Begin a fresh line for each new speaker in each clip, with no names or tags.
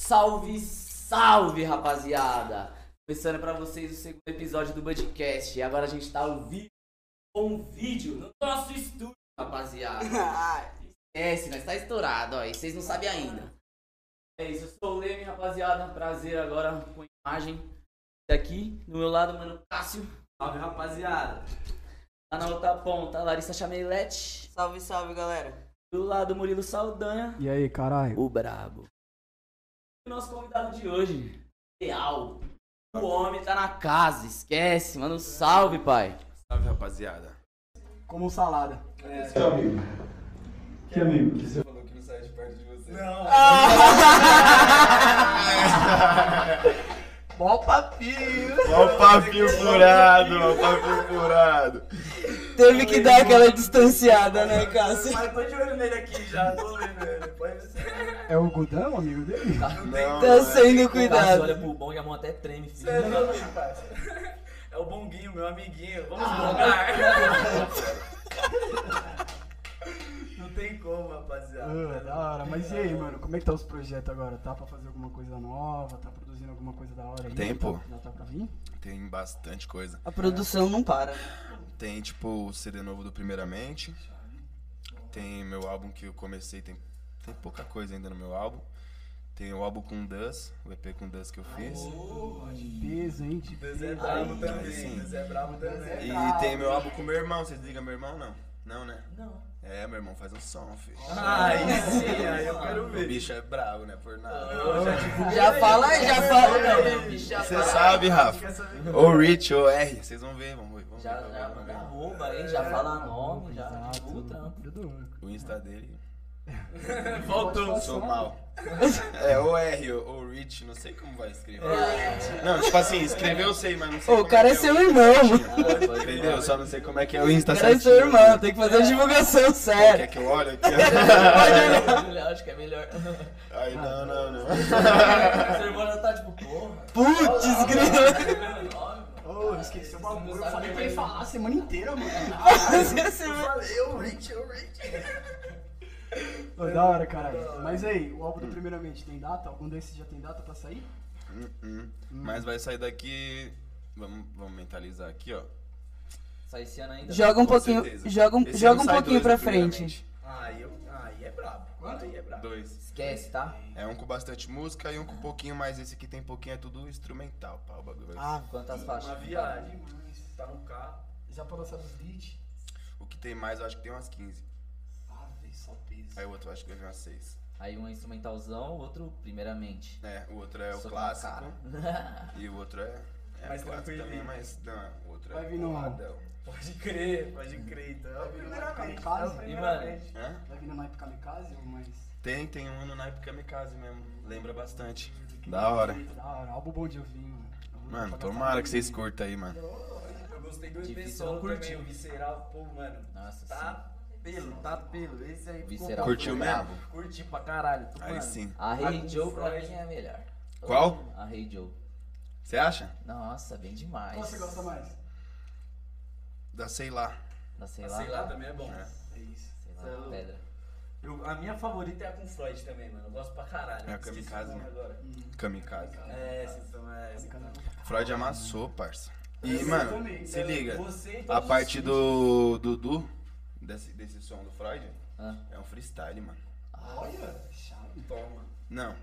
Salve, salve, rapaziada! Começando pra vocês o segundo episódio do Budcast. E agora a gente tá ao vivo com um vídeo no nosso estúdio, rapaziada. Esquece, mas tá estourado, ó. E vocês não sabem ainda. É isso, eu sou o Leme, rapaziada. Prazer agora com a imagem daqui. Do meu lado, mano, Cássio.
Salve, rapaziada.
Lá na outra ponta, Larissa Chamelete.
Salve, salve, galera.
Do lado, Murilo Saldanha.
E aí, caralho?
O brabo. E o nosso convidado de hoje, Real. O homem tá na casa, esquece, mano. um Salve, pai.
Salve, rapaziada.
Como um salada.
Que amigo? Que amigo? Que você...
Falou que não saiu de perto de você. Não.
Mó papinho.
Ó o papinho furado, ó o papinho furado.
Teve que dar aquela distanciada, né, Cássio?
Mas tô de olho nele aqui já, tô olhando ele. Pode ser.
É o Gudão, amigo dele?
Não,
Tá
é.
sendo
Cássio
cuidado.
olha pro bom e a mão até treme, filho.
É louco, parceiro. É o Bonguinho, meu amiguinho. Vamos bongar. Não tem como,
Ah, da
rapaziada.
hora. Mas e aí, mano? Como é que tá os projetos agora? Tá pra fazer alguma coisa nova? Tá produzindo alguma coisa da hora aí?
Tem, pô.
Já tá pra vir?
Tem bastante coisa.
A produção não para.
Tem, tipo, o CD novo do Primeiramente. Tem meu álbum que eu comecei, tem, tem pouca coisa ainda no meu álbum. Tem o álbum com Dance, o EP com Dance que eu fiz.
Peso, hein? De
Deus é
peso.
brabo
sim.
também. Deus é brabo também.
E tem meu álbum com meu irmão, vocês ligam meu irmão não? Não, né?
Não.
É, meu irmão faz um som, filho.
Aí sim, aí eu quero
O
ver.
bicho é bravo, né? Por nada.
Eu já divulguei.
Já fala aí, já fala.
né, tá.
Você sabe, Rafa. Ou Rich ou R, vocês vão ver, vamos ver. Vamos
Já,
ver,
já
vamos
manda
ver.
arroba, hein? Já fala nome, já
Tá
divulga o trampo.
trampo.
O Insta dele.
Voltou.
Sou mal. É, ou R, ou, ou Rich, não sei como vai escrever. Não, tipo assim, escrever eu sei, mas não sei.
É. Ô, o
como
cara
que
é seu irmão.
Entendeu? Eu só não sei como é que é o Insta
O cara é seu
certinho.
irmão. Tem que fazer a divulgação
Quer
séria.
que eu olhe aqui?
Eu Acho que é melhor.
Ai, não, não, Hum, não.
Seu irmão já tá tipo, porra.
Putz, grilo.
Ô, eu esqueci o bagulho. Eu falei pra ele falar a semana inteira, mano.
Eu, Rich, eu, Rich.
Ô, da hora, caralho. Mas aí, o álbum do Primeiramente tem data? Algum desses já tem data pra sair?
Hum, hum. Mas vai sair daqui. Vamos, vamos mentalizar aqui, ó.
Sai esse ano ainda.
Joga um
Com
pouquinho,
certeza.
joga um,
Esse
joga
ano
um
sai
pouquinho
dois,
pra
primeiramente.
frente.
Aí eu. Aí é brabo. Aí é brabo.
Dois.
Esquece, tá?
É um com bastante música e um com pouquinho, mas esse aqui tem pouquinho, é tudo instrumental, pá, o bagulho.
Ah.
Quantas faixas?
Uma viagem, tá no carro.
Já pra lançar os beats?
O que tem mais, eu acho que tem umas 15.
Ah, velho, só peso.
Aí o outro eu acho que vai vir umas 6.
Aí um é instrumentalzão, o outro primeiramente.
É, o outro é o
Só com a
clássico.
cara.
E o outro é. É
Mais
clássico
tranquilinho.
também, mas. Não, o outro
Vai
é.
vir no álbum.
boladão.
Pode crer,
Hum.
pode crer. Então, é o primeiramente. É o
E,
primeiramente.
mano,
Hã?
Vai vir na Maipe Kamikaze ou mais?
Tem, tem um no naipe kamikaze mesmo. Lembra bastante. Da hora.
Da hora. Álbum bom de ouvir, mano. Álbum
Mano,
pra gastar
tomara
tempo.
que vocês curtam aí, mano.
Eu gostei do EP
Difícil
solo
não curtir.
também, o Visceral, pô, mano.
Nossa,
tá pelo, tá pelo. Esse aí ficou
Visceral.
Curtiu
bom,
mesmo?
brabo. Curti pra caralho. Tô,
Aí
mano.
sim.
a Rei
com
Joe pra
Freud.
mim é a melhor.
Qual?
A Rei Joe.
Você acha?
Nossa, bem demais.
Qual você gosta mais?
Da sei lá. né?
Da sei
Mas
lá.
Sei lá também é bom.
É isso.
Sei lá,
Sei lá.
pedra.
Eu- a minha favorita é a com Freud também, mano. Eu gosto pra caralho.
É a
Esqueci o
Kamikaze,
nome
né?
agora.
Kamikaze.
É, esse então é. esse então.
Freud amassou, parça. E,
Esse
mano,
também.
se liga.
Você e todos
A
os
parte
filhos.
do Dudu, desse, desse som do Freud,
Ah.
é um freestyle, mano.
Olha, chave.
Toma.
Não,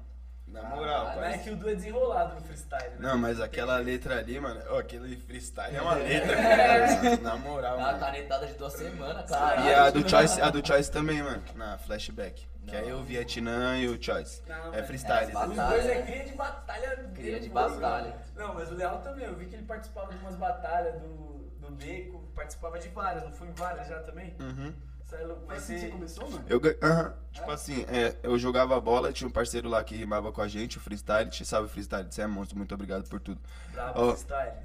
na moral,
Ah, mas é
parece.
que o Du é desenrolado no freestyle, né?
Não, mas aquela letra ali, mano, ó, aquele freestyle é uma letra, cara, na moral,
Ah,
tá
mano.
canetada de duas semanas,
E
cara.
a do Choice, a do Choice também, mano, na flashback. Que aí o Vietnã e o Choice.
Não,
é
mas-
freestyle.
é
Os
batalha.
dois é cria de batalha.
Cria de
mesmo.
batalha.
Não, mas o Leal também, eu vi que ele participava de umas batalhas do, do Beco, participava de várias, não foi em várias já também?
Uhum.
Isso é louco,
Mas
mas
assim você
você...
começou, mano?
Eu, gan- aham. Tipo assim, é, eu jogava bola, tinha um parceiro lá que rimava com a gente, o freestyle. Te salve, freestyle. Você é monstro, muito obrigado por tudo.
Bravo,
Ó.
freestyle.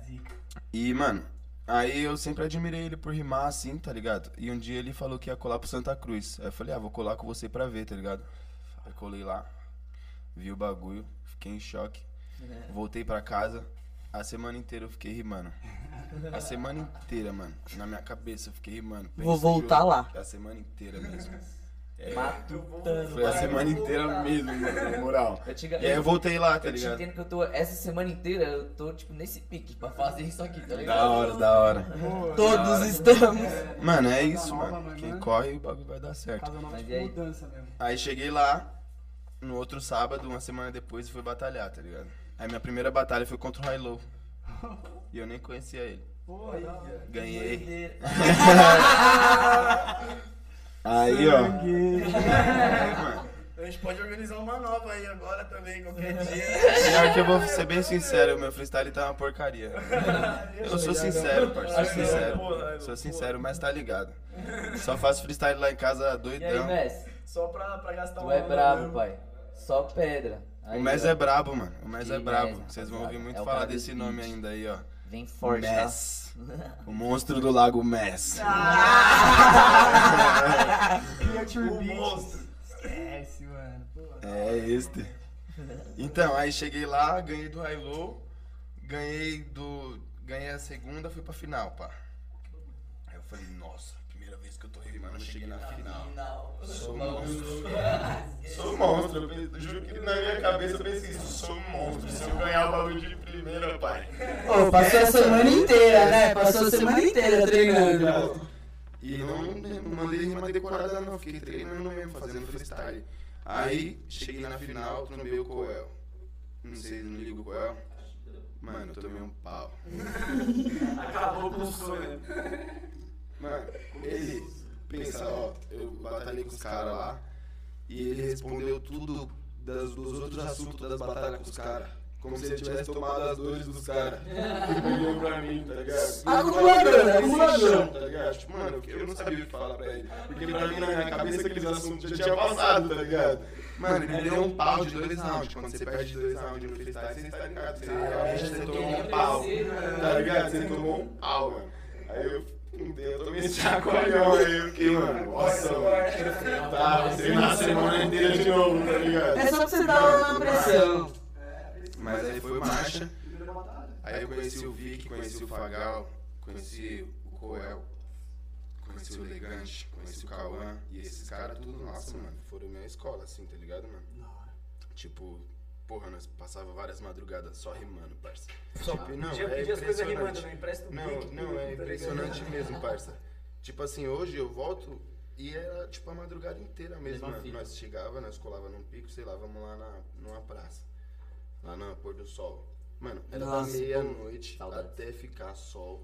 E, mano, aí eu sempre admirei ele por rimar assim, tá ligado? E um dia ele falou que ia colar pro Santa Cruz. Aí eu falei, ah, vou colar com você pra ver, tá ligado? Aí colei lá, vi o bagulho, fiquei em choque.
É.
Voltei pra casa, a semana inteira eu fiquei rimando. A semana inteira, mano, na minha cabeça eu fiquei rimando.
Vou voltar lá.
A semana É inteira mesmo.
Tá
Tá.
Matutando.
Foi assim, a
mano.
semana inteira mesmo, mano, na moral.
Eu te,
E aí eu voltei lá, tá
eu te
ligado?
entendo que eu tô. Essa semana inteira eu tô, tipo, nesse pique pra fazer isso aqui, tá ligado?
Da hora, da hora.
Todos estamos.
Mano, é
Casa
isso,
nova,
mano.
mano,
Quem
né?
corre, o bagulho vai dar certo.
Casa nova
Mas
tipo
e aí?
mudança mesmo.
Aí cheguei lá, no outro sábado, uma semana depois, e fui batalhar, tá ligado? Aí minha primeira batalha foi contra o Hilo. E eu nem conhecia ele.
Pô, aí,
Ganhei.
Doideira.
Aí, ó.
A gente pode organizar uma nova aí agora também, qualquer dia.
Pior que eu vou ser bem sincero, meu freestyle tá uma porcaria. Eu sou sincero, parceiro. Sou sincero. Sou sincero, mas tá ligado. Só faço freestyle lá em casa
E aí,
doidão.
Messi?
Só pra, pra gastar
Tu
uma
é brabo,
mesmo.
pai. Só pedra. Aí,
O Mes
ó,
é brabo, mano. O Mes
Que
é brabo.
Mes,
Vocês vão ouvir
rapaziada.
muito
É o
falar
cara do
desse nome
beat.
ainda aí, ó.
Vem forte, tá? Ah,
Mess. O monstro do lago Mess.
Creature
O
Beats.
monstro.
Esquece, mano. Pô,
É este. Então, aí cheguei lá, ganhei do High Low, ganhei do. Ganhei a segunda, fui pra final, pá. Aí eu falei, nossa, primeira vez que eu tô rimando, eu cheguei na final. Sou monstro. Sou monstro. Eu pensei- eu juro que na minha cabeça eu pensei isso, sou um monstro. Se eu ganhar o bagulho de primeira, pai.
Pô, passou a semana inteira,
É,
né? Passou a semana inteira treinando.
E não não mandei rima decorada não, fiquei treinando mesmo, fazendo freestyle. Aí, cheguei na final, trombei o Coel. Não sei, não ligo o Coel. Mano, eu tomei um pau.
Acabou com o sonho.
Mano, ele pensa, ó, eu batalhei com os caras lá. E ele respondeu tudo das, dos outros assuntos das batalhas com os caras. Como se ele tivesse tomado as dores dos caras. Olhou pra mim, tá ligado?
Acumulador,
Esse
acumulador.
chão, Tá ligado? Tipo, mano, eu- eu não sabia o que falar pra ele. Porque pra mim, na minha cabeça, aqueles assuntos já tinha passado, tá ligado? Mano, ele me deu um pau de dois rounds. Quando você perde dois rounds no freestyle, você tá ligado. Você realmente você tomou um pau. Tá ligado? Você tomou um pau, mano. Aí eu, fudeu, eu tomei esse chacoalhão aí, eu fiquei, mano, nossa, mano. Tá, treinar a semana inteira de novo, tá
É
ligado?
só pra você dar uma pressão.
Mas aí foi marcha.
primeira batalha.
Aí eu conheci o Vic, conheci o Fagal, conheci o Coel, conheci o Elegante, conheci o Cauã. E esses caras tudo, nossa, mano, foram minha escola, assim, tá ligado, mano? Tipo, porra, nós passava várias madrugadas só rimando, parça.
Só
Tipo, não,
Tinha que
é
pedir as coisas rimando, né? não
impressionante.
empresta o
Não,
beat,
não, é
tá
impressionante
ligado?
mesmo, parça. Tipo assim, hoje eu volto e era tipo a madrugada inteira mesmo.
Mesma
mano.
fita.
Nós chegava, nós colava num pico, sei lá, vamos lá na, numa praça. Lá na pôr do sol. Mano, era da
Nossa,
meia-noite
saudades.
até ficar sol.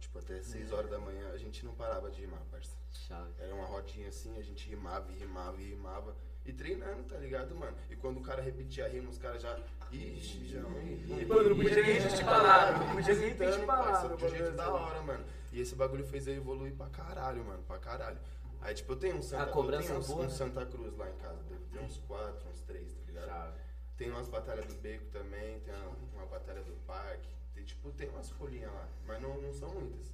Tipo, até
É.
6 horas da manhã, a gente não parava de rimar, parça.
Chave.
Era uma rodinha assim, a gente rimava, e rimava, e rimava. E treinando, tá ligado, mano? E quando o cara repetia a rima, os caras já. Ixi, já. E, tá
Mano, não podia nem repetir palavra, não podia nem repetir palavra,
De um jeito
mano. é
da hora, mano. E esse bagulho fez eu evoluir pra caralho, mano, pra caralho. Aí, tipo, eu tenho um Santa, eu
cobrança
tenho uns,
boa,
um
né?
Santa Cruz lá em casa. Deve ter uns quatro, uns três, tá ligado?
Chave.
Tem umas batalhas do beco também, tem uma, uma batalha do parque. Tem, tipo, tem umas folhinhas lá, mas não, não são muitas.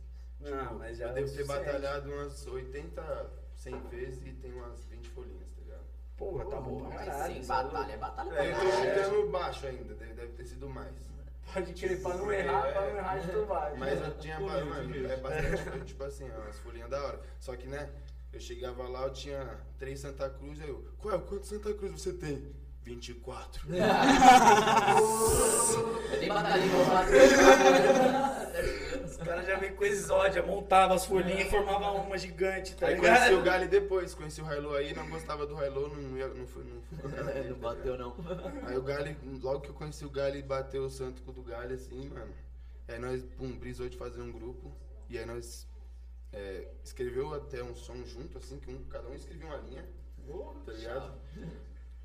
Tipo,
Não, mas já
eu
é
devo
o
ter
suficiente.
batalhado umas 80, 100 vezes e tem umas 20 folhinhas, tá ligado?
Porra, tá bom pra
Mas
caralho.
sem
isso é
batalha, é batalha pra
É, eu tô
caralho.
chutando baixo ainda, deve, deve ter sido mais.
Pode querer pra não errar, pra não errar de tomar.
Mas eu tinha, mano, é bastante, foi, tipo assim, ó, as folhinhas da hora. Só que, né, eu chegava lá, eu tinha três Santa Cruz, aí eu, qual é, quantos Santa Cruz você tem? 24.
Eu dei batalha pra batalha.
Os caras já vêm com exódia, montava as folhinhas e formava uma gigante, tá
Aí conheci o
ligado?
Gali depois, conheci o Hilo aí, não gostava do Hilo, não, ia- não fui, não fui.
Não bateu, não.
Aí o Gali, logo que eu conheci o Gali, bateu o santo com o do Gali, assim, mano. Aí nós, pum, brisou de fazer um grupo. E aí nós é, escreveu até um som junto, assim, que um, cada um escrevia uma linha, tá ligado?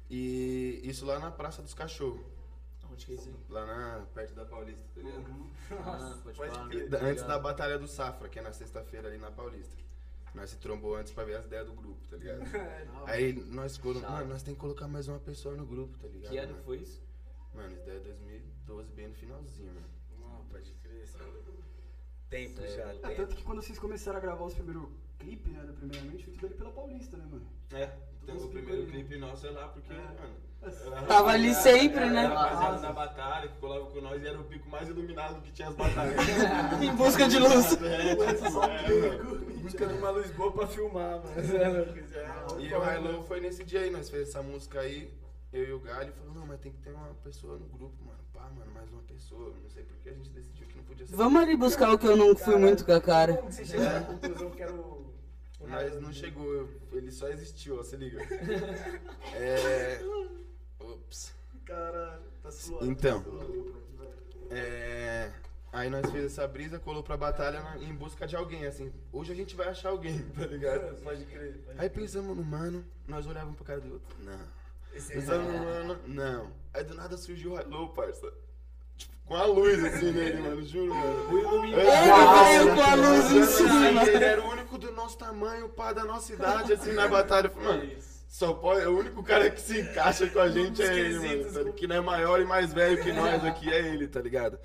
E isso lá na Praça dos Cachorros,
Onde que é isso aí?
lá na, perto da Paulista, tá ligado?
Ah, pode
pode
Tá
falar,
E
né?
da- antes da Batalha do Safra, que é na sexta-feira ali na Paulista. Nós se trombou antes pra ver as ideias do grupo, tá ligado? Aí nós colocamos, mano, nós tem que colocar mais uma pessoa no grupo, tá ligado?
Que ano
mano?
foi isso?
Mano, isso daí é 2012, bem no finalzinho, mano.
Não, pode crer. Tempo já,
É,
tempo.
tanto que quando vocês começaram a gravar os primeiros clipes, né, do Primeiramente, muito dele pela Paulista, né, mano?
É, então, o primeiro clipe nosso é lá, porque, mano. era-
Tava ali sempre,
era
né?
a Rapaziada na batalha, que colava com nós e era o pico mais iluminado que tinha as batalhas.
Em busca de luz.
É, tipo, é, mano.
Em busca de uma luz boa pra filmar, mano. Se ela quiser.
E
é
o Hilo foi nesse dia aí, nós fez essa música aí, eu e o Galho, falou, não, mas tem que ter uma pessoa no grupo, mano. Pá, mano, mais uma pessoa. Não sei porque a gente decidiu que não podia ser.
Vamos ali buscar o que eu não fui muito com a cara.
Como que você chegou
É.
à conclusão que era
um-
o. o
Mas não chegou, eu- ele só existiu, ó, se liga. é. Ops.
Caralho, tá suado.
Então. É. Aí nós fez essa brisa, colou pra batalha na- em busca de alguém, assim. Hoje a gente vai achar alguém, tá ligado?
Pode crer. Pode...
Aí pensamos no mano, nós olhávamos pro cara do outro. Não.
Esse aí.
Pensamos
é
no mano, não. Aí do nada surgiu o Hello, parça. Tipo, com a luz assim nele, mano, juro, mano.
O iluminado.
Ele veio com a luz em
Aí
cima.
tipo, Ele era o único do nosso tamanho, pá, da nossa idade, assim, na batalha. Eu falei, Mano, só pode, é o único cara que se encaixa com a gente é ele, mano. tá ligado? Que não é maior e mais velho que nós aqui, é ele, tá ligado?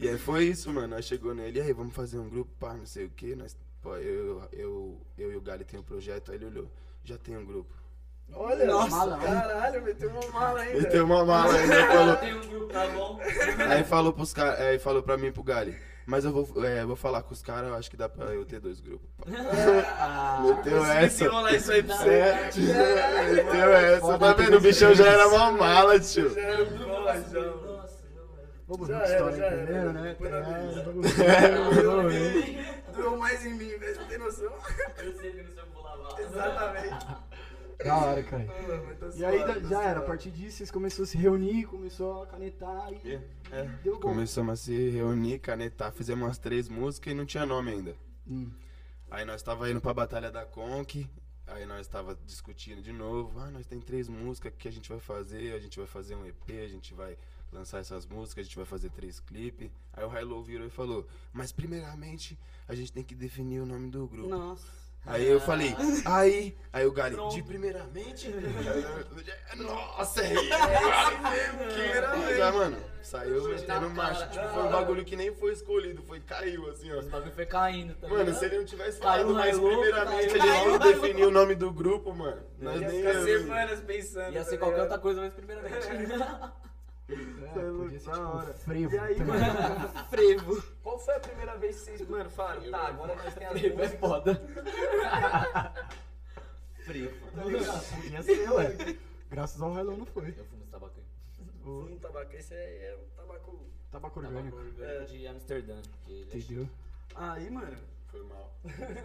E aí foi isso, mano. Nós chegou nele, e aí, vamos fazer um grupo, pá, não sei o quê. Nós, pô, eu, eu, eu, eu e o Gali tem um projeto, aí ele olhou, já tem um grupo.
Olha,
Nossa,
mano. caralho, meteu uma mala ainda.
Ele tem uma mala aí, né? Falou,
É. Tem um grupo, tá bom?
Aí falou pros caras, aí falou pra mim e pro Gali. Mas eu vou, é, eu vou falar com os caras, eu acho que dá pra eu ter dois grupos.
Ah.
Ah,
Ah.
Meteu essa.
Desenrolar isso aí pra você.
É, tio, Meteu
é
essa. Tá vendo? O bichão já era uma mala, tio.
Era um bolachão.
Vamos ver
Já
a
era,
história
já era.
primeiro, né?
Põe na
É,
luz.
vamos ver.
Doeu em mim, Doeu mais em mim, velho. Você não tem noção?
Eu sei que não sei o que vou lavar.
Exatamente.
Da hora, cara.
Mano, mas tá
E aí
suado,
da-
tá
já era, a
suado.
partir disso vocês começaram a se reunir, começou a canetar e deu bom.
É. Começamos a se reunir, canetar, fizemos umas três músicas e não tinha nome ainda.
Hum.
Aí nós tava indo pra Batalha da Conk, aí nós tava discutindo de novo. Ah, nós tem três músicas, o que a gente vai fazer? A gente vai fazer um EP, a gente vai lançar essas músicas, a gente vai fazer três clipes. Aí o Hilo virou e falou, mas primeiramente a gente tem que definir o nome do grupo.
Nossa.
Aí eu falei, aí, aí o Gali,
Pronto.
de primeiramente? Nossa, é isso, mano. Aí, ah, mano, saiu metendo macho. Tipo, foi um bagulho que nem foi escolhido, foi, caiu assim, ó.
Os bagulho foi caindo também.
Mano, se ele não tivesse
Caiu,
falado, mas
railou,
primeiramente a
caiu,
gente não
railou.
definiu o nome do grupo, mano. Nós
Ia
nem
ficar
É, ia.
semanas pensando.
Ia
tá
ser qualquer
ligado?
outra coisa, mas primeiramente.
É,
Tá louco,
podia ser
da hora.
tipo frevo.
E aí,
tá ligado?
mano,
Frevo.
qual foi a primeira vez que vocês, mano, falaram, tá, agora nós tem as
Frevo é
músicas,
foda.
tá ligado?
Podia ser, ué. Graças ao Hello não foi.
Eu fumo esse tabaco aí.
O
Um tabaco, esse aí é um tabaco.
Tá
tabaco
Tabaco
orgânico.
orgânico de Amsterdã. que ele é
Entendeu?
Aí, mano,
Foi mal.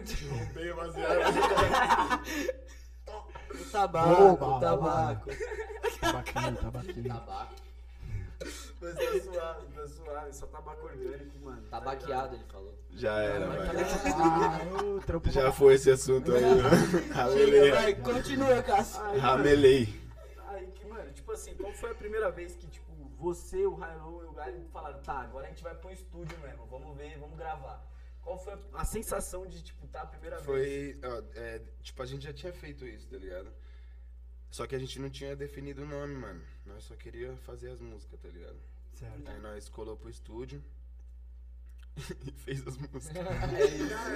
Derrubei o baseado.
O tabaco,
Oba,
o tabaco.
Tabaquinho,
chique.
tabaquinho.
Tabaco.
mas tá suave, tá suave, só tabaco orgânico, mano. tá
Tabaqueado, ele falou.
Já era, mano.
Ah, eu trampo
Já foi esse assunto aí, mano. Ramelei.
Vai, continua, Cássio.
ligado? Aí, mano,
Ramelei.
aí que, mano, tipo assim, qual foi a primeira vez que, tipo, você, o Hilo e o Galho falaram, tá, agora a gente vai pro estúdio mesmo, vamos ver, vamos gravar. Qual foi a- a sensação de, tipo, tá a primeira vez?
Foi. ó, é, tipo, a gente já tinha feito isso, tá ligado? Só que a gente não tinha definido o nome, mano. Nós só queria fazer as músicas, tá ligado?
Certo.
Aí nós colou pro estúdio e fez as músicas.
Já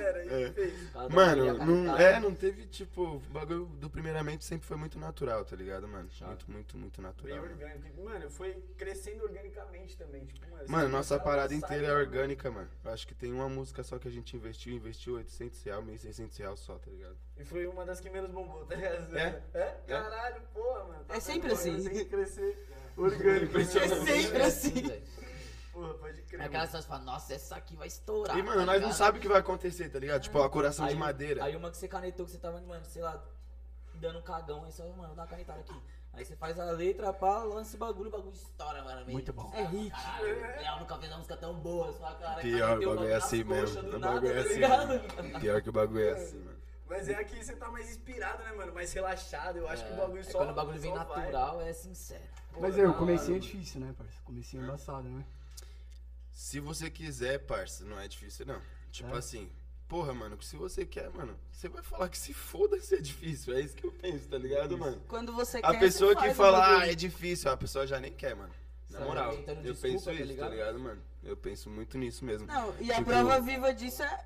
era, aí
É.
fez.
tá
Cada um
Mano,
queria
não,
cantar.
é, não teve, tipo, o bagulho do primeiramente sempre foi muito natural, tá ligado, mano? Muito, muito, muito
Bem
natural. mano.
orgânico. Mano, foi crescendo organicamente também. Tipo, mano,
Mano,
você
nossa
começava a
parada
lançar
inteira
e-
é orgânica, mano. Eu acho que tem uma música só que a gente investiu, investiu 800 reais, 1.600 reais só, tá ligado?
E foi uma das que menos bombou, tá ligado?
É? É
É? Caralho, porra, mano. tá
É sempre
vendo?
assim.
Tem que crescer orgânico.
É sempre assim.
velho.
Porra, pode crer.
É aquelas pessoas que falam, nossa, essa aqui vai estourar.
E, mano,
tá
nós não
ligado?
sabemos o que vai acontecer, tá ligado? Tipo, a coração de
Aí-
madeira.
Aí uma que você canetou, que você tava, mano, sei lá, dando um cagão, aí você fala, mano, dá uma canetada aqui. Aí você faz a letra, pá, lança o bagulho, o bagulho estoura, mano. mesmo.
Muito bom.
É hit. Caralho, Léo nunca fez uma música tão boa, sua cara.
Pior,
caneteu
o bagulho é
nas
assim
coxas
mesmo.
do
O
nada,
bagulho é
tá
assim
ligado?
Pior que o bagulho é assim, mano.
Mas é aqui você tá mais inspirado, né, mano? Mais relaxado. Eu acho que o
É,
bagulho só.
Quando o bagulho vem
só vai.
natural, é sincero.
Mas eu, comecei é difícil, né, parceiro? Comecei embaçado, né?
Se você quiser, parça, não é difícil, não. Tipo
É?
assim, porra, mano, se você quer, mano, você vai falar que se foda se é difícil. É isso que eu penso, tá ligado, mano?
Quando você
A
quer,
pessoa
você
que
faz
um
o
fala, ah,
bagulho.
é difícil, a pessoa já nem quer, mano. Na
Sabe,
moral,
inventando
eu
desculpa,
penso
tá
isso, tá
ligado?
ligado, mano? Eu penso muito nisso mesmo.
Não, e a
Tipo-
prova viva disso é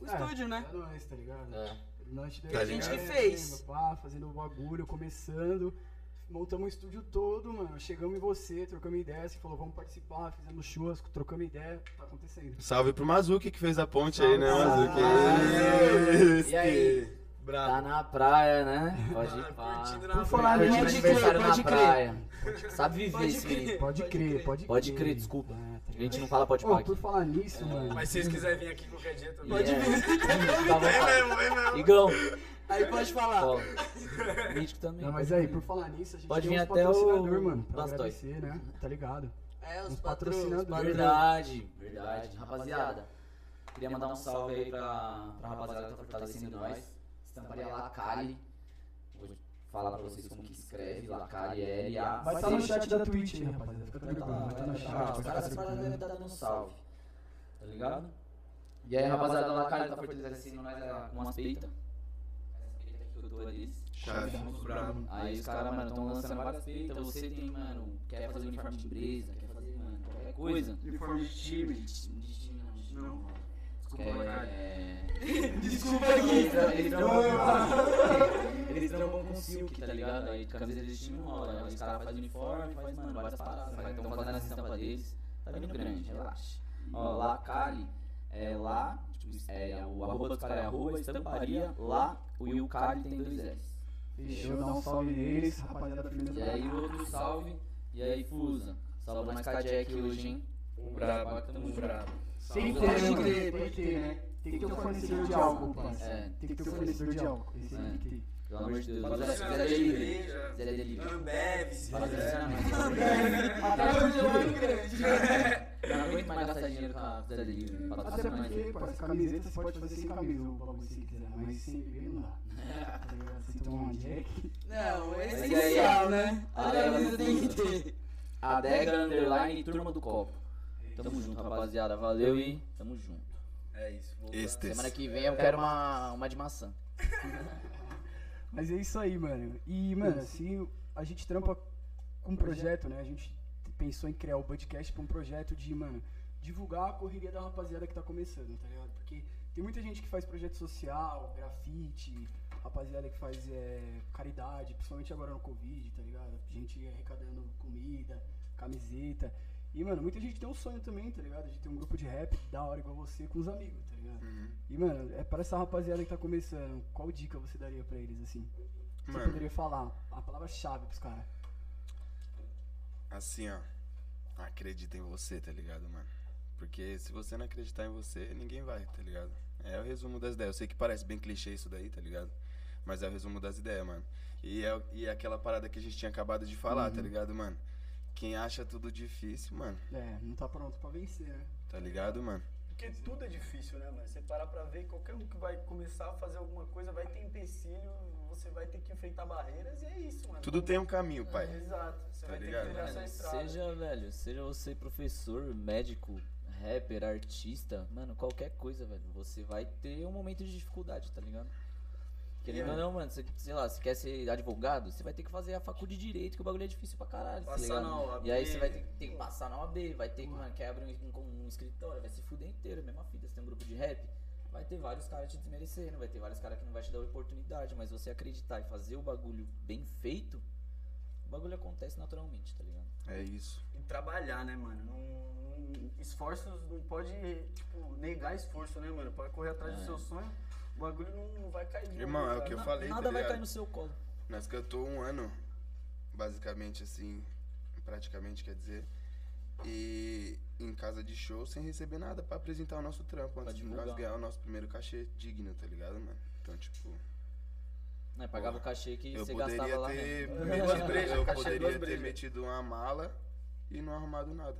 o
É,
estúdio, né?
É nóis, tá ligado?
É.
Nós
Tá
a gente que
ligado?
fez.
fez. É, Pá, fazendo o bagulho, começando. Montamos o estúdio todo, mano. Chegamos em você, trocamos ideia. Você falou, vamos participar. Fizemos churrasco, trocamos ideia. Tá acontecendo.
Salve pro Mazuki que fez a ponte aí, né,
Salve,
Mazuki?
salve.
Esse.
E aí?
Tá
Bravo.
na praia, né? Pode ir
Mano,
pá.
curtindo na
Por falar
praia.
nisso,
Curtindo
Pode crer,
aniversário na
pode crer.
praia. Sabe viver esse menino.
Pode, crer, pode crer.
Pode crer, desculpa. É,
Ah, tá
A gente não fala pode
Ô,
pá aqui.
por falar nisso, mano.
Mas se vocês quiserem vir aqui qualquer dia também.
Pode
É mesmo, é mesmo.
tá Igão,
Aí pode falar.
cola. Mítico também.
Não, mas aí, por falar nisso, a gente
Pode
tem
vir
uns
até o
patrocinador, mano. Pra
Blastoise.
agradecer, né? Tá ligado?
É, os
Os
patrocinadores.
patrocinadores. né?
Verdade, verdade. Rapaziada, queria mandar um salve aí pra, pra rapaziada que tá fortalecendo nós. Estamparia Lacali. Vou falar pra vocês como que escreve. Lacali é L-A.
Vai estar
C.
tá no chat da Twitch aí, rapaziada. Fica
Vai tá
tranquilo.
lá, vai
Vai estar
tá
no
no
chat.
chat.
vai
Os caras
tá
os caras
tranquilo.
devem estar dando um salve. Tá ligado? E aí, rapaziada, da Lacali tá fortalecendo nós ah, com umas peitas. Essa peita aqui que eu dou ali.
Tá,
Chave.
Aí os caras, mano, estão lançando várias peitas. Você tem, mano, quer fazer uniforme de brisa, quer fazer, mano, qualquer coisa.
Uniforme de time.
De time, não, de time
Não.
não.
Desculpa, cara.
É...
Desculpa
Eles
aqui.
tra- Eles trampam Eles trampam com silk, tá ligado? Aí camisa de time rola. Aí os caras fazem uniforme, faz, mano, várias paradas. Faz, estão fazendo as estampas deles. Tá vindo grande, relaxa. Ó, lá, Cali. É lá, tipo, é, o arroba dos caras é arroba, estamparia, lá, o Will Cali tem dois S.
Fechou, dá um salve neles, rapaziada. Primeiro
E aí outro salve, e aí Fusa. Salve mais Kajek hoje, hein?
Brabo, tamo brabo.
Tem que ter, né, mano? Tem que ter, né? Tem que ter um fornecedor de álcool, parceiro.
É,
Tem que ter um fornecedor de álcool. Esse aí tem que ter.
pelo amor de Deus. Zé Zé
Patrocinador de
Delivery.
igreja.
Zé Delivery.
Ambev, se quiser.
Eu não aguento mais gastar dinheiro com a Zé Delivery.
Até
Patrocina nós aí.
porque, parceiro, camiseta você pode fazer sem camisa o bagulho se você quiser, mas sem beber não dá. Tá ligado? Você toma um Jack.
Não, é
Mas aí-
essencial, né?
Ah,
A
é,
camisa
mas-
tem que ter.
Adega Underline e Turma do Copo. Tamo junto, rapaziada. Valeu e tamo junto.
É isso. voltar.
Este.
Semana que vem eu quero uma, uma de maçã.
Mas é isso aí, mano. E, mano, assim, a gente trampa com um projeto, né? A gente pensou em criar o podcast pra um projeto de, mano, divulgar a correria da rapaziada que tá começando, tá ligado? Porque tem muita gente que faz projeto social, grafite, rapaziada que faz é, caridade, principalmente agora no Covid, tá ligado? Gente arrecadando comida, camiseta. E, mano, muita gente tem um sonho também, tá ligado? De ter um grupo de rap da hora igual você com os amigos, tá ligado?
Uhum.
E, mano, é para essa rapaziada que tá começando, qual dica você daria pra eles, assim? Você
Mano.
poderia falar a palavra-chave pros caras.
Assim, ó. Acredita em você, tá ligado, mano? Porque se você não acreditar em você, ninguém vai, tá ligado? É o resumo das ideias. Eu sei que parece bem clichê isso daí, tá ligado? Mas é o resumo das ideias, mano. E é, e é aquela parada que a gente tinha acabado de falar, tá ligado, mano? Quem acha tudo difícil, mano,
É, não tá pronto pra vencer, né?
tá ligado, mano?
Porque tudo é difícil, né, mano? Você parar pra ver, qualquer um que vai começar a fazer alguma coisa vai ter empecilho, você vai ter que enfrentar barreiras e é isso, mano.
Tudo tem um caminho, pai.
Exato. Você
Tá
vai
ligado?
ter que trilhar sua estrada.
Seja, velho, seja você professor, médico, rapper, artista, mano, qualquer coisa, velho. Você vai ter um momento de dificuldade, tá ligado? Querendo
é.
ou não, mano, você, sei lá, você quer ser advogado, você vai ter que fazer a faculdade de direito, que o bagulho é difícil pra caralho, tá
Passar
ligado?
na OAB.
E aí você vai ter, que- tem que passar na OAB, vai ter que, mano, quer abrir um, um- um escritório, vai se fuder inteiro, mesma fita, você tem um grupo de rap, vai ter vários caras te desmerecendo, vai ter vários caras que não vai te dar oportunidade, mas você acreditar e fazer o bagulho bem feito, o bagulho acontece naturalmente, tá ligado?
É isso.
E trabalhar, né, mano? Não, não- esforços, não pode, tipo, negar esforço, né, mano? Pra correr atrás
É.
do seu sonho, o bagulho não, não vai cair. né, de
Irmão,
mão,
é o
cara.
que eu
Na-
falei,
Nada
tá
vai
ligado?
cair no seu colo.
Nós cantou um ano, basicamente assim, praticamente quer dizer, e em casa de show sem receber nada pra apresentar o nosso trampo antes de nós
divulgar.
ganhar o nosso primeiro cachê digno, tá ligado, mano? Então, tipo,
Né? Pagava
Porra.
o cachê que
eu
você
poderia
gastava lá né?
ter
mesmo.
metido,
brejas,
eu
cachê, duas
poderia ter
brejas.
metido uma mala e não arrumado nada,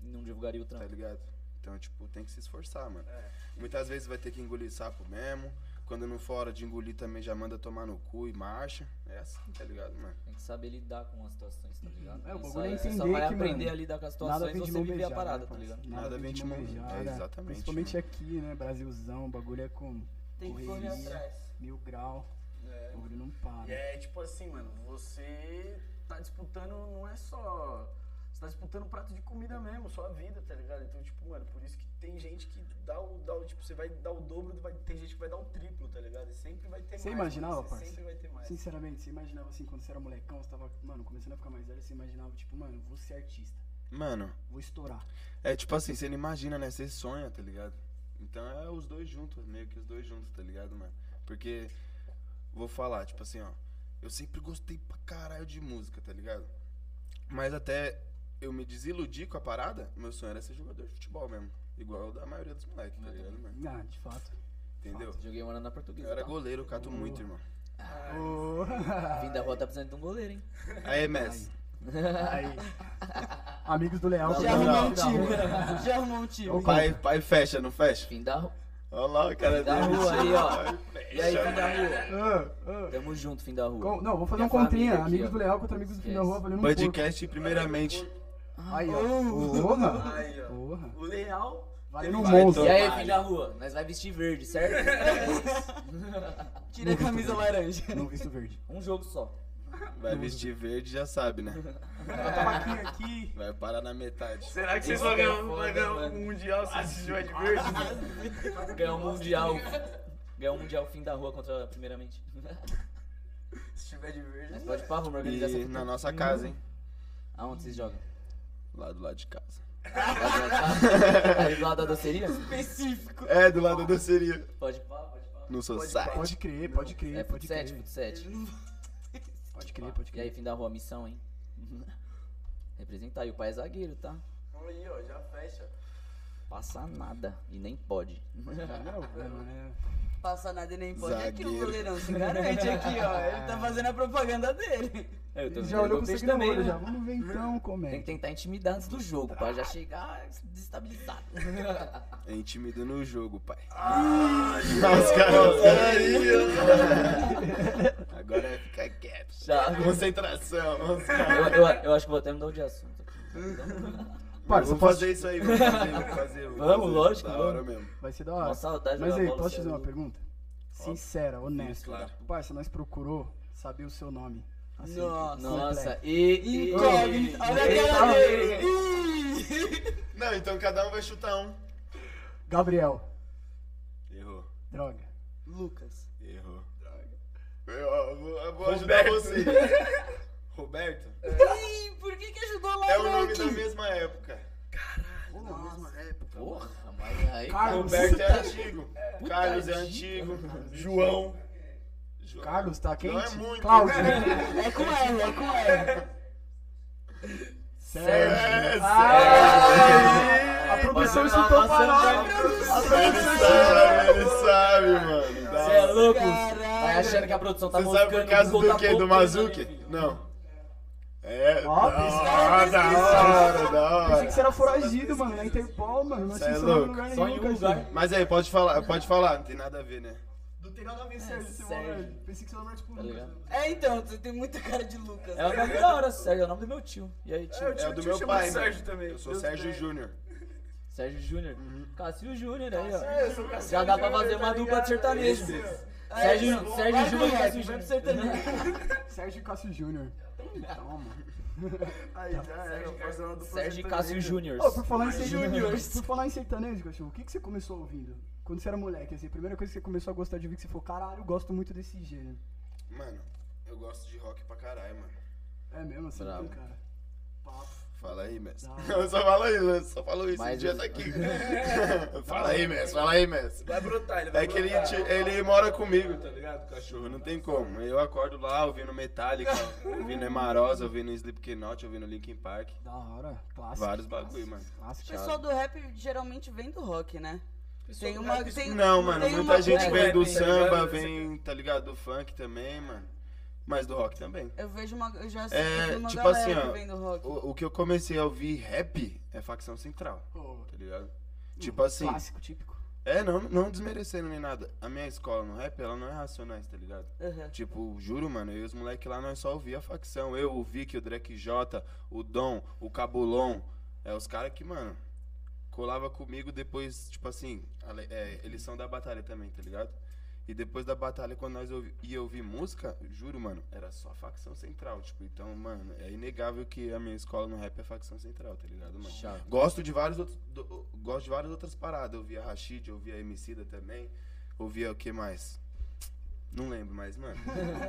Não divulgaria o
tá
trampo.
ligado? Então, tipo, tem que se esforçar, mano.
É.
Muitas vezes vai ter que engolir sapo mesmo. Quando não for hora de engolir também já manda tomar no cu e marcha. É assim, tá ligado, mano?
Tem que saber lidar com as situações, tá ligado?
É, o
Isso
bagulho é
aí, Você só
entender
vai
que,
aprender
mano,
a lidar com as
Nada
situações
vem
e
de
você
mão
viver a
beijada,
parada,
né,
tá ligado?
parceiro?
Nada vem de mão beijada. É, exatamente,
Principalmente
mano.
aqui, né? Brasilzão, o bagulho é como
Tem que correr
Correria.
atrás.
mil grau,
É,
o bagulho não
E
para.
é tipo assim, mano, você tá disputando não é só Você tá disputando um prato de comida mesmo, sua vida, tá ligado? Então, tipo, mano, por isso que tem gente que dá o. Dá o tipo, você vai dar o dobro, vai, tem gente que vai dar o triplo, tá ligado? E sempre vai ter
Você
mais.
imaginava,
mano,
parça?
Sempre vai ter mais.
Sinceramente, você imaginava assim, quando você era molecão, você tava, mano, começando a ficar mais velho, você imaginava, tipo, mano, vou ser artista,
Mano,
vou estourar.
é tipo assim, você não imagina, né? Você sonha, tá ligado? Então é os dois juntos, meio que os dois juntos, tá ligado, mano? Porque, vou falar, tipo assim, ó. Eu sempre gostei pra caralho de música, tá ligado? Mas até eu me desiludi com a parada, meu sonho era ser jogador de futebol mesmo. Igual o da maioria dos moleques, tá ligado, mano?
Ah, de fato.
Entendeu?
Joguei um ano na portuguesa.
Eu era
tá?
goleiro, cato muito, irmão.
Ah,
Ô,
Fim da rua tá precisando de um goleiro, hein?
Aí, Messi.
Aí. Amigos do Leal.
Já
Não,
arrumou
não,
um time. Já arrumou um time.
Pai, pai fecha, não fecha?
Fim da rua.
Olha lá o cara
Da
dele.
rua aí, ó. E aí,
Fecha,
fim da
mano.
rua.
Ah, ah.
Tamo junto, fim da rua.
Com- Não, vou fazer
E
um
a família
continha.
aqui,
Amigos
ó.
do Leal contra amigos do Fim da
Esquece.
Rua, valendo um porco.
Podcast, primeiramente.
Aí, ó. Porra.
Aí, ó.
Porra.
O Leal.
Valendo um
Vai,
monstro.
E aí,
Tomara.
fim da rua. Nós vai vestir verde, certo?
Tira a camisa laranja.
Não é visto verde.
Um jogo só.
Vai vestir verde, já sabe, né?
Tabaquinho aqui.
Vai parar na metade.
Será que vocês vão ganhar um- vai ganhar um mundial se esse tiver de verde?
Ganhar um mundial. Ganhar um mundial fim da rua contra, primeiramente.
Se tiver de verde. é
Mas pode pá, vamos organizar essa
E na nossa casa, hein?
Aonde vocês jogam?
Lá do lado de casa.
Ali Tá do lado da doceria?
É, do lado da doceria.
Pode pá, pode pá.
No society.
Pode crer, pode
É,
crer,
fut
pode
7,
crer.
fut 7.
Pode crer, pode
E aí,
crer.
fim da rua, missão, hein? Representar. E o pai é zagueiro, tá?
Aí, ó, já fecha.
Passar nada. E nem pode.
Não, mano, né?
Passa nada e nem pode. Aqui o
Zagueiro.
goleirão se garante aqui, ó. Ele tá fazendo a propaganda dele.
É, Eu
Ele já olhou com sangue no olho, já.
né?
Vamos ver então como
Tem
é.
que tentar intimidar antes do jogo, pra já chegar desestabilizado.
É intimidando o jogo, pai. Os caras saiu. Agora é ficar quieto.
Já.
Concentração. Os caras.
Eu, eu- eu acho que vou até mudar de assunto.
Parça,
Vou fazer isso aí, vou fazer, vou fazer. vou
Vamos,
fazer.
lógico,
Da
vamos.
hora mesmo.
Vai ser da hora.
Uma saudade
Mas
da
aí,
bola,
posso te
cê é
fazer uma
louco.
pergunta? Sincera, honesta.
claro.
Parça, nós procurou saber o seu nome. Assim,
Nossa.
Nossa,
completo.
e. e-
Incógnito. Olha
e-
a
Tá
cara dele. Ih!
Não, então cada um vai chutar um.
Gabriel.
Errou,
Droga.
Lucas.
errou. Eu, eu vou, eu vou ajudar você. Roberto?
Ih, por que que ajudou lá,
É o nome
Luke?
da mesma época.
Porra, mas aí.
Carlos.
Roberto é antigo. Carlos é antigo. João. João.
Carlos, tá quente?
Não é muito.
Cláudio.
É com ela, é com ela.
Sérgio.
É,
A produção chutou pra nós.
ele sabe, ele sabe, mano.
Você é
Dá-
louco? Vai
Caralho.
achando que a produção tá
Você sabe por
moscando,
causa
o
do
Google
quê?
tá
Do
botando,
Mazuki?
né, filho?
Não. É, da
Ó,
hora, da hora, da
Pensei que você
hora.
era foragido, mano. Na Interpol, mano. Não
Cê é
tinha celular em
louco.
lugar nenhum.
Só em um
parceiro.
lugar.
Mas aí, pode falar, pode falar, não tem nada a ver, né?
Não tem nada a ver, Sérgio. Você
Sérgio.
mora- Pensei que você era tipo
Tá ligado?
É, então, você tem muita cara de Lucas.
É o nome da hora, Sérgio. É o nome do meu tio. E aí, tio?
É o do meu pai. Sérgio também. Eu sou Sérgio Júnior.
Sérgio Júnior. Cássio Júnior aí,
É,
ó. Já dá pra fazer
tá
uma dupla de sertanejo. Sérgio, Sérgio
Vai
Júnior e
pro
Cássio
rap.
Júnior tá pro sertanejo.
Sérgio Cássio Júnior. Toma.
Aí, já é, eu faço uma dupla
Sérgio e
sertaneja.
Cássio Júnior.
Ô, por falar em sertanejo,
Juniors.
por falar em sertanejo, cachorro, o que, que você começou ouvindo? Quando você era moleque, assim, a primeira coisa que você começou a gostar de ouvir, que você falou, caralho, eu gosto muito desse gênero.
Mano, eu gosto de rock pra caralho, mano.
É mesmo assim,
Bravo.
então, cara. Papo.
Fala aí, Messi.
Não.
Eu só falo isso, eu só falo isso.
Mas
Mas dia
eu-
tá aqui. fala aí, Messi, fala aí, Messi.
Vai brotar, ele vai
É que ele,
brotar.
te- ele mora comigo, tá ligado? Cachorro, não tem como. Eu acordo lá ouvindo Metallica, ouvindo Emarosa, ouvindo Slipknot, ouvindo Linkin Park.
Da hora, clássico.
Vários bagulho, mano.
O
Clássico.
pessoal do rap geralmente vem do rock, né? Tem uma. Tem,
Não, mano,
tem
muita
uma-
gente
é,
vem do
tá
samba,
ligado?
vem, tá ligado? Do funk também, mano. Mas do rock também.
Eu vejo uma. Eu já assisti
É,
uma
tipo
galera
assim,
que
ó.
vem do rock.
O, o que eu comecei a ouvir rap é facção central,
Pô,
tá ligado? Tipo assim.
Clássico, típico.
É, não, não desmerecendo nem nada. A minha escola no rap, ela não é racionais, tá ligado?
né?
Uhum.
Tipo, juro, mano, eu e os moleques lá, nós só ouvia a facção. Eu, o Vic, o Drake J, o Dom, o Cabulon. É, os caras que, mano, colava comigo depois, tipo assim, ale- é, eles são da batalha também, tá ligado? E depois da batalha, quando nós ouvi, ia ouvir música, juro, mano, era só a facção central. Tipo, então, mano, é inegável que a minha escola no rap é facção central, tá ligado, mano?
Chato.
Gosto de vários outros. do- gosto de várias outras paradas. Eu via Rashid, eu via Emicida também. Ouvia o que mais? Não lembro mais, mano.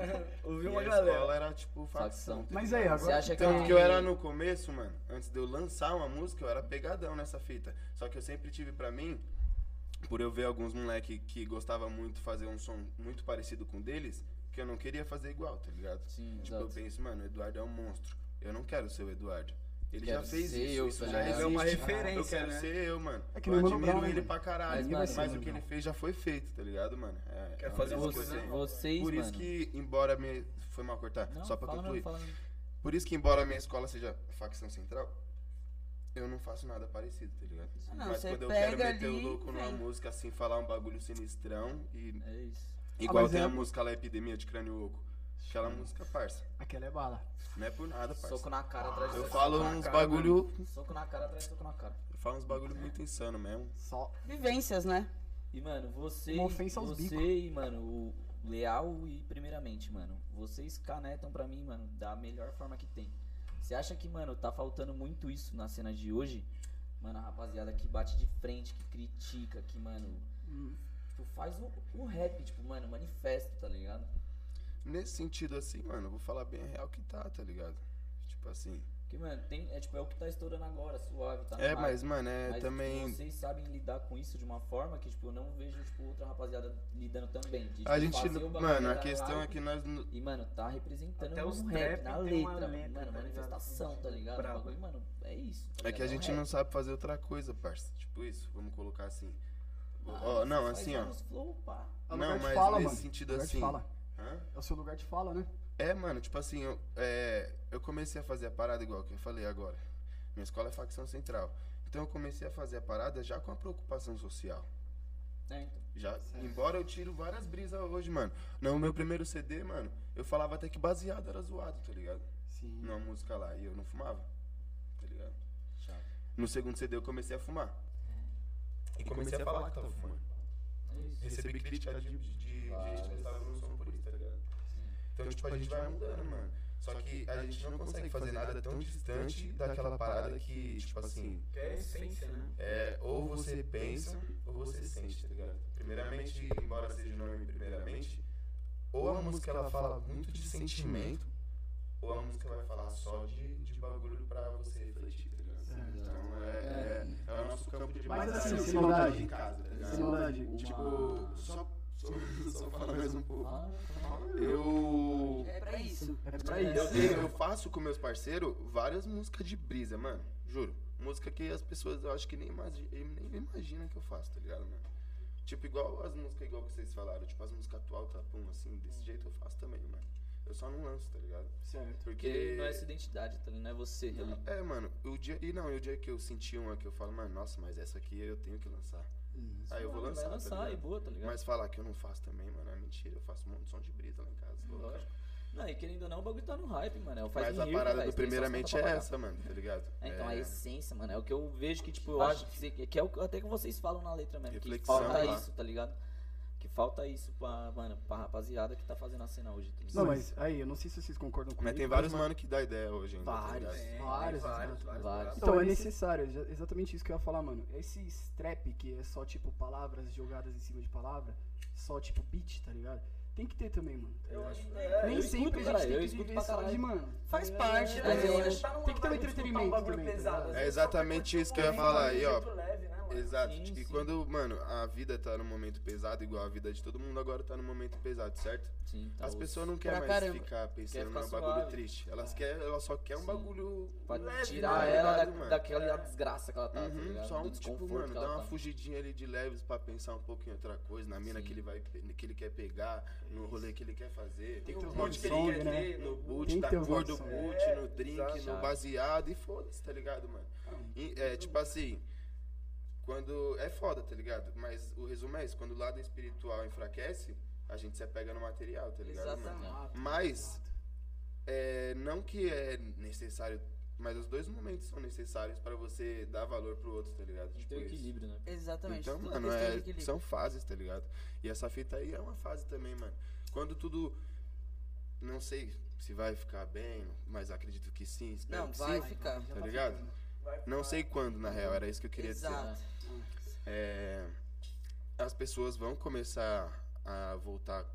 Ouvi
E
uma
a
galera.
escola era tipo facção.
Facção.
Mas aí,
Você
agora.
acha que
Tanto
é-
que eu era no começo, mano, antes de eu lançar uma música, eu era pegadão nessa fita. Só que eu sempre tive pra mim, por eu ver alguns moleque que gostava muito fazer um som muito parecido com o deles, que eu não queria fazer igual, tá ligado?
Sim,
tipo, eu
exato.
penso, mano, o Eduardo é um monstro. Eu não quero ser o Eduardo. Ele
Quero
já fez
ser
isso,
eu,
isso
sou
já
já
existe.
É uma
Eu
referência,
quero
né?
ser eu, mano.
É que
eu
nem o Mano
admiro
Brown,
ele
né?
pra caralho.
Mas,
Mas,
mano,
o
Mano
que ele
Brown.
fez já foi feito, tá ligado, mano? É,
Quero
é uma
fazer
brisa
umas
que eu
coisas
sei.
novas.
Vocês,
Por isso
mano.
que, embora me. Foi mal cortar?
Não,
só pra
fala
concluir.
mesmo, fala mesmo.
Por isso que embora a minha escola seja facção central, eu não faço nada parecido, tá ligado?
Ah, não,
Mas
você
quando eu
pega
quero meter
ali
o louco numa
vem.
música assim, falar um bagulho sinistrão e
É isso.
igual
mas
tem
é-
a música lá Epidemia de Crânio Oco. Aquela música, parça.
Aquela é bala.
Não é por nada, parça.
Soco na cara atrás de
Eu
soco
falo
na
uns
cara,
bagulho,
mano. Soco na cara atrás de soco na cara.
eu falo uns bagulho muito insano mesmo.
Só.
Vivências, né?
E, mano, você.
Uma ofensa aos
você e, mano, o Leal e primeiramente, mano, vocês canetam pra mim, mano, da melhor forma que tem. Você acha que, mano, tá faltando muito isso na cena de hoje? Mano, a rapaziada que bate de frente, que critica, que, mano.
Hum.
Tipo, faz o, o rap, tipo, mano, manifesto, tá ligado?
Nesse sentido assim, mano, eu vou falar bem a real que tá, tá ligado? Tipo assim.
Porque, mano, tem, é tipo, é o que tá estourando agora, suave, tá no
É,
hype.
mas, mano, é
Mas,
também.
tipo, vocês sabem lidar com isso de uma forma que, tipo, eu não vejo, tipo, outra rapaziada lidando também. de, tipo,
A gente.
fazer o bagulho
Mano, a
da
questão é
live
que nós. n-
E, mano, tá representando
Até
o
os
rap
trap
na
tem uma
letra,
letra,
mano,
tá
manifestação,
ligado?
tá ligado?
Brabo.
O bagulho, mano, é isso. tá
É que a
ligado?
gente
o
não
rap.
sabe fazer outra coisa, parça. Tipo isso, vamos colocar assim.
Ah,
Ó,
você
não,
faz
assim, ó.
vários Flow, pá.
É o
Não,
lugar de
mas
fala,
nesse
mano.
sentido
lugar
assim.
De fala.
Hã?
É o seu lugar de fala, né?
É, mano, tipo assim, eu, é, eu comecei a fazer a parada igual que eu falei agora. Minha escola é facção central. Então eu comecei a fazer a parada já com a preocupação social.
É, então.
Já, embora eu tiro várias brisas hoje, mano. No meu primeiro CD, mano, eu falava até que baseado era zoado, tá ligado?
Sim.
Numa música lá. E eu não fumava. Tá ligado? No segundo CD eu comecei a fumar. E comecei, a falar que tava fumando.
É
Recebi crítica de, de, de gente que estava no som por isso, tá ligado? Então, tipo, a gente vai mudando, mano. Só que a gente não consegue fazer nada tão distante daquela parada que, tipo assim,
Que é a essência, né?
é, ou você pensa, ou você sente, tá ligado? Primeiramente, embora seja o nome primeiramente, ou a música ela fala muito de sentimento, ou a música vai falar só de, de bagulho pra você refletir, tá ligado? Então é, é, é o nosso campo de
Mas,
batalha,
assim,
é o
sem
campo
maldade,
de casa, tá ligado?
sem maldade, uma-
Tipo, só, só, só falar mais um
Ah,
pouco.
tá.
Eu.
É pra isso.
É pra
Eu,
isso.
tenho- eu faço com meus parceiros várias músicas de brisa, mano. Juro. Música que as pessoas eu acho que nem, imagi nem imaginam que eu faço, tá ligado, mano? Tipo, igual as músicas igual que vocês falaram, tipo, as músicas atual, tá pum, assim, desse jeito eu faço também, mano. Eu só não lanço, tá ligado?
Certo.
Porque.
Porque não é essa identidade, tá ligado? Não é você, ali.
É, mano, o dia. E não, e o dia que eu senti uma que eu falo, mano, nossa, mas essa aqui eu tenho que lançar. Aí eu vou
Mano, Vai
lançar. tá
lançar e
ligado?
boa, tá ligado?
Mas falar que eu não faço também, mano, é mentira. Eu faço um monte de som de brisa lá em casa. louco.
Lógico. Não, e querendo ou não, o bagulho tá no hype, mano. É o faz
Mas a
me rir,
parada
velho, tem
do
só
primeiramente
conta pra
é
pagar.
essa, mano, tá ligado?
É, então a
É.
essência, mano, é o que eu vejo que, tipo, eu acho que, você- que é o, que- até que vocês falam na letra mesmo.
Reflexão, né?
que falta
pá.
isso, tá ligado? Que falta isso pra, mano, pra rapaziada que tá fazendo a cena hoje. Tá ligado?
Não, mas aí, eu não sei se vocês concordam comigo.
Mas tem vários mano que dá ideia hoje ainda. tá
Vários. é,
ligado?
Vários,
vários,
vários.
vários.
Então,
Então,
é
esse-
necessário, exa- exatamente isso que eu ia falar, mano. Esse strap que é só, tipo, palavras jogadas em cima de palavra, só, tipo, beat, tá ligado? Tem que ter também, mano. tá ligado?
É,
Nem
eu
sempre
escuto,
a
caralho,
gente
eu
tem que
escuto
viver
pra
só de,
caralho.
mano. tá
Faz parte,
Mas
né?
eu
Eu
acho-
acho.
Tem que ter um entretenimento
bagulho
também, tá
pesado.
ligado?
às
É
vezes só pra
exatamente
curtir um
isso que eu ia
momento,
falar
mas
aí,
de
ó.
jeito leve, né, mano?
Exato.
Sim,
e
sim.
quando, mano, a vida tá num momento pesado, igual a vida de todo mundo agora tá num momento pesado, certo?
Então,
Sim, tá
As
osso.
pessoas não querem
Pra
mais
caramba.
ficar pensando
Quer ficar
num bagulho
suave. É.
triste. Elas, quer, elas só querem um
Sim.
bagulho.
Pra
leve,
tirar
né,
ela
ligado,
da-
mano?
É.
daquela desgraça que ela tá, tá
Uhum,
ligado?
só
Do
um tipo,
desconforto
mano,
que
dá
ela
uma
tá.
fugidinha ali de leves pra pensar um pouco em outra coisa, na mina
Sim.
que ele vai que ele quer pegar, no rolê que ele quer fazer,
Tem que ter
no
um
boot que ele
vibe
quer
né?
song,
ter, no boot,
Tem que
na
ter um
cor
vibe
do
song.
boot,
É,
no drink, no
exato.
baseado e foda-se, tá ligado, mano? E, é tipo assim, quando é foda, tá ligado? Mas o resumo é isso, quando o lado espiritual enfraquece, a gente se apega no material, tá ligado, mano?
Exatamente.
Mas é, não que é necessário Mas os dois momentos são necessários pra você dar valor pro outro, tá ligado?
Tem que ter
Tipo
o
isso.
equilíbrio, né?
Exatamente.
Então,
tudo
mano,
questão de
é-
equilíbrio.
são fases, tá ligado? E essa fita aí é uma fase também, mano. Quando tudo. Não sei se vai ficar bem, mas acredito que sim. Espero
Não,
que
vai
sim.
ficar.
Tá ligado? Não sei quando, na real, era isso que eu queria dizer.
Exato.
É, as pessoas vão começar a voltar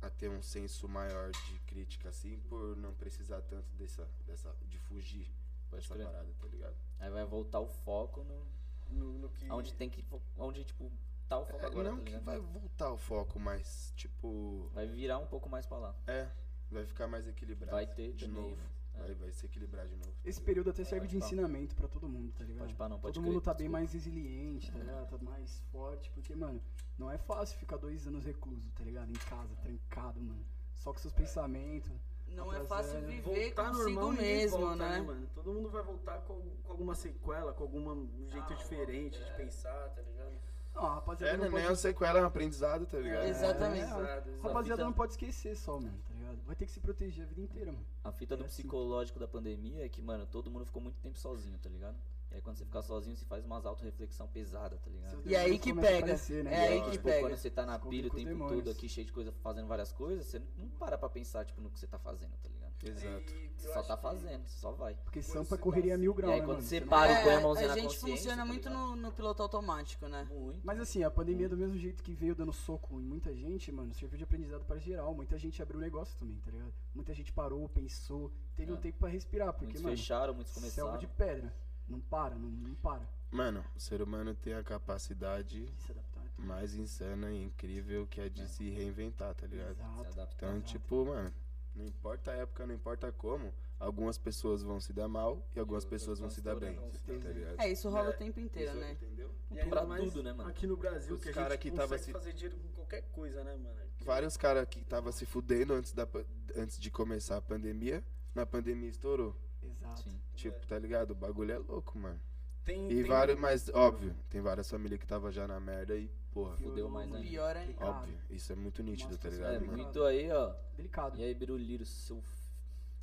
a ter um senso maior de crítica, assim, por não precisar tanto dessa, dessa de fugir
Pode
dessa
crer.
parada, tá ligado?
Aí vai voltar o foco no.
No, no que.
Onde tem que. fo- Onde, tipo, tá o foco
É,
agora,
não
tá
que
ligado?
vai voltar o foco, mas, tipo,
Vai virar um pouco mais pra lá.
é, vai ficar mais equilibrado.
Vai ter
de
também,
novo. é.
né?
Vai, vai se equilibrar de novo. tá
Esse
ligado?
período até serve de
pá.
ensinamento pra todo mundo, tá ligado?
Pode pá, não, pode
Todo
crer,
mundo tá bem
desculpa.
mais resiliente, tá ligado? Tá mais forte, porque, mano, não é fácil ficar dois anos recluso, tá ligado? Em casa, trancado, mano. Só com seus pensamentos.
Não
Tá
é fácil
fazendo.
viver
Voltar
consigo
normal, ninguém
mesmo,
volta,
né?
mano? Todo mundo vai voltar com, com alguma sequela, com alguma- um jeito diferente de pensar, tá ligado?
Não, a rapaziada
É,
não
né, nem
pode...
é um sequela, é um aprendizado, tá ligado?
Exatamente.
a
Exato.
rapaziada
fita-
não pode esquecer só, mano, tá ligado? Vai ter que se proteger a vida inteira, mano.
A fita do
É assim.
psicológico da pandemia é que, mano, todo mundo ficou muito tempo sozinho, tá ligado? E aí quando você ficar sozinho, você faz umas auto-reflexão pesada, tá ligado?
Seus
E aí
demônios
que
começam a
pega.
aparecer, né?
É aí
Da
que
hora.
Tipo, quando
pega.
você tá na
Descobre
pilha o
com
tempo
demônios.
todo aqui, cheio de coisa, fazendo várias coisas, você não- não para pra pensar, tipo, no que você tá fazendo, tá ligado?
É, Exato.
Você só tá fazendo, você só vai.
Porque
Quando
sampa é
você
correria
tá
mil
assim-
graus,
E aí,
né,
quando
mano?
você
não-
para- Para com a mãozinha
É, a
na
gente
consciência,
funciona
tá
muito
ligado?
no, no piloto automático, né?
Muito.
Mas assim, a pandemia, do mesmo jeito que veio dando soco em muita gente, mano, serviu de aprendizado para geral. Muita gente abriu negócio também, tá ligado? Muita gente parou, pensou, teve
É.
um tempo pra respirar, porque,
Muitos
mano,
fecharam, muitos começaram.
selva de pedra. Não para, não, não para
Mano, o ser humano tem a capacidade
de se adaptar. né?
mais insana e incrível que é de se reinventar, tá ligado?
Se
Exato.
adaptar.
Então,
Exato.
tipo, mano, não importa a época, não importa como, algumas pessoas vão se dar mal e algumas
outras
pessoas vão se dar bem.
com
Tá ligado?
É, isso rola
É,
o tempo inteiro,
Isso,
né?
Entendeu?
Então, E ainda
pra
mais
tudo, né, mano?
Aqui no Brasil,
Os
que a
cara
gente
que tava
consegue
se-
fazer dinheiro com qualquer coisa, né, mano?
Vários caras que tava se fudendo antes, da, pan- antes de começar a pandemia, na pandemia estourou.
Exato.
Sim.
Tipo, tá ligado? O bagulho é louco, mano.
Tem,
E
tem-
vários, mas óbvio, tem várias famílias que tava já na merda e, porra,
Fudeu mais ainda.
Pior ainda.
Complicado,
óbvio. Isso é muito nítido, tá
Nossa,
ligado,
É,
mano.
muito aí, ó.
Delicado.
E aí, Biruliro, seu f-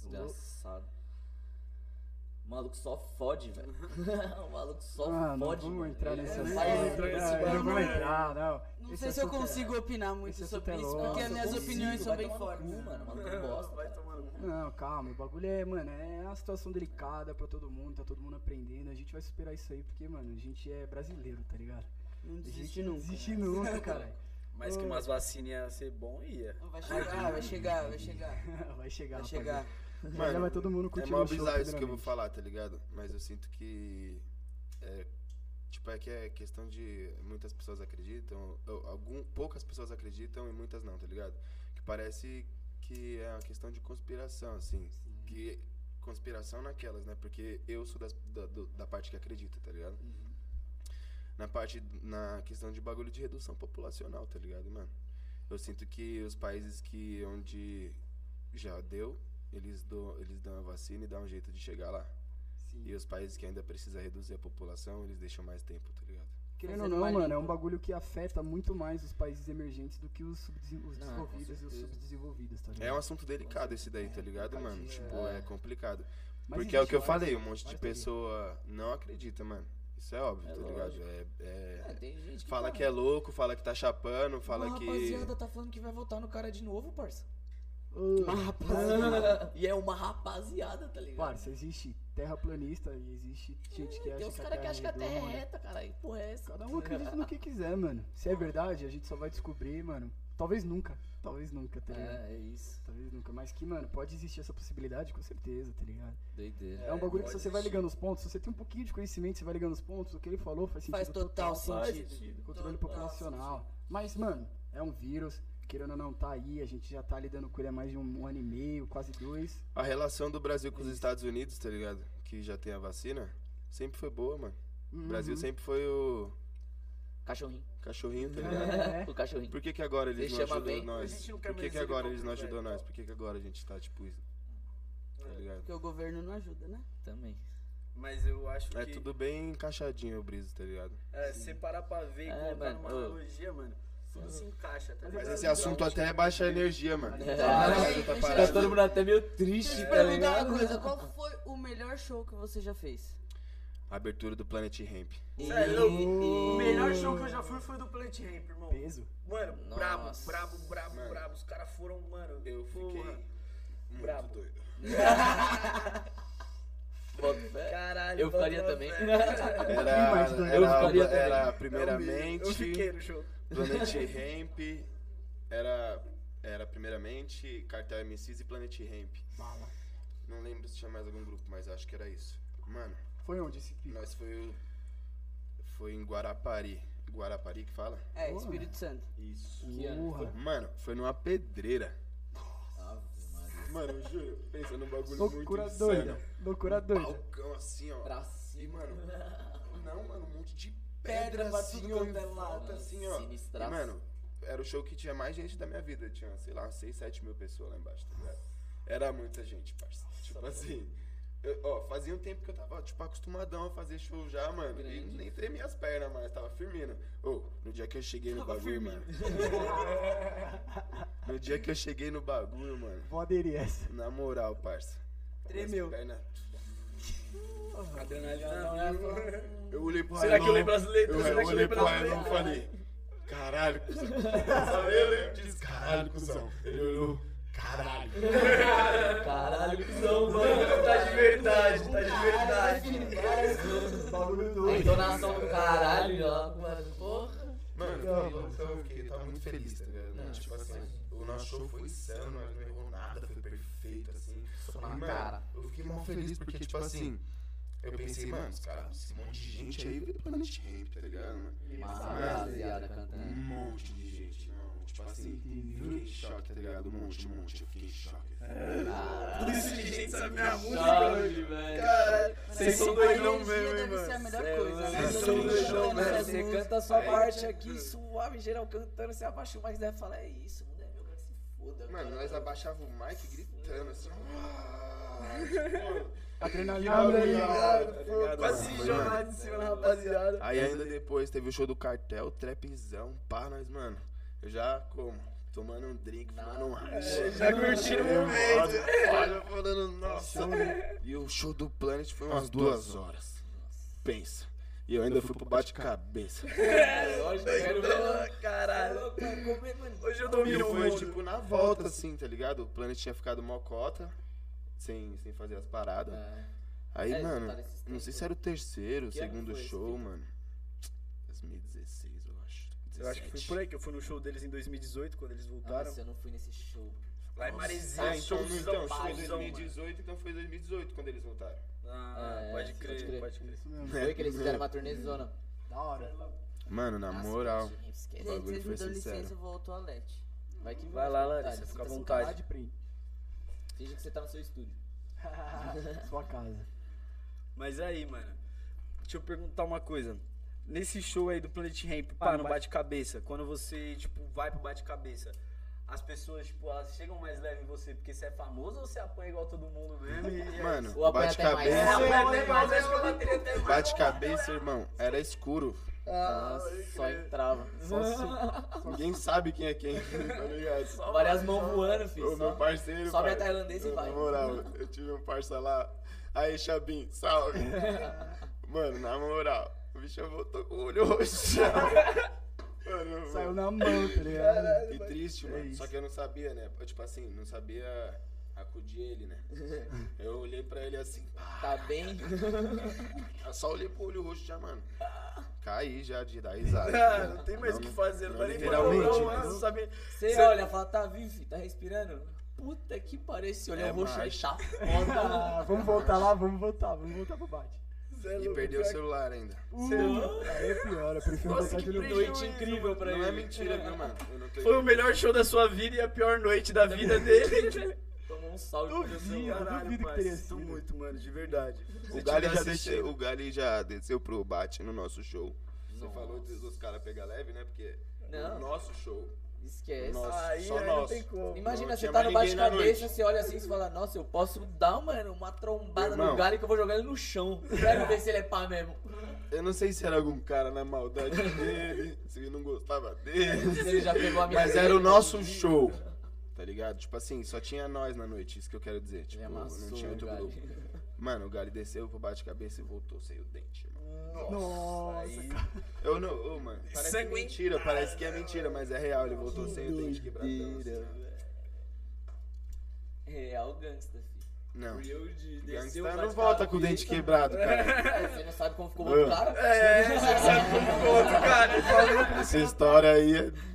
desgraçado. O maluco só fode, velho. o maluco só
ah, não
fode.
vamos
mano.
entrar
Ele é
nesse
só
assunto.
faz-
Não,
entrar nesse
não, não
bagulho.
vamos é, entrar, não.
Não
Esse
sei se eu
assunto é-
consigo opinar muito
esse
sobre
assunto é
isso,
longo.
porque
Nossa,
minhas
eu consigo,
opiniões são
vai
bem
tomar no
fortes.
cu, mano. O maluco é bosta.
Vai tomar no cu.
Não, calma, o bagulho é, mano, é uma situação delicada pra todo mundo, tá todo mundo aprendendo. A gente vai superar isso aí, porque, mano, a gente é brasileiro, tá ligado?
Não
A gente
desiste
não
nunca.
Desiste nunca, cara.
Mas que umas vacinas ia ser bom, ia.
Vai chegar, vai chegar, vai chegar.
Vai chegar,
Vai
rapaziada.
chegar.
Vai levar todo mundo
É
curtindo
mó
o show
bizarro isso que eu vou
futuramente.
falar, tá ligado? Mas eu sinto que. É, tipo, é que é questão de. Muitas pessoas acreditam, ou algum, poucas pessoas acreditam e muitas não, tá ligado? Que parece que é uma questão de conspiração, assim. Que conspiração naquelas, né? Porque eu sou das- da, do- da parte que acredita, tá ligado? Na parte. Na questão de bagulho de redução populacional, tá ligado, mano? Eu sinto que os países que. onde já deu, eles dão, eles dão a vacina e dão um jeito de chegar lá. E os países que ainda precisam reduzir a população, eles deixam mais tempo, tá ligado?
Querendo ou
Fazendo
não,
uma
mano, é
limpa.
um bagulho que afeta muito mais os países emergentes do que os, subdesen- os
Não,
desenvolvidos
com
e os
certeza.
subdesenvolvidos, tá ligado?
É um assunto delicado esse daí, tá ligado, mano? Tipo, é complicado.
Mas
Porque é o
existe
que eu
várias-
falei, um monte de
várias teorias.
pessoa não acredita, mano. Isso é óbvio,
É
tá ligado?
lógico.
É,
É,
é-
tem gente que
Fala
tá-
que é louco, fala que tá chapando, fala
Uma
que.
rapaziada tá falando que vai votar no cara de novo, parça.
Ô,
e é uma rapaziada, tá ligado?
Parça, existe terraplanista e existe gente que
Hum, Tem
acha
uns
que
caras que
a Terra
acham que a terra é
redonda.
reta, cara. E porra é essa?
né? Cada um acredita no que quiser, mano. Se é verdade, a gente só vai descobrir, mano. Talvez nunca. Talvez nunca, tá ligado?
É, é isso.
Talvez nunca. Mas que, mano, pode existir essa possibilidade, com certeza, tá ligado?
Doideira.
É, um bagulho que se
pode
você vai
existir.
ligando os pontos, se você tem um pouquinho de conhecimento, você vai ligando os pontos, o que ele falou faz sentido
Faz total
Faz
sentido.
sentido.
controle populacional. Mas, mano, é um vírus, querendo ou não, tá aí, a gente já tá lidando com ele há mais de um, um ano e meio, quase dois.
A relação do Brasil com os Estados Unidos, tá ligado? Que já tem a vacina, sempre foi boa, mano.
Uhum.
O Brasil sempre foi o
Cachorrinho.
cachorrinho, tá ligado?
É,
O cachorrinho.
Por que, que agora eles
Ele
não
chama
ajudam
bem.
A
nós?
gente não quer
Por que,
mais
que agora eles não
helicóptero,
ajudam
velho.
nós? Por que, que agora a gente tá tipo isso? Tá ligado?
Porque o governo não ajuda, né?
Também.
Mas eu acho
É
que.
tudo bem encaixadinho o briso, tá ligado?
É, se parar pra ver e
É,
colocar
mano,
numa
ô.
analogia, mano. Tudo se encaixa, tá
Mas
ligado?
esse assunto até é baixa energia, mano.
Tá.
Tá
Tá todo
parado.
mundo até meio
Deixa
triste,
eu te
tá
perguntar
ligado?
uma coisa, qual foi o melhor show que você já fez?
Abertura do Planet Ramp.
Sério, é o melhor show que eu já fui foi do Plant Ramp, irmão.
Peso.
Mano, brabo,
Nossa.
brabo, brabo,
Mano.
brabo. Os caras foram, mano.
Eu fiquei
porra,
muito
brabo.
doido.
Boto fé.
Caralho,
Eu
bota
faria
uma
também.
fé.
Era,
Eu
era,
faria também.
era,
É um
primeiramente.
Eu fiquei no show.
Planet Ramp era, era primeiramente Cartel MCs e Planet Ramp. Não lembro se tinha mais algum grupo, mas acho que era isso. Mano,
Foi onde esse pico?
nós foi o- foi em Guarapari. Guarapari que fala?
É, Espírito Santo.
Isso.
Porra.
Mano, foi numa pedreira. Mano, eu juro, pensa num um bagulho
Loucura
muito
doida.
insano.
Loucura doida.
Balcão assim, ó.
Pra
E,
cima.
mano, não, mano, um monte de
Pedra
pedra,
pra
assim,
tudo
ó,
quanto
em
é lado.
volta, assim, ó.
Sinistraço.
E, mano, era o show que tinha mais gente da minha vida. Tinha, sei lá, 6, 7 mil pessoas lá embaixo, tá ligado? Era muita gente, parceiro. Tipo assim. eu- ó, fazia um tempo que eu tava, tipo, acostumadão a fazer show já, mano. E
Grande.
nem tremia as pernas, mas tava firmino. Ô, no dia que eu cheguei no bagulho, mano. no dia que eu cheguei no bagulho, mano.
Vou aderir essa.
Na moral, parça.
Tremeu.
As pernas.
tá
Adrenalina.
Eu olhei pro
Será que eu
Railão,
lembro as letras?
Eu,
Será que
eu
eu
olhei
lembro
pro
as
Railão e
letras?
falei, caralho, cuzão. Eu falei, eu lembro disso, caralho, cuzão. Ele olhou, caralho.
Caralho, cuzão, mano.
Tá de verdade, tá de verdade.
Bagulho
A
doido.
entonação do caralho, ó. Mano, porra.
Mano,
Não,
eu, tava- eu fiquei- eu tava muito feliz, tá ligado? Não, tipo assim, o nosso show foi insano, mas não errou nada, foi perfeito, assim. Só
na cara.
Eu fiquei mal feliz porque, tipo assim, eu pensei, mano, os caras, esse monte de gente aí veio pra Planet Ramp, tá ligado, mano?
Massa,
Mano,
rapaziada, cantando.
Um monte de gente, não. Tipo assim, eu fiquei em choque, tá ligado? Um monte, um monte, eu fiquei em choque. Tudo isso de gente sabe minha
Salve, velho.
Vocês são doidão mesmo, hein,
deve ser a
mano.
melhor coisa, né?
Vocês são doidão
Mano,
mesmo.
você
Você
canta-
canta a sua
Aí,
parte
tipo,
aqui, suave, geral cantando, você abaixa o mais deve falar, é isso, mundo é meu, cara, se foda.
Mano, nós abaixava o mic gritando assim.
Tá
Adrenalina.
Quase se jornada em cima, rapaziada.
Aí ainda depois teve o show do cartel, trapzão, pá, nós, mano. Eu já como? Tomando um drink, fumando um racha.
Já curtiram o momento.
Olha, falando, nossa. E o show do Planet foi umas duas horas. Pensa. E eu ainda fui pro bate-cabeça.
Lógico, eu quero ver.
Caralho. Hoje eu
E
domino o
foi,
mundo.
tipo, na volta, assim, tá ligado? O Planet tinha ficado mocota, sem, sem fazer as paradas. Aí,
É,
mano,
tá nesses
não sei
tempos.
se era o terceiro, o
Que ano
segundo
foi esse
show, mano. 2016, eu acho.
Eu acho que foi
17.
por aí que eu fui no show deles em 2018, quando eles voltaram.
Nossa, eu não fui nesse show.
Lá em
Nossa.
Maresia,
Ah, então,
showzão,
então, show em
showzão,
2018, então foi 2018 quando eles voltaram.
Ah,
É, pode
pode crer,
crer.
pode crer.
Foi que eles fizeram uma turnêzona.
Da hora.
Mano, na moral.
Gente,
bagulho
vocês
foi
me dão
sincero.
licença, eu vou ao toalete.
Vai que
Vai lá, Larissa,
Sinta
fica à
sua
vontade.
Pode, Prim.
casa. Finge que você tá no seu estúdio.
Sua casa.
Mas aí, mano, deixa eu perguntar uma coisa. Nesse show aí do Planet Ramp, pá, no bate-cabeça, quando você, tipo, vai pro bate-cabeça, as pessoas, tipo, elas chegam mais leve em você porque você é famoso ou você apanha igual todo mundo mesmo? E-
Ou
Mano,
apanha até
É,
bate-cabeça.
apanha até mais, acho que eu bateria até mais.
Bate-cabeça, irmão. Era escuro.
Ah, só entrava. Só su-
Ninguém sabe quem é quem. Tá ligado?
Várias mãos voando,
Ô,
filho.
meu
Só...
parceiro.
né? sobe
pai.
a tailandesa e
Eu,
vai.
Na moral, eu tive um parça lá. Aí, Xabim, salve. Mano, na moral, o bicho voltou com o olho roxo. Mano,
Saiu na mão, tá ligado?
E
é
triste, mano.
isso.
Só que eu não sabia, né? Eu, tipo assim, não sabia acudir ele, né? Eu olhei pra ele assim, pá.
Tá bem?
Eu só olhei pro olho roxo já, mano. Caí já de dar risada.
Ah, não tem mais o que fazer, não
não,
vai nem
literalmente,
falar, não,
mas-
mano, sabe?
Você
Cê-
olha, fala, tá vivo, filho, tá respirando? Puta que pariu, esse olhar
É,
roxo
mas-
é chato. Foda.
Ah, vamos voltar lá, vamos voltar, vamos voltar pro bate.
Cê é
E
louco,
perdeu o
pior
celular ainda.
Uh, aí é pior, eu prefiro
Nossa,
voltar
que
de novo.
prejuízo.
Noite incrível pra
Não é
ele.
mentira, viu, mano? Eu não tô
que Foi um o melhor show da sua vida e a pior noite da vida dele.
Tomou um salve pro meu
Duvido.
celular.
duvido que
pai,
teria
sinto
sido.
muito, mano, de verdade.
O Gali, já desceu, o Gali já desceu pro bate no nosso show. Você falou dos, dos caras pegar leve, né? Porque
Não.
o nosso show.
Esquece.
Nossa.
Aí,
Só
aí não
nós.
tem como.
Imagina,
Não
você
tinha
tá
mais
no
ninguém na
bate-cabeça,
noite.
você olha assim e fala, nossa, eu posso dar, mano, uma trombada
Irmão.
no galho que eu vou jogar ele no chão. Quero ver se ele é pá mesmo.
Eu não sei se era algum cara na maldade dele, se ele não gostava dele.
Ele já pegou a minha é
Mas era o nosso show. Tá ligado? Tipo assim, só tinha nós na noite, isso que eu quero dizer. Tipo,
amassou,
não tinha outro
Gali.
grupo. Mano, o Gali desceu pro bate-cabeça e voltou sem o dente, irmão. Nossa. aí- Eu não, ô, mano. Parece é mentira, parece que é mentira, mas é real, ele voltou sem o dente quebradão. assim.
Real É, gangsta, filho.
Não.
Eu de desceu,
Gangsta
bate
não volta
cara,
com o dente
grita.
quebrado, cara.
É, Você não sabe como ficou o outro
Ah.
cara?
É, você sabe como ficou outro cara. Essa história aí é.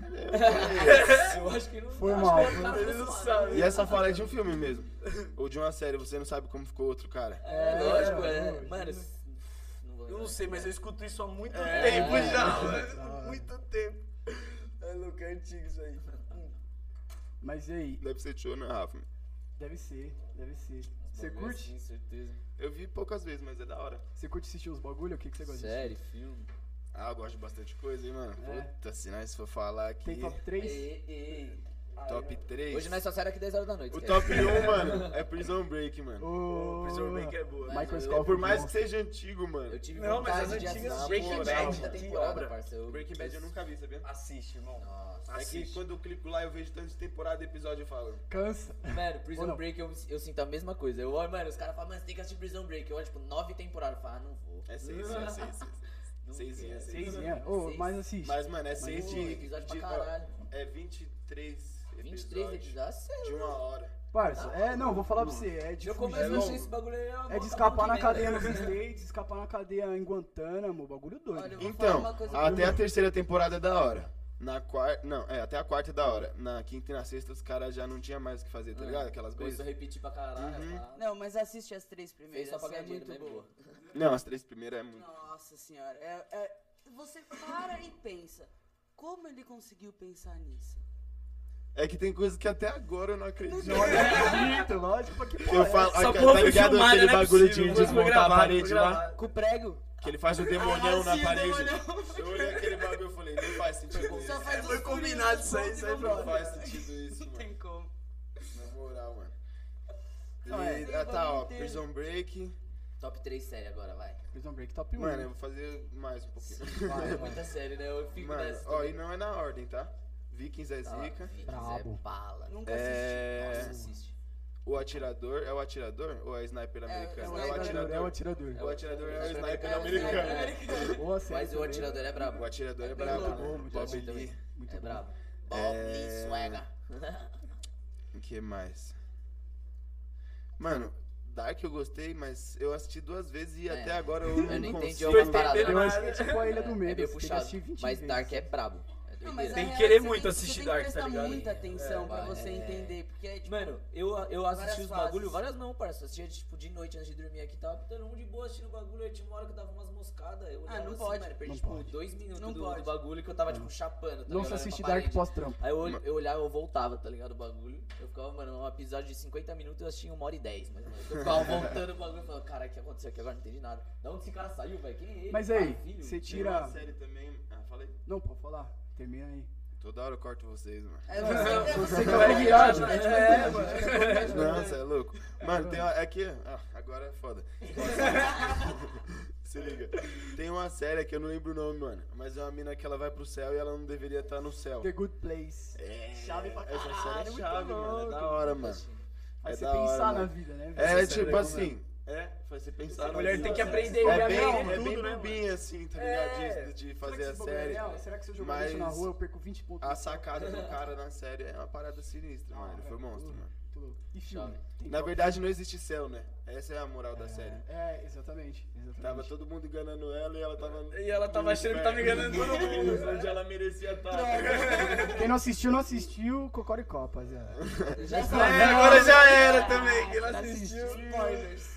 Eu acho que não
Foi
acho
mal,
que ele
foi
tá
mal.
acostumado.
E essa fala é de um filme mesmo. Ou de uma série, você não sabe como ficou outro cara.
É, lógico, é.
é.
Mano, s- não vou
Eu não
lembrar.
sei, mas eu escuto isso há muito tempo já, mano. Muito tempo. É louco, é antigo isso aí.
Mas e aí?
Deve ser show, né, Rafa?
Deve ser, deve ser. Você
Bagulho assim,
curte?
certeza.
Eu vi poucas vezes, mas é da hora.
Você curte assistir os bagulho? O que, que você gosta disso?
Série, filme.
Ah, eu gosto de bastante coisa, hein, mano.
É.
Puta, se nós for falar aqui.
Tem top 3?
Ei, ei.
Top 3.
Hoje nós só saímos aqui 10 horas da noite.
O
esquece.
top 1, mano, é Prison Break, mano.
Ô,
Prison Break é boa.
Michael
Mas
Scott,
Por mais
bom.
que seja antigo, mano.
Eu tive
Não, mas
vontade
as
de
antigas
assistir
Breaking
a
Bad,
última
que
temporada,
obra.
parceiro.
Breaking Bad eu nunca vi, sabia?
Assiste, irmão.
Nossa.
É que
Assiste.
quando eu clico lá, eu vejo tanto de temporada e episódio eu falo.
Cansa.
Mano,
Ou
Prison
não?
Break eu, eu sinto a mesma coisa. Eu olho, mano, os caras falam, mano, você tem que assistir Prison Break. Eu olho, tipo, nove temporadas. Eu falo, ah, não vou.
É 6, é 6.
Não
Seisinha,
quero.
seisinha.
É, ô,
Seis.
mas um assiste.
Mas, mano, é 6
Pô,
de.
episódio
de-
pra caralho.
É
23 episódios? Sei
23
lá.
De uma hora.
Parça, é, não, vou falar pra você. É
Eu
difícil.
começo a
longo.
assistir esse bagulho aí. eu
É de
boto a
escapar
mão
na
que vem,
cadeia
né?
nos States, escapar na cadeia em Guantanamo, bagulho
Olha,
doido.
eu vou falar
Então,
uma coisa pra
até a terceira temporada é da hora. Na quarta. Não, é, até a quarta é da hora. Na quinta e na sexta os caras já não tinham mais o que fazer,
É,
tá ligado? Aquelas
Começou a
coisas.
repetir pra caralho.
Uhum.
fala,
Não, mas assiste as três
Fez
primeiras.
só pra ganhar
é
dinheiro,
muito
mas é
boa.
boa.
Não, as três primeiras é muito.
Nossa senhora. É, é- você para e pensa. Como ele conseguiu pensar nisso?
É que tem coisas que até agora eu não acredito.
Acredito, lógico, pra que
Eu
porra.
falo,
Essa
ai,
porra
tá
foi
ligado
filmada,
aquele
não é
bagulho de
possível, mano. Foi
desmontar a
gravado, foi
parede lá?
gravado.
Com o prego?
Que ele faz o demonião na parede. Eu olhei aquele bagulho e falei, não faz sentido isso.
Só faz
Foi
os
combinado isso aí,
furinhos,
isso aí
volta e
Não
vambora.
faz sentido isso,
Não
mano.
tem como.
Na moral, mano.
Não, é,
E,
tem
ah,
o
tá,
bagulho
ó,
inteiro.
Prison Break.
Top 3 série agora, vai.
Prison Break top 1.
Mano, eu vou fazer mais um pouquinho.
É muita série, né? Eu fico
Mano,
nessa.
ó,
também.
e não é na ordem, tá? Vikings é
Tá lá,
zica.
Vikings
Brabo.
É bala.
Nunca assisti.
É.
Nossa, assiste.
O atirador é o atirador ou é sniper americano? É
é o
o
atirador, é o
atirador.
atirador.
O atirador é o
Sniper
sniper
É,
americano.
Boa série
Mas o
também.
atirador é brabo.
O atirador é
bem
brabo.
louco.
né?
Muito
Bob
bom
Lee.
também.
Muito
É
bom.
brabo. Bob Lee
É.
Swagger.
O que mais? Mano, Dark eu gostei, mas eu assisti duas vezes e
É.
até agora eu,
Eu não
não
entendi
consigo.
algumas
entender
paradas.
Eu acho que é tipo a Ilha do
É meio
Medo. você tem que
puxado.
assistir 20
Mas
vezes.
Dark é brabo. É
Não, mas
doideira.
a
Tem que
real é
querer
você
muito
tem-
assistir
você
Dark,
Tem
tá
que prestar
ligado?
muita atenção
É,
pra
vai,
você
é.
entender, porque é tipo.
Mano, eu, eu assisti
Várias
os
fases.
bagulho, várias não, parça. Assistia, tipo, de noite antes de dormir aqui. Tava todo mundo de boa assistindo o bagulho. Aí tinha uma hora que eu dava umas moscadas. Eu olhava
não
assim,
pode.
mano, perdi,
Não
tipo,
pode.
dois minutos
Não
do,
pode.
do bagulho que eu tava, tipo, chapando. Tá
Não
ligado?
se assiste
Pra
Dark
parede.
pós-trampo.
Aí eu, ol- eu olhava, eu voltava, tá ligado? O bagulho. Eu ficava, mano, um episódio de 50 minutos eu assistia uma hora e 10, mano. Eu ficava voltando o bagulho e falava, cara, o que aconteceu aqui agora? Não entendi nada. Da onde esse cara saiu, velho? Quem é ele?
Mas
Pai,
aí,
filho?
você
Tem uma
tira.
série também. Ah, falei.
Não, pode falar. Termina aí.
Toda hora eu corto vocês, mano.
É você, é você que
É verdade,
vai
mano.
virar, mano.
Não, você é louco. Mano, tem uma. É que. Ah, agora é foda. Se liga. Tem uma série que eu não lembro o nome, mano. Mas é uma mina que ela vai pro céu e ela não deveria estar no céu.
The Good Place.
É.
Chave pra
Essa série
caralho,
é
muito
chave, mano. É
louco.
da hora, mano.
Aí
É
você
da hora,
pensar na
mano.
vida, né? velho?
É
Essa série é
tipo
legal,
assim. É, faz você pensar
A
na
mulher
vida.
tem que aprender e
É bem,
abrir
é bem
tudo, né? mano?
bobinha assim, tá
É.
ligado? De, de fazer
Será que
a
esse bagulho é
série.
real? Será que se eu jogar lixo na
Mas-
rua eu perco 20 pontos?
A sacada do cara na série é uma parada sinistra,
Ah,
mano. Ele foi
velho,
monstro,
muito
mano.
louco, muito louco. E filme? Tem
Na
qual-
verdade, não existe céu, né? Essa é a moral da série.
É, exatamente. exatamente.
Tava todo mundo enganando ela e ela tava.
E ela tava achando que tava enganando todo mundo. Onde ela merecia estar.
Quem não assistiu, não assistiu Cocoricó, rapaziada.
Já
É,
sabe.
agora já era também. Que ela assistiu.
Spoilers.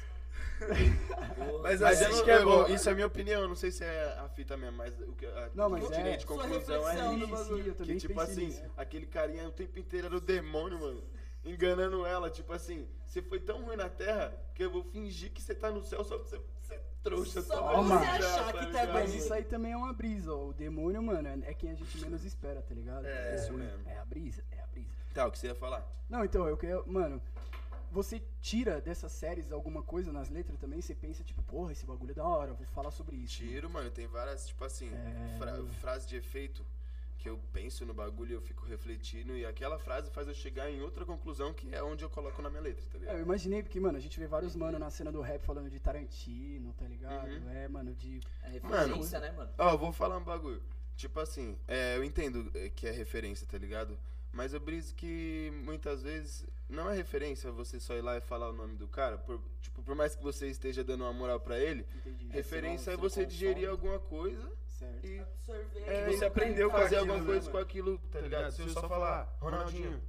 Mas,
Mas
eu
acho
não-
que é
eu-
bom.
Isso é minha opinião, não sei se é a fita mesmo, mas o que a,
Não,
o
mas
que eu
é-
tirei de
Sua
conclusão é
reflexão no
isso.
bagulho.
Eu
Que
também
tipo
pensei
assim,
nisso.
aquele carinha o tempo inteiro era o demônio, mano. Enganando ela, tipo assim, você foi tão ruim na terra que eu vou fingir que você tá no céu só pra você ser trouxa.
Só
pra
pra
me
você
humilhar,
achar que tá
ligado?
bem.
Mas isso aí também é uma brisa, ó. O demônio, mano, é é quem a gente menos espera, tá ligado?
É,
isso
mesmo.
É a brisa, é a brisa.
Tá, o que você ia falar?
Não, então, eu queria. Mano, você tira dessas séries alguma coisa nas letras também? Você pensa, tipo, porra, esse bagulho é da hora, vou falar sobre isso.
Tiro, mano, tem várias, tipo assim,
É.
fra- frase de efeito que eu penso no bagulho e eu fico refletindo e aquela frase faz eu chegar em outra conclusão que é onde eu coloco na minha letra, tá
É, eu
ligado?
imaginei, porque, mano, a gente vê vários
Uhum.
mano na cena do rap falando de Tarantino, tá ligado?
Uhum.
É, mano, de.
É referência, né, mano?
Ó, eu vou falar um bagulho. Tipo assim, é, eu entendo é, que é referência, tá ligado? Mas eu briso que muitas vezes não é referência você só ir lá e falar o nome do cara. Por, tipo, por mais que você esteja dando uma moral pra ele,
Entendi.
referência
você
é
não
você
consome.
digerir alguma coisa
Certo.
e
Sorvete.
É,
você
você
aprendeu
aprendeu
com
a fazer
aquilo,
alguma
né,
coisa
mano?
com aquilo, tá ligado? Se eu só falar, Ronaldinho,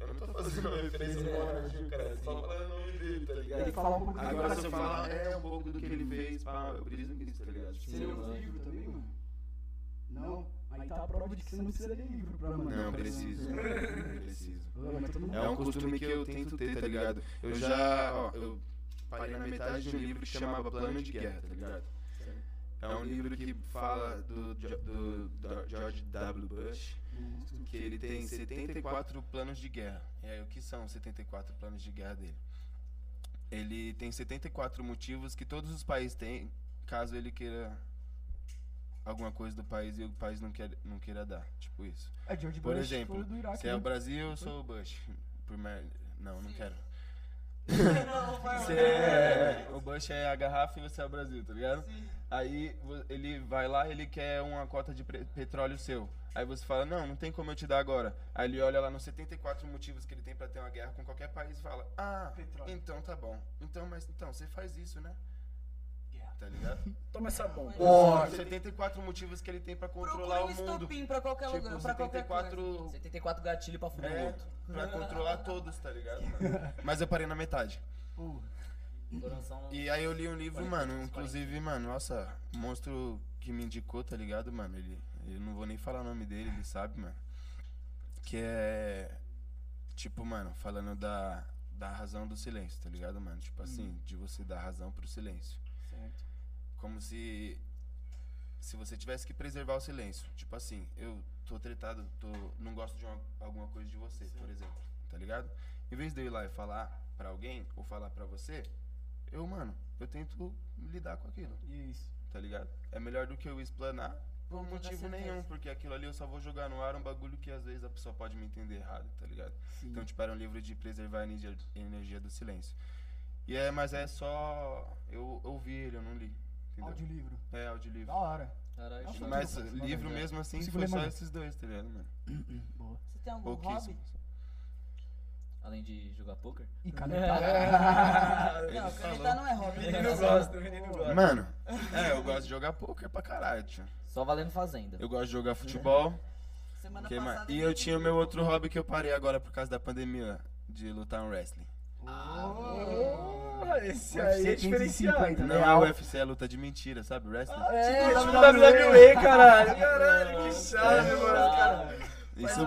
eu não tô fazendo uma referência pro Ronaldinho, cara. Só falando o nome dele, tá
Tem que
ligado?
falar um pouco do
Agora
cara.
se eu falar, é um pouco do que ele fez, pá, eu briso nisso, tá ligado? Tipo,
Você leu os livros também, mano? Não? Aí tá a prova de que você não precisa ler livro pra, mano.
Não, preciso. né? Preciso.
Ah, mas todo mundo-
É um costume que eu tento ter, tá ligado? Eu já, ó, eu parei na metade de um livro que chamava Plano de Guerra, tá ligado? É um livro que fala do, Jo- do, do George W. Bush, que ele tem 74 planos de guerra. E aí, o que são os 74 planos de guerra dele? Ele tem 74 motivos que todos os países têm, caso ele queira alguma coisa do país e o país não queira, não queira dar. Tipo isso.
É George
Por
Bush
exemplo,
foi do Iraque.
se é o
né?
Brasil, eu sou o Bush. Por mer... Não, não quero.
Não, vai,
Você é- O Bush é a garrafa e você é o Brasil, tá ligado? Aí vo- ele vai lá, ele quer uma cota de pre- petróleo seu. Aí você fala, não, não tem como eu te dar agora. Aí ele olha lá nos 74 motivos que ele tem pra ter uma guerra com qualquer país e fala, ah,
Petróleo.
então tá bom. Então, mas então, você faz isso, né? Tá ligado?
Toma essa bomba.
São 74 motivos que ele tem pra controlar
Procura um
o mundo.
estopim pra qualquer
Tipo,
lugar, pra qualquer coisa.
74
74 gatilho pra fuder o
É,
outro.
pra controlar todos, tá ligado? mano? Mas eu parei na metade.
Coração
E aí eu li um livro, mano, inclusive, mano, nossa, monstro que me indicou, tá ligado, mano? Ele, eu não vou nem falar o nome dele, ele sabe, mano. Que é. Tipo, mano, falando da, da razão do silêncio, tá ligado, mano? Tipo assim, de você dar razão pro silêncio.
Certo.
Como se. Se você tivesse que preservar o silêncio. Tipo assim, eu tô tretado, tô, não gosto de uma- alguma coisa de você, por exemplo, tá ligado? Em vez de eu ir lá e falar pra alguém, ou falar pra você, eu, mano, eu tento lidar com aquilo,
Isso.
tá ligado? É melhor do que eu explanar por
Com toda
motivo
certeza.
nenhum, porque aquilo ali eu só vou jogar no ar um bagulho que às vezes a pessoa pode me entender errado, tá ligado?
Sim.
Então, tipo, era um livro de preservar a energia, energia do silêncio. E é, mas é só. Eu ouvi ele, eu não li. Entendeu?
Audiolivro.
É, audiolivro.
Da hora.
Caralho,
Nossa,
gente.
Mas
eu não consigo
livro
lembrar.
mesmo assim
Consigo
foi só
lembrar.
esses dois, tá ligado, mano?
Boa.
Você tem algum hobby?
Pouquíssimos.
Além de jogar poker?
E canetada.
Não,
Ele
canetar
falou.
não é hobby. né?
Menino gosta, menino gosta.
Mano, é, eu gosto de jogar poker pra caralho, tio.
Só valendo fazenda.
Eu gosto de jogar futebol.
Semana
Que mais?
passada.
E eu tinha o meu outro hobby que eu parei agora por causa da pandemia, de lutar um wrestling.
Ah, Esse aí
UFC
é diferenciado.
550,
Não
né?
é UFC, é luta de mentira, sabe? Wrestling.
É, tipo WWE, caralho. Caralho, que chave, mano. Cara,
Isso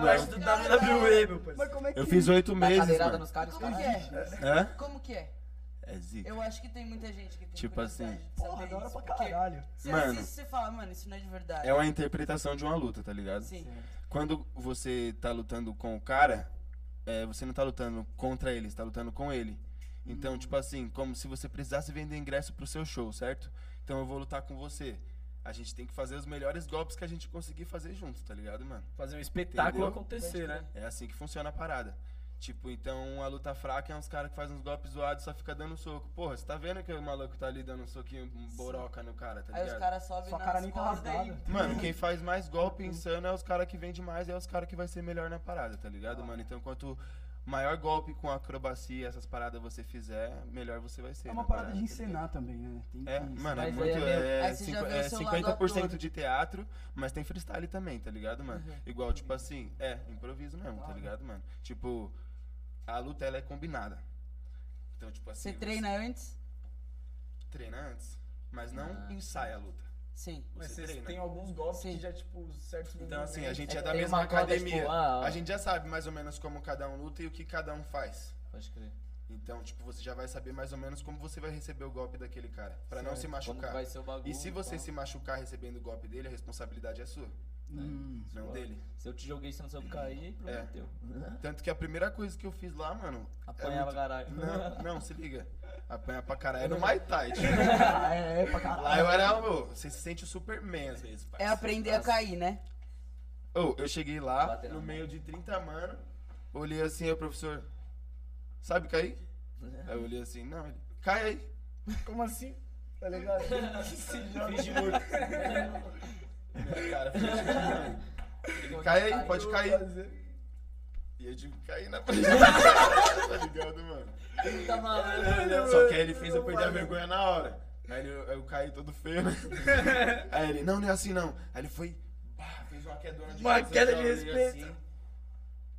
faz parte
mesmo.
do
tá
WWE, meu
Mas
parceiro.
como é que.
Eu fiz oito
Dá
meses,
cadeirada
mano.
nos caras, os
Como
caras.
que é?
Hã?
Como que é?
É zica.
Eu acho que tem muita gente que tem
Tipo assim.
curiosidade de saber
Porra, da hora
é isso,
pra
porque
caralho.
Você
Mano.
assiste e você fala, mano, isso não é de verdade.
É uma interpretação de uma luta, tá ligado?
Sim.
Quando você tá lutando com o cara, é, você não tá lutando contra ele, você tá lutando com ele. Então, tipo assim, como se você precisasse vender ingresso pro seu show, certo? Então eu vou lutar com você. A gente tem que fazer os melhores golpes que a gente conseguir fazer junto, tá ligado, mano?
Fazer um espetáculo
Entendeu?
acontecer, né?
É assim que funciona a parada. Tipo, então a luta fraca é uns caras que fazem uns golpes zoados e só fica dando soco. Porra, você tá vendo que o maluco tá ali dando um soquinho, um boroca no cara, tá
Aí os
ligado?
caras sobem
Sua
nas
cara nem tá
cordas aí.
rasgada.
Mano, quem faz mais
Uhum.
golpe insano é os caras que vende mais, é os caras que vai ser melhor na parada, tá ligado, mano? Então quanto maior golpe com acrobacia, essas paradas você fizer, melhor você vai ser.
É
na
uma parada de
tá ligado?
encenar também, né? Tem
É,
que-
mano, é
Mas
muito.
aí é meio-
É,
aí você já
cinqu-
vê o
é
seu lado
50%
ator.
de teatro, mas tem freestyle também, tá ligado, mano?
Uhum.
Igual, tipo assim, é, improviso mesmo, tá ligado, mano? Tipo, a luta ela é combinada. Então, tipo assim.
Você treina antes?
Treina antes, mas não
Ah.
ensaia a luta.
Sim.
Mas
Você
vocês
treina.
têm alguns golpes
Sim.
que já, tipo, certos
Então, assim, a gente é,
É,
da
tem
mesma
uma corda,
academia.
tipo, ah,
A gente já sabe mais ou menos como cada um luta e o que cada um faz.
Pode crer.
Então, tipo, você já vai saber mais ou menos como você vai receber o golpe daquele cara, Pra não se
Como
machucar.
que vai ser o bagulho?
E se você
pá.
se machucar recebendo o golpe dele, a responsabilidade é sua,
Hum.
não dele.
Se eu te joguei, você não soube cair,
É.
prometeu.
Tanto que a primeira coisa que eu fiz lá, mano. é
Apanhava
muito-
caralho.
Não, não, se liga. Apanhar pra caralho no Muay Thai. tio.
Ah, é, é pra caralho.
Lá eu era, meu, você se sente o Superman às vezes,
É
parceiro.
aprender a cair, né?
Ô, eu cheguei lá,
Bater na
no
mão.
meio de 30 mano, olhei assim, aí o professor, sabe cair? Aí eu olhei assim, não, ele, cai aí. Como assim? Tá ligado?
Fiz de morto.
Minha cara, fiz de mano. Ele, cai aí, pode cair. E eu digo, caí na frente. tá ligado, mano?
Tá maluco.
Só que aí ele fez eu perder a vergonha na hora. Aí ele- eu, eu caí todo feio, né? Aí ele, não, não é assim não. Aí ele foi, pá, fez uma quedona de
Uma
cabeça,
queda
eu
de
olhei
respeito.
assim.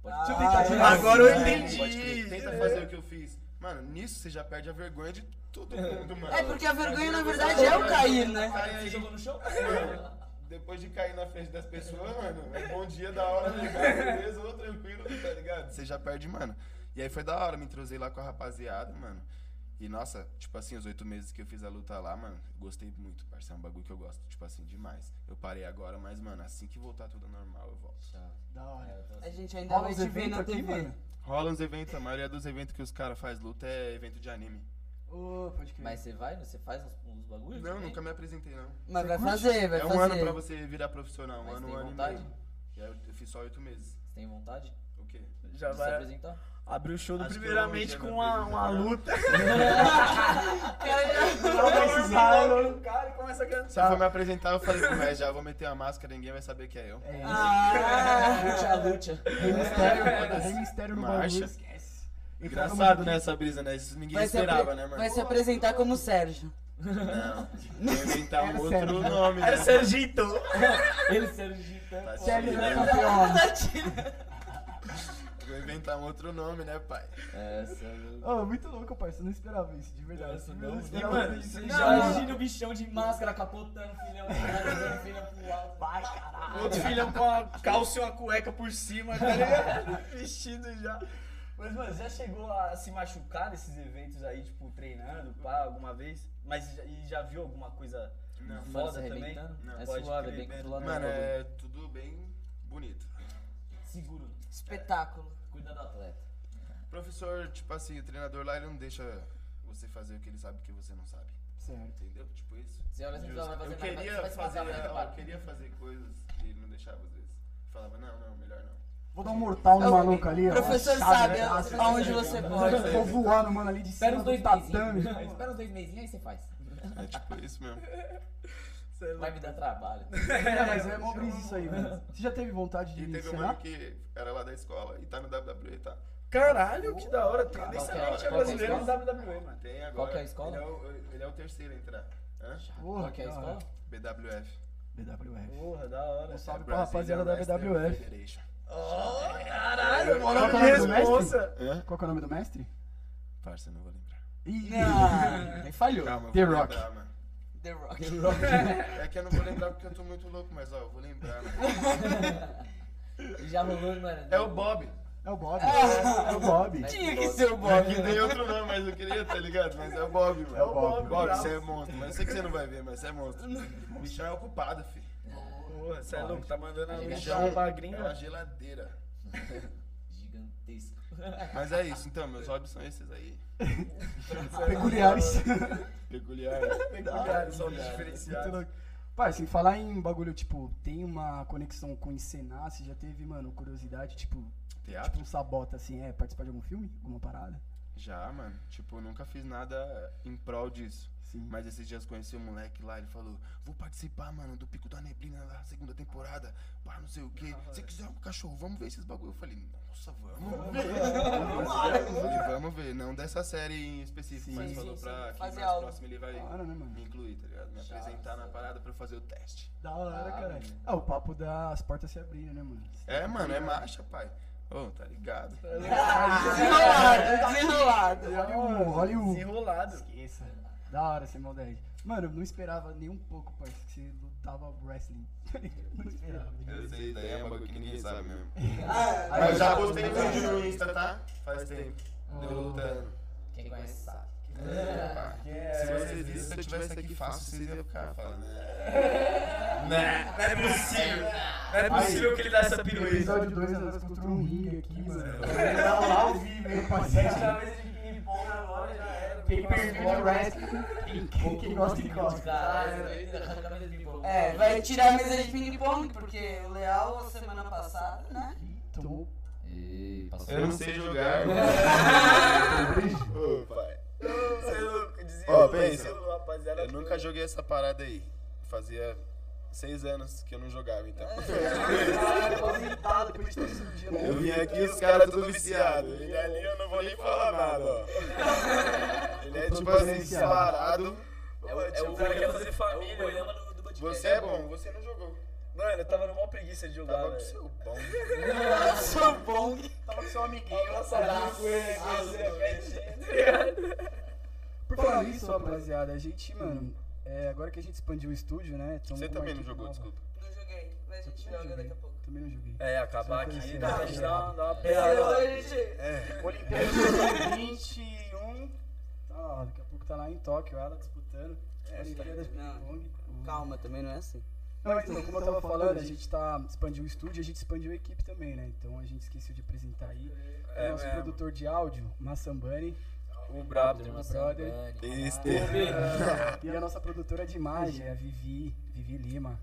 Ah, é.
Agora eu
Não,
entendi.
pode crer, Tenta fazer o que eu fiz. Mano, nisso você já perde a vergonha de todo mundo, mano.
É porque a vergonha, na verdade, é o cair, né?
Cai aí. Mano, Depois de cair na frente das pessoas, mano, é bom dia, da hora, tá ligado? Beleza, ou tranquilo, tá ligado? Você já perde, mano. E aí foi da hora, me entrosei lá com a rapaziada, mano. E nossa, tipo assim, os oito meses que eu fiz a luta lá, mano, eu gostei muito, parceiro. É um bagulho que eu gosto, tipo assim, demais. Eu parei agora, mas, mano, assim que voltar tudo ao normal, eu volto.
Da hora.
A gente ainda
Rola
vai
os
te ver
eventos
na
aqui,
TV.
mano.
Rola uns eventos, a maioria dos eventos que os caras fazem luta é evento de anime.
Ô, pode crer.
Mas você vai, você faz uns, uns bagulhos?
Não,
também?
nunca me apresentei, não.
Mas vai fazer, vai
é um
fazer.
ano pra você virar profissional, um
Mas
ano,
tem
um ano
vontade?
e meio. E aí eu eu fiz só oito meses.
Você tem vontade de
O quê?
Já
se
vai
apresentar?
abrir o show do
Acho que eu
primeiramente
já
com
me
uma, uma
apresentei.
luta.
Cara, já-
Não, cara, e começa a
Se eu for me apresentar, eu falei, mas já vou meter a máscara, ninguém vai saber que é eu.
É,
Ah,
Lucha, lucha.
tem mistério, tem mistério no
Marcha.
bagulho, esquece. Então, Entrava
Engraçado,
no-
né, essa brisa, né? Isso ninguém
vai,
é
se apre-
esperava, né, mano?
vai se apresentar como Sérgio.
Não, vou inventar um
Era
outro
sério.
nome, né?
Era o Sergito.
Ele Sergito.
Tá certo,
Sérgio
né?
é campeão.
Vou inventar um outro nome, né, pai?
É, Sergito.
Ô, muito louco, parceiro. Não esperava isso, de verdade.
Nossa,
Eu
não,
esperava
e, mano,
isso,
você
de
já
verdade.
o bichão de máscara capotando, filhão, jogando filhão pro alto.
Vai, caralho.
Outro filhão com uma calça e uma cueca por cima, tá ligado? Vestido já. Mas, mano, já chegou a se machucar nesses eventos aí, tipo, treinando, pá, alguma vez? Mas já- e já viu alguma coisa
Não.
Mano,
foda
se
também?
arrebentando?
Não,
é
pode
suave, é
crer,
bem
bem-
controlado.
Mano, é tudo bem bonito.
Seguro,
Espetáculo.
cuida do atleta.
Professor, tipo assim, o treinador lá, ele não deixa você fazer o que ele sabe que você não sabe.
Certo.
Entendeu? Tipo isso.
Você olha assim,
Eu,
você vai fazer nada, você
queria
vai se passar
fazer,
pra
eu
ele,
queria fazer coisas e ele não deixava às vezes. Falava, não, não, melhor não.
Vou dar um mortal no
Eu-
maluco ali, ó.
professor sabe
Chave, né?
a- aonde você pode.
Eu Vou voar no mano ali de
Espera
cima
uns dois
do
um
tatame.
mesinhos, espera uns dois mesinhos, aí você faz.
É tipo isso mesmo.
Vai me dar trabalho.
É, mas é mó brisa isso aí, velho. Você já teve vontade
E
de
teve um
ensinar?
mano que era lá da escola e tá no WWE, tá?
Caralho, que da hora. Tem
Qual que é?
excelente é
Qual que é a
brasileiro no
escola?
WWE, mano.
Tem agora.
que é a escola?
Ele é o, ele é o terceiro a entrar. Hã?
Porra,
Qual que é a
da hora.
escola?
BWF.
BWF.
Porra, da hora.
Um salve pra
Brazilian
rapaziada da
Wrestling
BWF.
Federation.
Oh, caralho, mó
Qual
nome
que é o
de
nome do mestre?
responsa.
Hã?
Qual que é o nome do mestre?
Parça, não vou lembrar.
Ih,
Não, falhou.
Calma, eu
The
vou
Rock.
lembrar, mano.
The Rock.
É que eu não vou lembrar porque eu tô muito louco, mas ó, eu vou lembrar, mano.
E já rolou, mano.
É o Bob.
é o Bob. É o Bob.
Tinha que ser o
É
Bob. né?
que tem outro nome, mas eu queria, tá ligado? Mas é o Bob, mano.
É o Bob.
Bob, você é monstro, mas eu sei que você não vai ver, mas você é monstro. O bichão é ocupado, filho.
Porra, você é louco, tá mandando a
O
luz
bichão
pra
é uma
gringa.
geladeira.
Gigantesco.
Mas é isso, então, meus hobbies são esses aí.
é Peculiares.
Peculiar.
Peculiar, só me diferenciar.
Pai, sem falar em bagulho, tipo, tem uma conexão com encenar, você já teve, mano, curiosidade, tipo, tipo
Teatro?
um sabota, assim, é, participar de algum filme? Alguma parada?
Já, mano. Tipo, eu nunca fiz nada em prol disso.
Sim.
Mas esses dias conheci um moleque lá, ele falou, vou participar, mano, do Pico da Neblina lá, segunda temporada, pá, não sei o quê. Se quiser um cachorro, vamos ver esses bagulho. Eu falei, nossa, vamos ver. Eu falei, vamos ver. Não dessa série em específico,
Sim,
mas
sim,
falou
sim.
pra que mais
Fazer algo.
próximo ele vai
Da hora, né, mano?
me incluir, tá ligado? Me apresentar na parada pra eu fazer o teste.
Da hora, cara. Ah, o papo das portas se abrindo, né, mano?
É, mano, é marcha, pai. Ô, tá ligado?
Ah,
Desenrolado, desenrolado.
Hollywood, Hollywood.
Desenrolado.
Esqueça. Da hora, sem maldade. Mano, eu não esperava nem um pouco, parceiro, que você lutava wrestling. não esperava.
Eu sei, daí é um bagulho que ninguém sabe mesmo.
Aí
Mas eu já
tava-
postei um vídeo no Insta, tá? Faz tempo. Eu lutando.
Quem conhece sabe.
Se vocês vissem, se eu tivesse aqui fácil, vocês iam ficar falando. Né? Não é possível.
Não é possível que ele dá essa pirueta.
episódio 2 nós contra um ringue aqui, mano.
Não,
Parceiro.
vez de ping-pong agora já era. é
Quem perdeu o wrestling, quem- quem gosta de
Ah,
gosta.
Caralho,
é.
ainda
tá
cada vez me empolga.
É, vai tirar a mesa de ping-pong, porque o Leal, semana passada, né?
Então,
Tomou
Ih, passou.
Eu não sei jogar. Ô, pai.
Você é louco, dizia.
Ó, pensa.
Rapaziada,
Eu nunca joguei essa parada aí. Fazia seis anos que eu não jogava, então.
É. tá
aposentado depois de ter sido dia, né?
Eu vim aqui e os caras tudo viciados. Ele ali eu não vou nem falar nada, ó. Ele é tipo assim, disparado. tipo
É o, é o cara que quer fazer família. É do, do podcast.
Você é bom, você não jogou.
Mano, eu tava numa preguiça de jogar.
Tava com
velho.
seu bom.
Tava com seu amiguinho lançadinho com ele. com
Por falar nisso, rapaziada, a gente, mano, é, agora que a gente expandiu o estúdio, né? tamo
Você
com uma
também não
equipe
jogou,
nova.
desculpa.
Não joguei, mas a gente
Não
joga
joguei,
daqui a pouco.
Também não joguei. assim,
É, acabar aqui, dá
né?
pra gente dar uma- dar uma
Senão
pelada.
a gente-
Olimpíada de 2021. Tá lá, daqui a pouco tá lá em Tóquio, ela disputando. Olimpíadas de
Não.
Ping Pong.
Calma, também não é assim.
Não, então, como eu tava falando, a gente tá expandiu o estúdio, a gente expandiu a equipe também, né? Então a gente esqueceu de apresentar aí.
É
o nosso
mesmo.
produtor de áudio, Massambani,
O brabo.
o brother.
Este.
E a nossa produtora de imagem, a Vivi, Vivi Lima.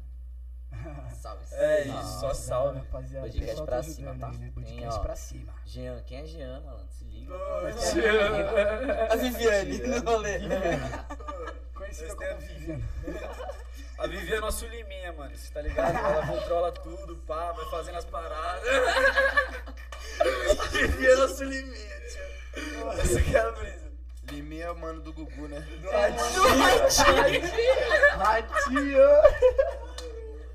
Salve,
É
salve.
isso, só salve.
Rapaziada,
Podcast
o pessoal
pra
ajudando
cima, tá?
aí, né?
Tem, ó.
Podcast pra cima.
Jean, quem é Jean, malandro? Se liga.
A Viviane, no rolê.
É. Conhecida
Vocês
como
têm a
Viviane.
A Vivi é nosso liminha, mano. Você tá ligado? Ela controla tudo, pá, vai fazendo as paradas. Vivi é nosso liminha, tio. Essa que é a brisa.
Liminha é o mano do Gugu, né?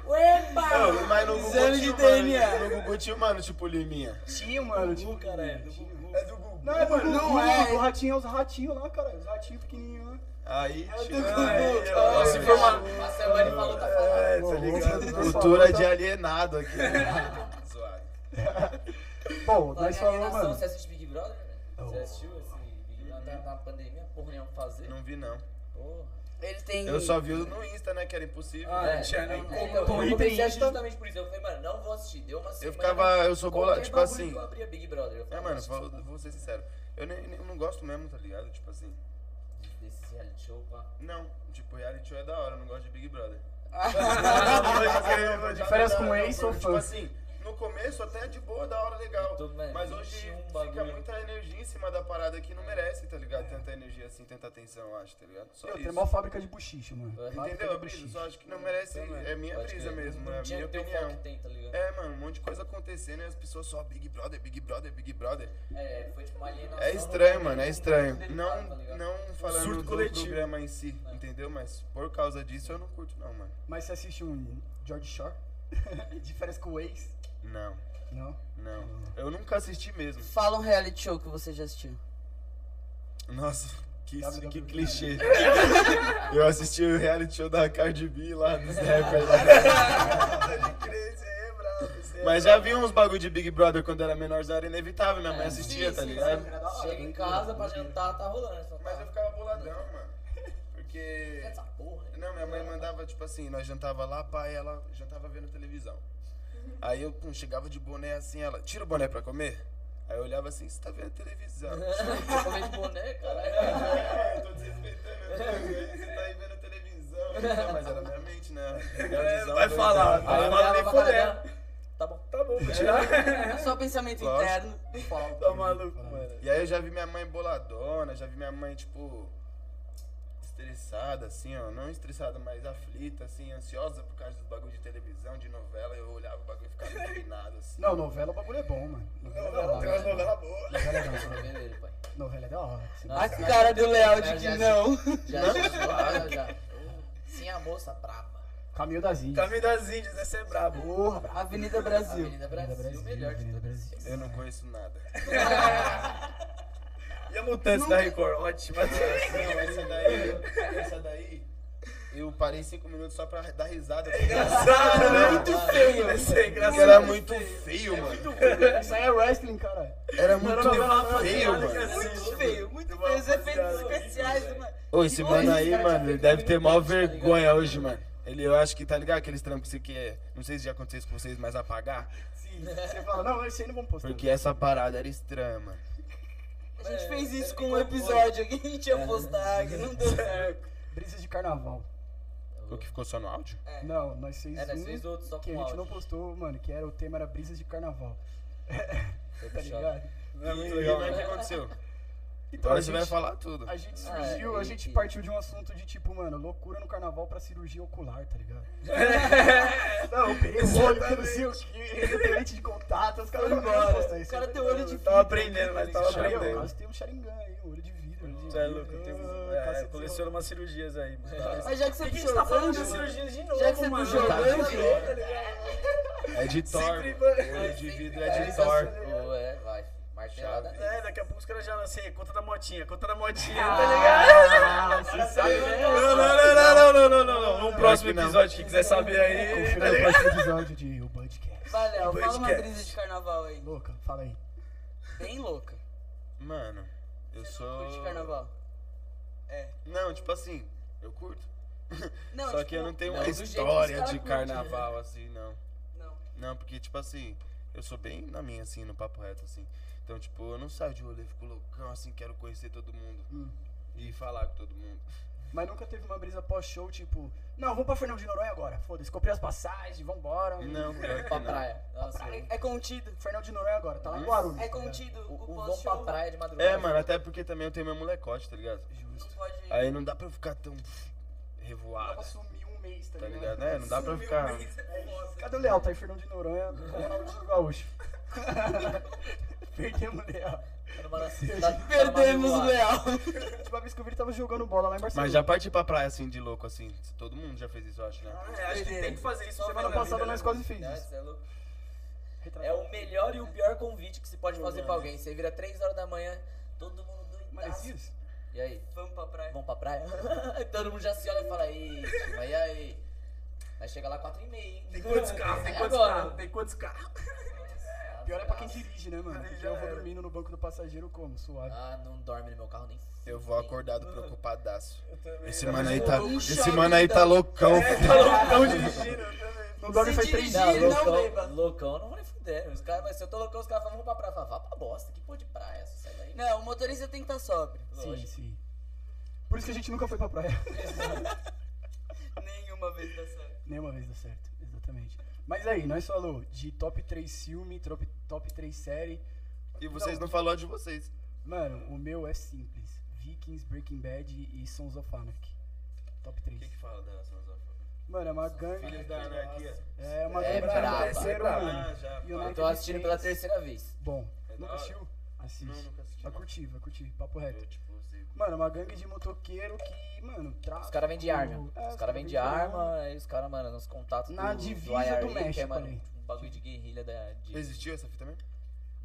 Uepa!
Não, mas no Gugu
Exame
tinha
de
um mano,
DNA.
No Gugu tinha um mano, tipo Liminha.
Tinha, mano. tipo,
É do Gugu. É do Gugu.
Não, é, mano,
Não
não
é.
é. O ratinho é os ratinhos lá, cara. Os ratinhos pequenininhos lá.
Aí, tipo,
Ah,
tinha.
é, é, Nossa informação.
Massamani falou, tá falando.
É, tá ligado? Cultura de alienado aqui. Zoado.
Bom,
Lá
nós
minha
falamos,
redação,
mano.
você assiste Big Brother? velho? Você assistiu esse Big Brother na pandemia? Porra, nenhuma pra fazer?
Não vi, não.
Porra.
Ele tem.
Eu só vi no Insta, né? Que era impossível.
Ah, não tinha nem
Então,
como.
eu comecei a
tem
assistir justamente por isso. Eu falei, mano, não vou assistir. Deu uma semana.
um Eu ficava, eu sou
Qualquer
bola, tipo
bagulho
assim.
que Eu abria Big Brother. Eu
É,
falei,
mano,
"Nossa,
vou, vou ser sincero. Eu nem, nem- não gosto mesmo, tá ligado? Tipo assim.
Desse reality show, pá.
Não, tipo, reality show é da hora, eu não gosto de Big Brother.
férias com ex, sou
Tipo
fã.
assim, no começo até de boa, da hora, legal.
Tô, mano,
Mas hoje
21
fica
bagulho.
muita energia em cima da parada que não merece, tá ligado? Tanta energia assim, tanta atenção, eu acho, tá ligado? Só
Eu
isso.
tenho uma fábrica de bochicho, mano. Fábrica
Entendeu?
de
A brisa,
bochicho.
só acho que não merece.
Também.
É minha
Pode
brisa
crer.
mesmo,
Não
é a
tinha
minha
que ter o
opinião.
foco que tem, tá ligado?
É, mano, um monte de coisa acontecendo e as pessoas só Big Brother, Big Brother, Big Brother.
É, foi tipo uma alienação.
É estranho,
muito-
mano, é
muito
estranho.
delicado, tá
Não,
ligado?
não falando
Surto
do
coletivo.
programa em si, entendeu? Mas por causa disso eu não curto não, mano.
Mas você assiste um George Shore? de férias com o ex?
Não,
Não.
não. Eu nunca assisti mesmo.
Fala um reality show que você já assistiu.
Nossa, que, isso-
WWE.
que clichê. eu assisti o reality show da Cardi B lá dos rappers. lá.
é
Mas já vi uns bagulho de Big Brother quando era menorzão, era inevitável, minha
É,
mãe assistia, tá ligado?
Chega em casa pra jantar, tá rolando. Só
Mas eu
tá.
ficava boladão, mano. Porque.
Essa porra. né?
Não, minha mãe mandava, tipo assim, nós jantava lá, pai, ela jantava vendo televisão. Aí eu pum, chegava de boné assim, ela, tira o boné pra comer? Aí eu olhava assim, você tá vendo televisão.
Eu falei de boné, cara.
É, eu tô desrespeitando, eu tô vendo, você tá aí vendo televisão. Não, mas era minha mente, né? Rebeldezão,
vai
doida.
falar.
Aí
Vai falar.
eu falei,
nem
pra
fuder.
caralho. Tá bom.
Tá bom, vou tirar.
Só pensamento
Lógico.
interno.
Tá maluco, mano.
E aí eu já vi minha mãe boladona, já vi minha mãe, tipo, estressada, assim, ó. Não estressada, mas aflita, assim, ansiosa por causa dos bagulho de televisão, de novela. Eu olhava o bagulho e ficava indignado, assim.
Não, novela o bagulho é bom, mano. Novela é da hora.
Tem umas novelas boas.
Novela é da
Tô
hora.
vendo ele, pai.
Novela é da hora. Você não
A
Nossa,
cara do Leal de
Mas
que
já
não.
Já assistiu, já, já. Sim, a moça brava.
Caminho das Índias.
Caminho das Índias, essa é brabo.
Porra, brabo.
Avenida Brasil.
Avenida Brasil,
Brasil,
melhor de
Avenida
todas.
Brasil.
Eu não conheço nada.
E a mutantes da Record? Ótima.
Não, essa daí, essa daí, eu parei cinco minutos só pra dar risada. Porque
Engraçado, né?
Muito feio.
Essa é engraçada.
era muito feio, mano.
Isso aí é wrestling, cara.
Era muito
novela né?
feio,
rapaziada,
mano.
Muito feio, muito feio. Os efeitos especiais, mano.
Ô, esse
E
mano
hoje
aí,
os caras
mano,
já
ele deve ter
pegam
maior
muito, tá ligado?
vergonha hoje, mano. Ele, eu acho que, tá ligado? Aqueles trampos que você quer. Não sei se já aconteceu isso com vocês, mas apagar.
Sim, você fala, não, esse aí não vamos postar.
Porque essa parada era estranha, mano.
A gente fez isso com um episódio que a gente
É.
ia postar, que não deu certo.
Brisas de carnaval.
O que ficou só no áudio?
Não, nós fez
né,
É, nós
um
fez outro só
que a
com
gente não
áudio.
postou, mano, que era o tema era brisas de carnaval. tá ligado?
Não é muito legal, mas o que aconteceu?
Então
Agora
a
você
gente-
vai falar tudo.
A gente surgiu, a gente partiu de um assunto de tipo, mano, loucura no carnaval pra cirurgia ocular, tá ligado? não, eu peguei o olho, que não sei o que, tem lente de contato, os caras não vão postar isso.
O cara tá tem olho é de
Tava aprendendo, mas né, tava
Xaringan, eu
aprendendo.
quase tem um Sharingan aí, um olho de vidro. olho de
Você é
vidro.
louco, eu tenho.
Ah,
É,
cacete,
coleciona umas cirurgias aí, mano.
Mas já que você
A gente
puxou
tá
o
falando de
gancho,
cirurgias de novo,
É. já que você
mano.
puxou o
Tá
gancho,
É de Thor.
Sempre,
mano. Olho de vidro é
tá
de Thor.
Pô, é, vai. Martelada.
É, daqui a pouco os caras já lancei. Conta da motinha, conta da motinha, tá
tá
Você sabe,
é,
né?
Não, não, não, não, não, não, não, não. Num próximo
que não.
episódio, quem quiser saber aí.
Confira o próximo episódio de O Budcast.
Vai, Léo, fala uma
Podcast.
brisa de carnaval aí.
Louca, fala aí.
Bem louca.
Mano, eu sou.
Curte carnaval.
Não, tipo assim, eu curto.
Não,
Só
tipo,
que eu não tenho
não,
uma
do jeito que os
história
caras
de
curtem, né?
carnaval assim, não.
Não.
Não, porque, tipo assim, eu sou bem na minha, assim, no papo reto, assim. Então, tipo, eu não saio de rolê, fico loucão, assim, quero conhecer todo mundo.
Hum.
E falar com todo mundo.
Mas nunca teve uma brisa pós-show, tipo, não, vamos pra Fernando de Noronha agora, foda-se, comprei as passagens, vambora.
Não, pior que
Pra
não.
praia. Nossa,
praia.
é contido.
Fernando de Noronha agora, tá lá em Guarulhos.
É
tá ligado?
contido O, um o o vão pra pós-show.
praia de madrugada.
É, mano, até porque também eu tenho meu molecote, tá ligado?
Não pode...
Aí não dá pra eu ficar tão
Dá
revoado,
pra sumir um mês, tá
tá
ligado?
ligado? É, não dá pra ficar.
Cadê o Leal? Tá em Fernando de Noronha, com o Ronaldinho Gaúcho. Perdemos o Leal.
Era uma cidade- era uma
Perdemos o
revoada.
Leal.
A última vez que eu vi ele tava jogando bola lá em Barcelona.
Mas já parti pra praia, assim, de louco, assim. Todo mundo já fez isso, eu acho, né?
É, acho que tem que fazer isso.
Semana passada nós quase fez isso.
Nossa, é louco.
Retrato.
É o melhor e o pior convite que se pode fazer pra alguém. Você vira 3 horas da manhã, todo mundo
Mano, esses
doidaço.
dias?
E aí?
Vamos pra praia.
Vamos pra praia? todo mundo já se olha e fala, aí, e aí? Aí chega lá 4 e meia, hein?
Tem quantos carros? Tem
É
quantos
agora.
carros? Tem quantos carros?
Pior é pra quem dirige, né, mano?
Aí
Porque
já
eu vou
É.
era.
dormindo no banco do passageiro como? Suave.
Ah, não dorme no meu carro nem
Eu vou acordado preocupadaço. Esse mano aí
Eu
tá.
tô um
Esse
choque,
mano aí tá
então.
loucão. filho.
Tão dirigindo.
Não dorme
Se
faz três
dirigir,
dias.
Não,
não,
loucão,
beba.
loucão, eu não vou nem fuder. Os caras, mas se eu tô loucão, os caras falam, vamos pra praia. Eu falo, vá pra bosta, que porra de praia é essa? Sai daí.
Não, o motorista tem que estar sóbrio.
Sim, sim. Por isso que a gente nunca foi pra praia.
Nenhuma vez dá certo.
Nenhuma vez deu certo, exatamente. Mas aí, nós falou de top 3 filme, top, top 3 série.
E vocês não falaram de vocês.
Mano, o meu é simples. Vikings, Breaking Bad e Sons of Anarchy. Top 3.
fala da Sons of
Mano, é uma gangue.
Filhos da Anarquia.
É uma
É
gangue de
braba.
terceiro, mano.
Ah, já.
E o
Eu
Nike
tô assistindo pela
Defense.
terceira vez.
Bom,
É da
nunca
hora.
assistiu? Assiste.
Não, nunca assisti,
Vai
não.
curtir, vai curtir. Papo reto.
Eu, tipo, sei.
Mano, é uma gangue de motoqueiro que, mano, traz.
Os caras vendem arma.
É,
Os caras vendem arma, aí os caras, mano, nos contatos
Na
do,
divisa
IRA,
do
que é,
México
mano,
ali.
um bagulho de guerrilha da, de-
Existiu essa fita mesmo?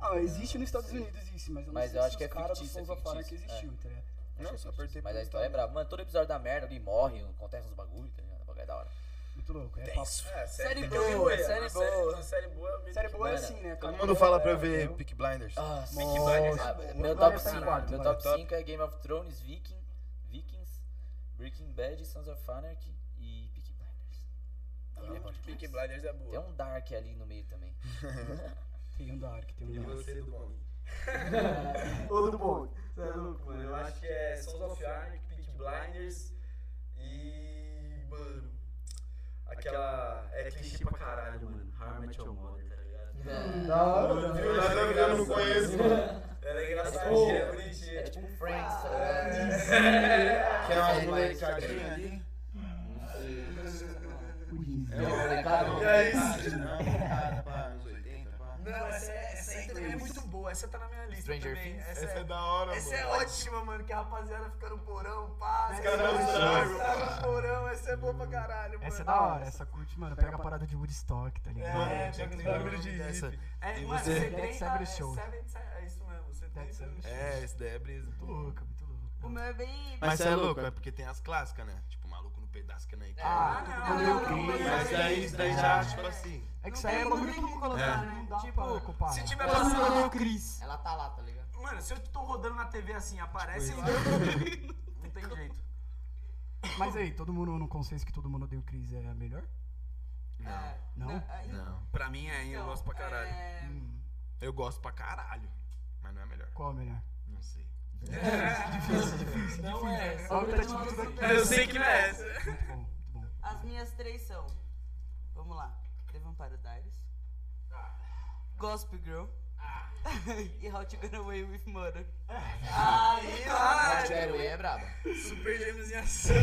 Ah, existe nos Estados Unidos isso, mas eu não
Mas
sei
eu
se
acho que
os
é
caras do
fictício, é
Sons of Anarchy
fictício, é.
existiu, tá ligado?
Não, só apertei
Mas a história é braba. Mano, todo episódio da merda, alguém morre, acontece uns bagulho, tá ligado? O bagulho é da hora.
Muito louco. É papo.
É,
Série
tem que
boa,
ver, mano.
série boa.
Série boa. eu vi
Série
que-
boa é
mano,
assim, né?
Todo
cara?
mundo fala pra eu
É,
ver
é,
Peak Blinders.
Ah, sim.
Peaky Blinders.
Nossa.
Ah,
Bom,
meu
vai
top
pra
5,
quarto,
meu
vai.
top 5 é Game of Thrones, Viking, Vikings, Breaking Bad, Sons of Anarchy e Peaky Blinders. Agora é bom demais.
Peaky Blinders é
Tem
boa.
um Dark ali no meio também.
Tem um da hora que tem um da hora.
do bom.
Todo bom. Você é louco, mano. Eu acho que é Sons of Anarchy, Peaky Blinders e... Mano... Aquela... É clichê pra caralho, mano. How I Met Your Mother, tá ligado?
Da hora.
Viu? Nada a ver, eu não conheço.
Ela é engraçadinha, é bonitinha.
É tipo um Friends, tá ligado?
Quer umas molecadinhas é ali?
É um molecado.
E é isso.
Não, pá, uns 80, pá.
Não, essa, é- essa aí também é muito boa. Essa tá na minha lista
Stranger
também.
Things?
Essa,
Essa é
é,
da hora,
essa é
mano.
ótima, mano. Que a rapaziada fica no porão, pá. é Os
caras né? usam água.
no porão. Essa é boa pra caralho, mano.
Essa é da hora, essa curte, mano. Pega a parada de Woodstock, tá ligado?
É, pega os bagulho de hippie. É,
E
mano,
você?
você tem...
Sabre
é,
Show.
Seven Sa- É isso mesmo, você tem...
Dead Sabre
Sabre
É, esse daí é brisa.
tá- Muito louca, muito louca.
O meu é bem.
Mas você é louco, é porque tem as clássicas, né? Tipo, maluco no pedaço que não é.
Ah,
não,
tudo
não,
bem,
não,
ok.
não.
Mas daí, isso daí já, tipo assim.
É que isso aí é bagulho que eu vou colocar, né? Não dá
Tipo,
pra comparar.
Se tiver passando...
o Cris.
Ela tá lá, tá ligado?
Mano, se eu tô rodando na TV assim, aparece... Não tem jeito.
Mas aí, todo mundo no consenso que todo mundo odeia o Chris é a melhor?
Não,
Não?
Ah,
não.
Pra mim é, hein, eu gosto pra caralho.
É.
Hum,
Eu gosto pra caralho.
Mas não é a melhor.
qual a melhor?
Não sei.
Difícil, difícil.
Não é.
A
tipo
optativa do Black
Eu sei que não é essa.
Muito bom, muito bom.
As minhas três são. Vamos lá. Devon Paradise. Gospel Girl. e How to Get Away with Murder. Aí,
Ah, Jerry é brabo.
Super Gêmeos em ação.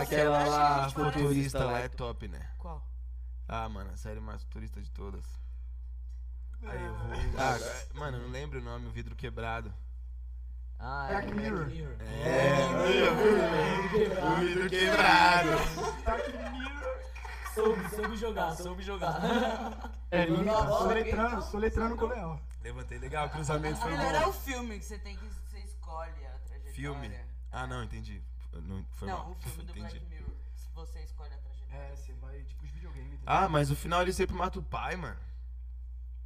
Aquela lá,
futurista
Ah, futurista lá é top, né?
Qual?
Ah, mano, a série mais futurista de todas.
Aí eu vou.
Ah, agora- mano, eu não lembro o nome, o vidro quebrado.
Ah,
Black Mirror.
O vidro quebrado.
É,
Soube, soube jogar, soube jogar.
É,
Não,
lindo.
não,
Soletrando, soletrando com o Leão.
Levantei legal, o cruzamento foi
Melhor é
bom.
o filme que você tem que. Você escolhe a trajetória.
Filme. Ah, não, entendi. Não, foi
Não,
mal.
o filme do
entendi.
Black Mirror. Se você escolhe a trajetória.
É, você vai, tipo, os videogames. Tá?
Ah, mas o final ele sempre mata o pai, mano.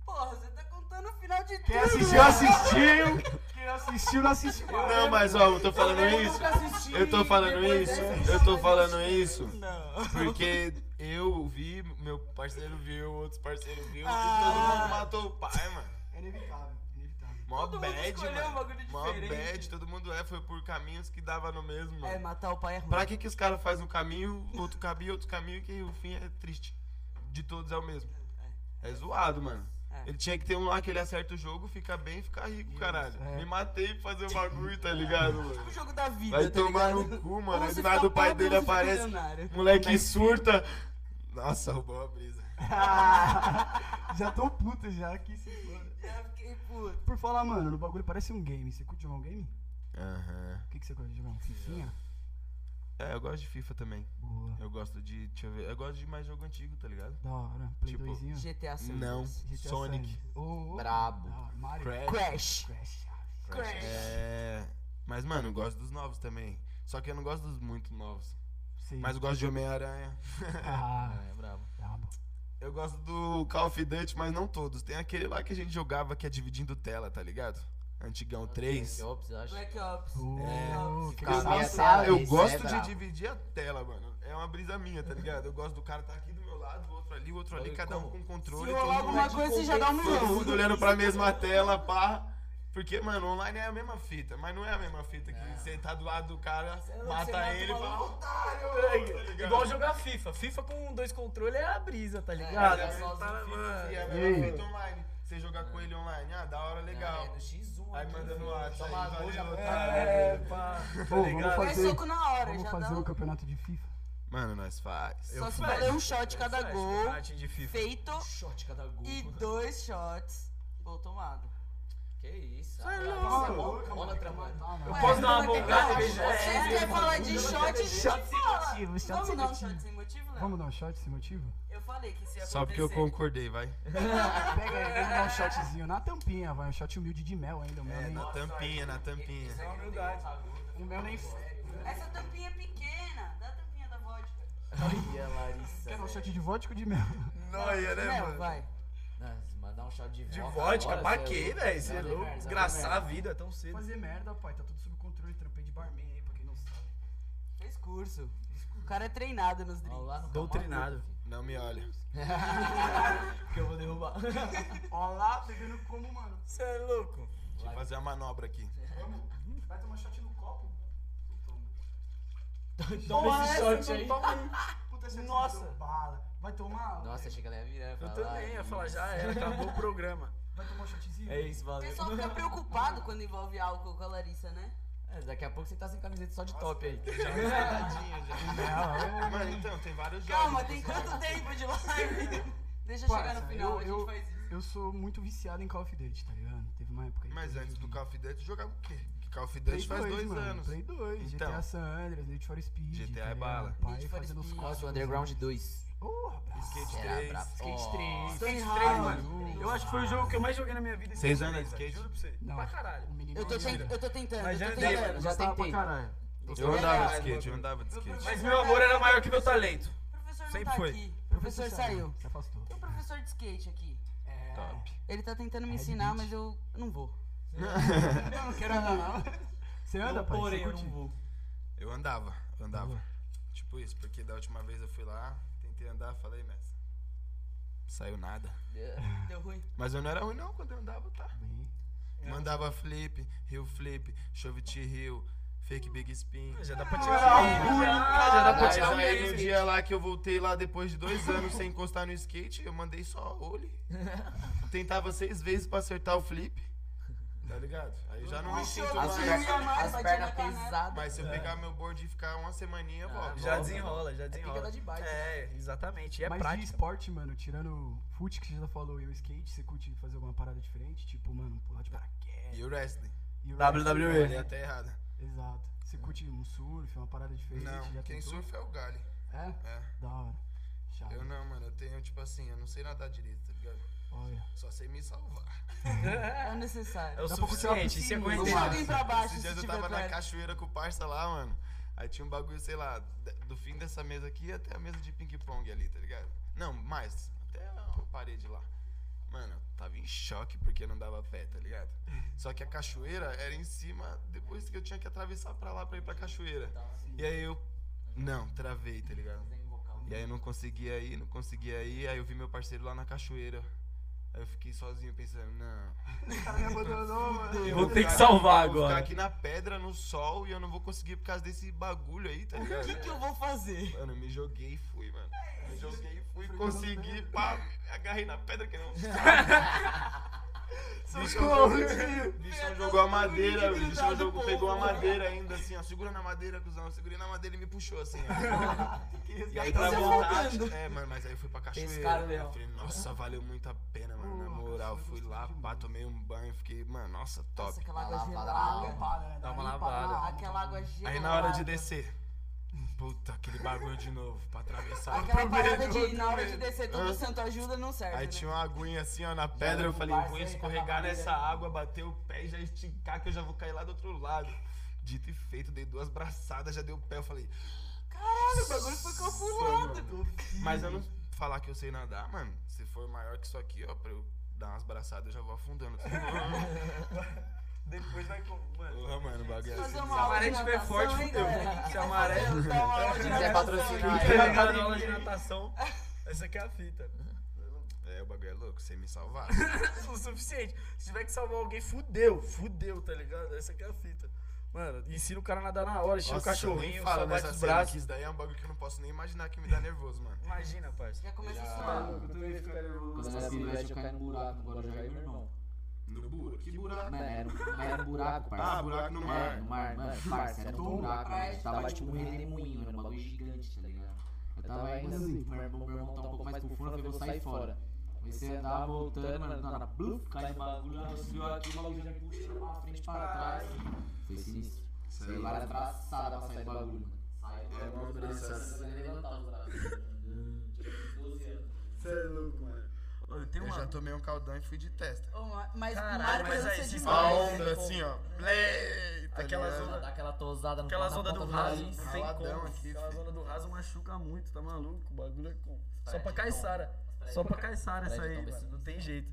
Porra, você tá contando o final de
Quem
tudo.
assistiu, assistiu! Quem não assistiu, não assistiu.
Não, mas ó, eu tô falando isso. Eu tô falando isso. Eu tô falando isso. Porque eu vi, meu parceiro viu, outros parceiros viu.
Ah.
Todo mundo matou o pai, mano.
É inevitável, inevitável.
Mó
Todo mundo
bad,
escolheu um
mano.
bagulho
Mó
diferente.
bad, todo mundo é, foi por caminhos que dava no mesmo,
É,
mano.
matar o pai é ruim.
Pra que que os caras fazem um caminho, outro caminho, outro caminho, que o fim é triste. De todos é o mesmo. É zoado, mano.
É.
Ele tinha que ter um lá que ele acerta o jogo, fica bem e fica rico, caralho.
é.
Me matei pra fazer o bagulho, tá ligado, mano?
O jogo da vida.
Vai
tá
tomar
ligado?
no cu,
Ou
mano. Aí
você
do nada
fica
o pai
pobre ou
dele
você fica
aparece.
milionário.
Moleque surta. Nossa, roubou a brisa.
já tô puto já que se foda.
Já fiquei puto.
Por falar, mano, no bagulho parece um game. Você curte jogar um game?
Aham.
O que, que você gosta de jogar? Um fifinha?
É, eu gosto de FIFA também.
Boa.
Eu gosto de. Deixa eu ver. Eu gosto de mais jogo antigo, tá ligado?
Da hora. Play
Tipo,
2zinho?
GTA V.
Não.
GTA
Sonic.
Sandy. Ô, ô.
Brabo.
Da hora. Mario.
Crash.
Crash. ah,
É. Mas, mano, eu gosto dos novos também. Só que eu não gosto dos muito novos.
Sei.
Mas eu gosto de Homem-Aranha.
Ah,
É brabo.
brabo.
Eu gosto do Call of Duty, mas não todos. Tem aquele lá que a gente jogava que é dividindo tela, tá ligado? Antigão 3.
Jobs, acho.
Black Ops.
Ô, que
Eu,
Cara,
gostoso.
minha
gosto-
tela,
eu
isso é
né,
gosto de
brabo.
dividir a tela, mano. É uma brisa minha, tá ligado? Eu gosto do cara tá aqui do meu lado, o outro ali, o outro ali, cada um com controle. todo mundo-
Alguma coisa você já dá um
Todo
milhão.
mundo olhando pra mesma tela, pá. Porque, mano, online é a mesma fita, mas não é a mesma fita que você tá do lado do cara, mata ele e fala, otário, tá ligado?
Igual jogar FIFA. FIFA com dois controles é a brisa, tá
Mas
ligado?
é
Você
só
tá-
os FIFA, e é a
Ei.
mesma fita online. Você jogar com ele online, ah, da hora, legal.
É,
né?
no X1.
Aí
aqui,
manda no
filho.
WhatsApp,
Toma
aí,
gol, já
valeu,
volta.
tá.
É, pá.
Pô, vamos
Faz
fazer,
soco na hora,
vamos
já
fazer
dá
um
um...
campeonato de FIFA.
Mano, nós faz.
Só se
fecho.
valer um shot cada
Flash,
gol
Nath de FIFA.
feito
Shot cada gol.
e dois shots gol tomado.
Que isso? Ah,
louco.
Isso é mó bola tramada.
Eu posso dar uma
Ué,
bugada?
você
beijar?
quer falar de shot, a gente fala. Vamos dar um shot sem motivo, Léo?
Vamos dar um shot sem motivo?
Eu falei que isso ia
Só porque eu
acontecer.
concordei, vai.
Pega aí, vamos dar um shotzinho na tampinha, vai. Um shot humilde de mel ainda, o
É,
mel nem...
Na tampinha, na tampinha.
um
É humildade.
O mel nem...
Essa tampinha é pequena, dá a tampinha da vodka.
Olha, Larissa.
Quer dar um shot de vodka ou de mel?
Noia, né, mano?
vai.
Nossa, Mandar um shot de
De
vodka
vodka,
agora,
pra
cê é
quê,
louco?
velho? Você é
Nada
louco.
merda,
Desgraçar
nada
a
merda.
vida tão cedo.
Fazer merda, pai. Tá tudo sob controle. Trampei de barman aí, pra quem não sabe.
Fez curso. O cara é treinado nos
Vamos
drinks.
lá no
Doutrinado.
Não me olha.
Camargo, Que eu vou derrubar.
Ó lá, pegando como, mano.
Você é louco.
Deixa eu fazer uma manobra aqui.
Vai tomar shot no copo?
Toma esse shot aí.
Puta, esse
Nossa.
deu bala. Vai tomar?
Nossa, achei que ela ia virar.
Eu também ia falar, já era, acabou o programa.
Vai tomar um shotzinho?
É isso,
O
valeu.
pessoal fica preocupado quando envolve álcool com a Larissa, né?
É, daqui a pouco você tá sem camiseta só de top aí.
né?
Mano, então, tem vários jogos.
Calma, tem quanto tempo de live? Deixa
Parça,
chegar no final,
eu-
a gente
eu-
faz isso.
Eu sou muito viciado em Call of Duty, tá ligado? Teve uma
um.
época aí.
Mas
que eu
antes do
joguei
Call of Duty, jogava o quê? Porque Call of Duty faz
Play
dois
mano,
anos.
Play 2,
Então.
GTA San Andreas, Need for Speed.
GTA é
tá ligado?
bala.
Pai
Need for
fazendo os
Speed.
Nossa, o
códigos,
Underground
né?
2.
Porra, braço.
Skate
Era
3.
brabo.
Skate 3.
Skate 3, mano. Eu acho que foi o jogo que eu mais joguei na minha vida.
Seis
Skate
anos de
3,
skate?
Juro pra você.
Não. um
Pra caralho.
O menino
Eu tô,
olha-
ten- eu tô tentando,
Mas
eu
já
tô
andei,
tentando,
mano,
já
Gostava pra
tentei.
caralho.
Eu andava de skate, eu andava de skate.
Mas meu amor era maior que meu talento.
tá O professor não
Sempre
tá
foi.
aqui. O professor saiu.
Se afastou.
Tem um professor de skate aqui.
Top.
Ele tá tentando me ensinar, mas eu não vou.
Eu não quero andar, não. Você anda,
eu,
pai?
porém,
Você
eu
curte?
não vou.
Eu andava, eu andava. Tipo isso, porque da última vez eu fui lá, tentei andar, falei, mas. Saiu nada.
Deu ruim.
Mas eu não era ruim não, quando eu andava, tá.
Bem.
Mandava flip, rio flip, chove te rio, fake big spin.
Já dá pra tirar.
Tá
Já dá pra
Mas
tirar.
aí um dia lá que eu voltei lá depois de dois anos sem encostar no skate, eu mandei só olho. Tentava seis vezes pra acertar o flip. Tá ligado? Aí já não me sinto
As,
mais.
pernas- as pernas pesadas.
Mas se eu pegar meu board e ficar uma semaninha,
Ah,
eu volto.
Já desenrola, já
É
desenrola.
pegada de bike.
É, exatamente. E é
Mas de
prática.
esporte, mano, tirando foot que você já falou e o skate, você curte fazer alguma parada diferente? Tipo, mano, pular de paraquedas.
E o wrestling?
e o
WWE.
É.
Falei até errado.
Exato. Você curte um surf, uma parada diferente?
Não,
já
quem
tentou?
surfa é o Gali.
É?
É.
Da hora. Chave.
Eu não, mano. Eu tenho, tipo assim, eu não sei nadar direito, tá ligado?
Olha.
Só sei me salvar.
É
É
necessário.
o
Dá pra curtir uma
suficiente, isso é
piscina,
coisa
Puxa
errada.
alguém pra baixo
Esses
se
dias eu
tiver
tava
com
na
ela.
cachoeira com o parça lá, mano. Aí tinha um bagulho, sei lá, da- do fim dessa mesa aqui até a mesa de ping-pong ali, tá ligado? Não, mais. Até a parede lá. Mano, eu tava em choque porque não dava pé, tá ligado? Só que a cachoeira era em cima, depois que eu tinha que atravessar pra lá pra ir pra cachoeira.
Tá,
E aí eu. Não, travei, tá ligado? E aí eu não conseguia ir, não conseguia ir. Aí eu vi meu parceiro lá na cachoeira. Aí eu fiquei sozinho pensando, não.
O cara me abandonou, mano.
Eu
Vou ter que
ficar-
salvar
eu Vou
agora.
ficar aqui na pedra, no sol, e eu não vou conseguir por causa desse bagulho aí, tá ligado?
O que, que eu vou fazer?
Mano, eu me joguei e fui, mano. Me joguei e fui, consegui, pá, me agarrei na pedra que não.
assim.
Bichão bichão jogou a madeira, o bichão jogou, pegou a madeira ainda, assim, ó. Segura na madeira, cuzão. Eu segurei na madeira e me puxou, assim, ó. E aí pra voltar. É, mano, mas aí eu fui pra cachoeira.
Pescaram o
né?
leão.
Eu falei, nossa, valeu muito a pena, mano. Na moral, fui lá, pá, tomei um banho, fiquei, mano, nossa, top.
Nossa, aquela água gelada.
Dá uma lavada.
Aquela água gelada.
Aí na hora de descer. Puta, aquele bagulho de novo, pra atravessar.
Aquela
pro meio
parada
do
de
outro
na hora de
meio.
descer,
Hã?
todo santo ajuda não serve.
Aí
né?
tinha uma aguinha assim, ó, na pedra. Eu falei, vou escorregar nessa água, bater o pé e já esticar, que eu já vou cair lá do outro lado. Dito e feito, dei duas braçadas, já dei o pé. Eu falei,
Caralho, o bagulho foi
Foi,
calculado.
mas eu não falar que eu sei nadar, mano. Se for maior que isso aqui, ó, pra eu dar umas braçadas, eu já vou afundando.
Depois vai com. Mano.
Porra, mano, o bagulho é
Fazer
assim.
uma aula
maré
de
estiver
natação,
forte,
hein,
fudeu.
galera?
Se a maré-
Fazer uma aula de
quiser
natação,
patrocinar,
hein?
Tá ligado? Aula de natação. Essa aqui é a fita.
É, o bagulho é louco, você me salvar.
o suficiente. Se tiver que salvar alguém, fudeu, fudeu, tá ligado? Essa aqui é a fita. Mano, ensina o cara a nadar na hora, tira o cachorrinho,
fala
salvar
nessa
os
cena que
braços.
isso daí é um bagulho que eu não posso nem imaginar que me dá nervoso, mano.
Imagina, parça.
Já começa a suar.
Eu também fico nervoso.
Quando eu era pivete, eu caí num buraco, agora já caiu meu irmão.
No buraco? Que buraco?
Mano, era um, era um buraco, parça.
Ah, buraco no
É,
mar.
no mar, mano, parça, era um buraco,
praia,
a gente tava
tava
tipo um redemoinho, era um bagulho gigante, tá ligado? Eu tava ainda assim, meu irmão, meu irmão tá um pouco mais por fora, eu falei, vou sair fora. Comecei a andar voltando, mano, na bluf, cai no bagulho, ela subiu aqui, o bagulho já puxou pra frente, para trás. Foi sinistro. Dei várias traçadas pra sair do bagulho, mano. Saí do bagulho, Uhum. eu levantar os braços. Tinha 12 anos.
Você é louco, mano. Eu tenho
Eu já
uma.
tomei um caldão e fui de testa.
Ô, ma- Mas
Caralho,
Mário
mas aí,
cansa
se
A
demais.
fala-
onda assim, ó. Play, tá
Aquela
ligado?
zona-
Dá aquela tosada no
Aquela
na
zona
ponta
do
do
raso,
nariz.
não tem
Raladão
como.
aqui,
Aquela
fi.
zona do raso machuca muito, tá maluco? O bagulho é como. Só
praias
pra
de
Caissara. Só pra Caissara
praias
essa
de
aí,
tom,
mano.
assim.
Não tem jeito.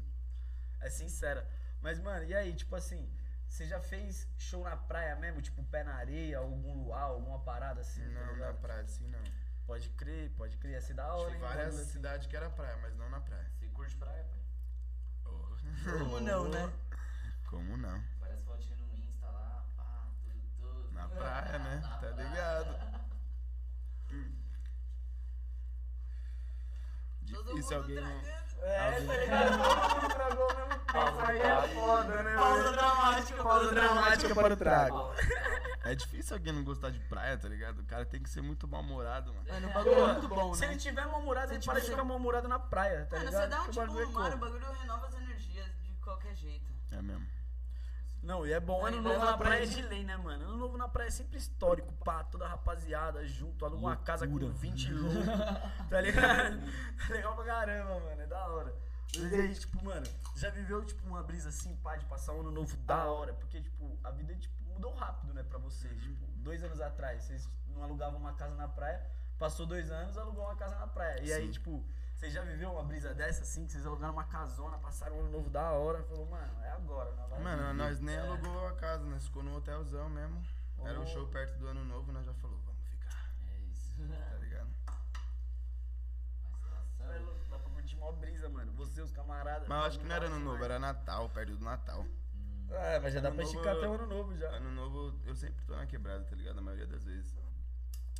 É sincera. Mas, mano, e aí, tipo assim, você já fez show na praia mesmo? Tipo, pé na areia, algum luau, alguma parada assim? tá
Não, na
ligado?
praia, assim não.
Pode crer, pode crer. Ia ser da hora,
Tinha
hein?
várias
mano?
cidades que era praia, mas não na praia.
Você curte praia, pai?
Como não, né?
Como não?
Várias fotinhas no Insta lá, pá, tudo, tudo.
Na praia, né?
Na
Tá
praia.
ligado? Hum.
Todo
Difícil
mundo
alguém não.
É, tá ligado? Todo mundo tragou ao mesmo tempo. Aí é foda, né,
Pausa
mano?
dramática, pausa dramática.
para o trago.
É difícil alguém não gostar de praia, tá ligado? O cara tem que ser muito mal-humorado, mano.
Mano, o bagulho é muito bom,
Se
né?
ele tiver mal-humorado, ele
Se
para de
tiver-
ficar mal-humorado na praia, tá
Mano,
ligado?
você dá um
Porque o
tipo
bagulho é
no mar, o
como?
bagulho renova as energias de qualquer jeito.
É mesmo.
Não, e é bom. Ano
Aí,
novo
vai
na
lá
praia é
pra-
de lei, né, mano? Ano novo na praia é sempre histórico, pá, toda a rapaziada junto, aluga uma casa com 20 loucos, tá ligado? É Legal pra caramba, mano, é da hora. Mas e aí, tipo, mano, já viveu, tipo, uma brisa assim, pá, de passar um ano novo da hora? Porque, tipo, a vida, tipo, mudou rápido, né, pra vocês. Tipo, dois anos atrás, vocês não alugavam uma casa na praia, passou dois anos, alugou uma casa na praia. E aí,
Sim.
tipo, Você já viveu uma brisa dessa, assim, que vocês alugaram uma casona, passaram um ano novo da hora, falou, mano, é agora, né? Vai
Mano,
viver.
nós nem alugou a casa, nós ficou num hotelzão mesmo. Era um
Oh.
show perto do ano novo, nós já falou, vamos ficar,
É isso.
tá ligado?
Cê é louco, Dá pra curtir mó brisa, mano. Você, os camaradas.
Mas eu acho que não era ano novo, era Natal, perto do Natal.
É, mas já dá
Ano
pra
novo
esticar
eu-
até o ano novo já.
Ano novo eu sempre tô na quebrada, tá ligado? A maioria das vezes.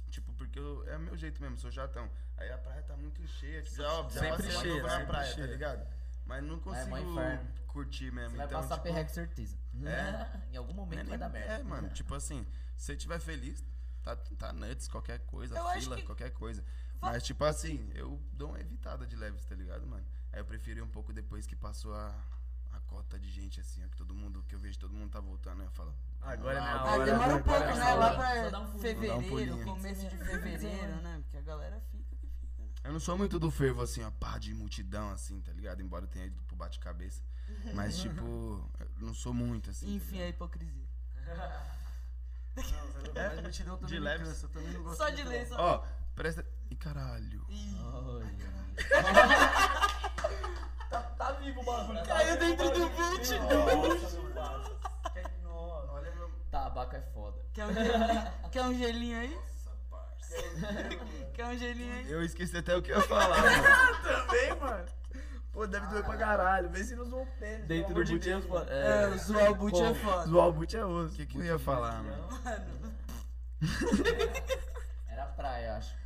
Tipo, porque eu, é o meu jeito mesmo, sou jatão. Aí a praia tá muito cheia, tipo, já, ó, já
Sempre
passei um ano
cheia,
novo na
sempre
praia,
cheia.
tá ligado? Mas não consigo
mó inferno.
curtir mesmo.
Você vai
então,
passar
tipo,
perreco, certeza.
É.
em algum
não é
momento vai
nem-
dar merda.
É, mano, tipo assim, se você estiver feliz, tá, tá nuts, qualquer coisa,
Eu acho
fila,
que-
qualquer coisa. Mas, tipo assim, eu dou uma evitada de leves, tá ligado, mano? Aí eu prefiro ir um pouco depois que passou a, a cota de gente, assim, ó, que todo mundo, que eu vejo todo mundo tá voltando, aí eu falo.
Agora é
"Vamos lá,
minha
bora,
Ah, demora um
bora, bora,
pouco, né?
bora".
Lá
Só dá
pra
um pulo.
Dá um pulinho.
fevereiro, começo de fevereiro, né? Porque a galera fica que fica. né?
Eu não sou muito do fervo, assim, ó, pá, de multidão, assim, tá ligado? Embora eu tenha ido pro bate-cabeça. Mas, tipo, eu não sou muito, assim. tá
Enfim, a
ligado?
hipocrisia.
Mas multidão também
De
me
leves.
cansa, eu também não gosto
Só
muito,
de
não.
ler, é só.
Ó, presta. Ih, caralho.
Tá vivo o bagulho.
Caiu dentro do boot.
Olha meu.
Tabaco é foda.
Quer um gelinho? Quer um gelinho aí? Quer um gelinho aí?
Eu esqueci até o que eu ia falar, mano.
Também, mano. Pô, deve doer pra caralho. Vê se não zoou o pênis.
Dentro do boot é foda.
É,
É.
zoar o boot é foda.
Zoar o boot é
O
osso.
que, que eu ia falar, mano?
Era praia, acho.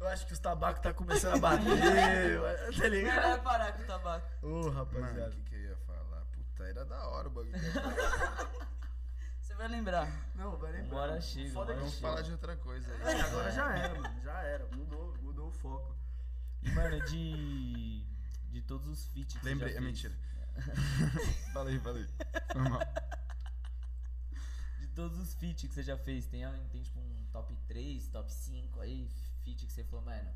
Eu acho que os tabacos tá começando a bater. eu- tá
Ele
ligado?
vai parar com o tabaco.
Ô,
Mano, o
rapaziada.
que, que eu ia falar? Puta, era da hora o bagulho.
Você vai lembrar.
Não, vai lembrar.
Bora, Chico.
Foda
bora,
que
Vamos
Chico.
falar de outra coisa aí.
É, Agora já era, mano. Já era. Mudou, mudou o foco.
E, Mano, de. De todos os feats que você
Lembrei,
já
é
fez.
mentira. falei, falei. Foi mal.
De todos os feats que você já fez, tem, tem tipo um top 3, top 5 aí, feat que você falou, mano,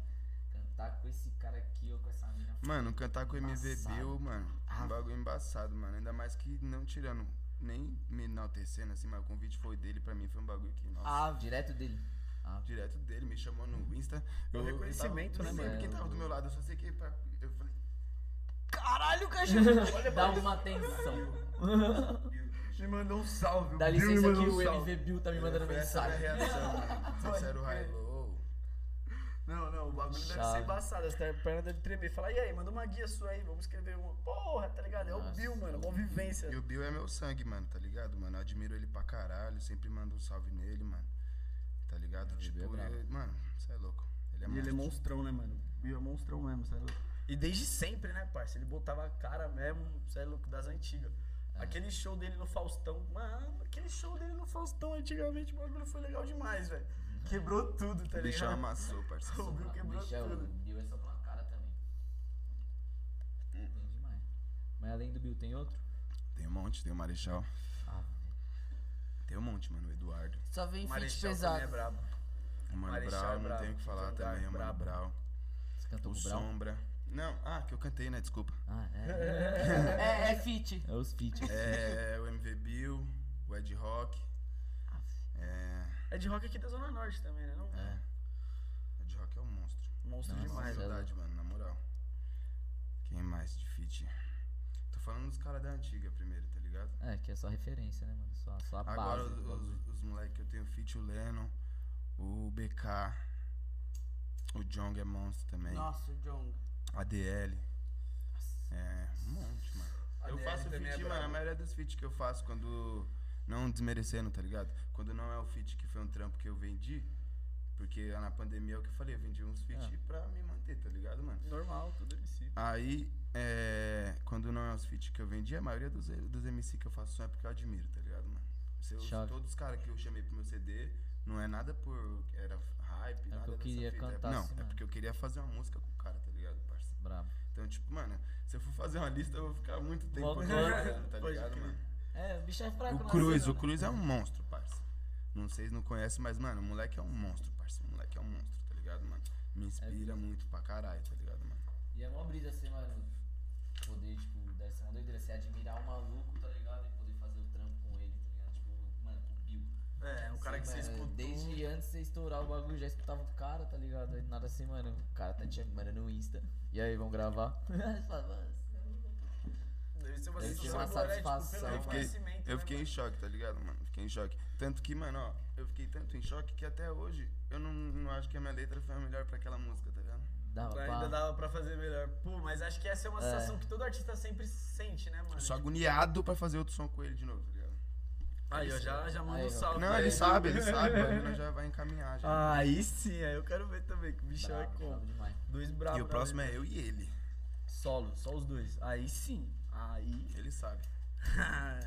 cantar com esse cara aqui ou com essa mina.
Mano, cantar com o MV
Embaçado. Ah.
Bill, mano, um bagulho embaçado, mano. Ainda mais que não tirando, nem me enaltecendo, assim, mas o convite foi dele, pra mim foi um bagulho que, nossa.
Ah, direto dele. Ah,
Direto dele, me chamou no Insta. Eu, eu
reconhecimento,
tava,
né,
Não
mano?
lembro quem tava do meu lado, eu só sei que. pra- Eu falei,
Caralho, o cachorro.
dá uma atenção.
Me mandou um salve.
Dá
Bill me
licença
mandou
que
um
o
salve.
MV Bill tá me mandando
foi essa minha
mensagem.
reação, mano. Sincero, high low.
Não, não, o bagulho deve
Chave.
ser embaçado, as pernas devem tremer. Fala, e aí, manda uma guia sua aí, vamos escrever uma. Porra, tá ligado? É o
Nossa,
Bill, mano,
o
mó vivência.
E o Bill é meu sangue, mano, tá ligado, mano? Eu admiro ele pra caralho, sempre mando um salve nele, mano. Tá
Ah,
ligado? tipo,
Bill é brabo.
eu- mano, você é louco. Ele é
E ele é
monstro.
monstrão, né, mano? Bill é monstrão mesmo, sério. E desde sempre, né, parça? Ele botava a cara mesmo, sério, louco, das antigas. Aquele show dele no Faustão, mano, aquele show dele no Faustão antigamente, o bagulho foi legal demais, velho. Quebrou tudo, tá
O bichão
ligado?
amassou,
O
parceiro.
Bill
Ah,
quebrou
Michel, o
tudo.
Bill é só uma cara também. Tem demais. Mas além do Bill, tem outro?
Tem um monte, tem o Marechal.
Ah,
Tem um monte, mano. O Eduardo.
Só vem feat
Marechal também é
pesado.
brabo.
O Mano
Marechal é
Brau, não
brabo,
tenho o que falar
Zandar é
também. O Mano
brabo.
Brau.
você cantou
O
com o Brau?
Sombra. Não, ah, que eu cantei, né? Desculpa.
Ah, é.
É, é feat.
É os feats.
É, o MV Bill, o Ed Rock. É.
É de rock aqui da Zona Norte também, né? Não?
É. Ed Rock é um monstro.
Monstro
Nossa,
demais.
Demais,
é
verdade, mano, na moral. Quem mais de feat? Tô falando dos caras da antiga primeiro, tá ligado?
É, que é só referência, né, mano? Só, só a
Agora
base.
os,
do bagulho.
os, os moleques que eu tenho feat, o Lennon, o BK, o Jong é monstro também.
Nossa, o Jong.
ADL. É, um monte, mano. Eu faço
é
feat, mano, a maioria dos feats que eu faço quando. Não desmerecendo, tá ligado? Quando não é o feat que foi um trampo que eu vendi, porque na pandemia é o que eu falei, eu vendi uns feat pra me manter, tá ligado, mano?
Normal, tudo MC.
Aí, é, quando não é os feat que eu vendi, a maioria dos, dos MC que eu faço som é porque eu admiro, tá ligado, mano? Se eu-
Chave.
todos os caras que eu chamei pro meu CD, não é nada por. Era hype,
porque
nada
É eu
dessa
queria
fita.
cantar
Não,
assim,
é
mano.
porque eu queria fazer uma música com o cara, tá ligado, parceiro?
Brabo.
Então, tipo, mano, se eu for fazer uma lista, eu vou ficar muito tempo
Logo,
aqui,
né?
tá
Pode
ligado,
crer.
mano?
É, o bicho é fraco
O
na
Cruz,
cena,
o
né?
Cruz é um monstro, parça. Não sei se não conhece, mas, mano, o moleque é um monstro, parça. O moleque é um monstro, tá ligado, mano? Me
É.
inspira muito pra caralho, tá ligado, mano?
E é uma brisa assim, mano. Poder, tipo, deve um ser uma doideira. Você admirar o maluco, tá ligado? E poder fazer o trampo com ele, tá ligado? Tipo, mano, com o Bill.
É, um cara que você
Mano,
escutou.
Desde antes de você estourar o bagulho, já escutava o cara, tá ligado? Aí do nada assim, mano, o cara tá te chamando no Insta. E aí, vamos gravar? Aí fala, "Mano,
Deve ser uma
Deve
sensação
ser uma
agora, é, tipo,
satisfação,
pelo
mano.
Eu fiquei,
reconhecimento,
eu
né,
fiquei em
mano?
choque, tá ligado, mano? Fiquei em choque. Tanto que, mano, ó, eu fiquei tanto em choque que até hoje eu não, não acho que a minha letra foi a melhor pra aquela música, tá ligado?
dava
Ainda
pá.
dava pra fazer melhor. Pô, mas acho que essa é uma
É.
sensação que todo artista sempre sente, né, mano?
Eu sou agoniado pra fazer outro som com ele de novo, tá ligado?
Aí, ó, já, já manda
Aí,
um
ó.
salve.
Não,
pra
ele sabe, ele sabe, a menina já vai encaminhar já.
Aí sim, aí eu quero ver também, que o bichão é
Bravo, bravo
como.
demais.
Dois bravos.
e o
Ah, pra
próximo
ver.
é eu e ele.
Solo, só os dois. Aí sim. Aí. ah,
Ele sabe.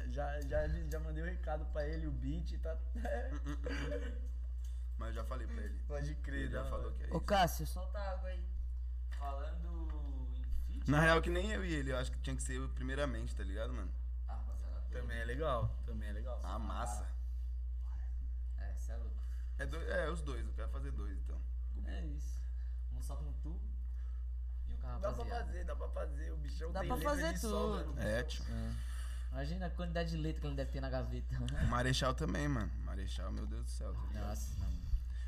já, já, já mandei o recado pra ele, o beat, tá.
Mas eu já falei pra ele.
Pode crer,
Ele já
da
falou
hora.
que é
Ô
isso.
Cássio, solta a água aí.
Falando em feat,
Na real, que nem eu e ele, eu acho que tinha que ser eu primeiramente, tá ligado, mano?
ah, rapaziada,
Também é legal, também é legal.
A massa.
é, cê é louco.
É, dois, é os dois, eu quero fazer dois então.
É isso. Um só com tu e um com a
Dá pra
rapaziada.
fazer, dá pra fazer. O bichão
Dá
tem
pra
letra
fazer
de sobra.
tudo.
É, tio.
É. Imagina a quantidade de letra que ele deve ter na gaveta.
O Marechal também, mano. Marechal, meu Deus do céu, tá ligado?
Nossa, mano.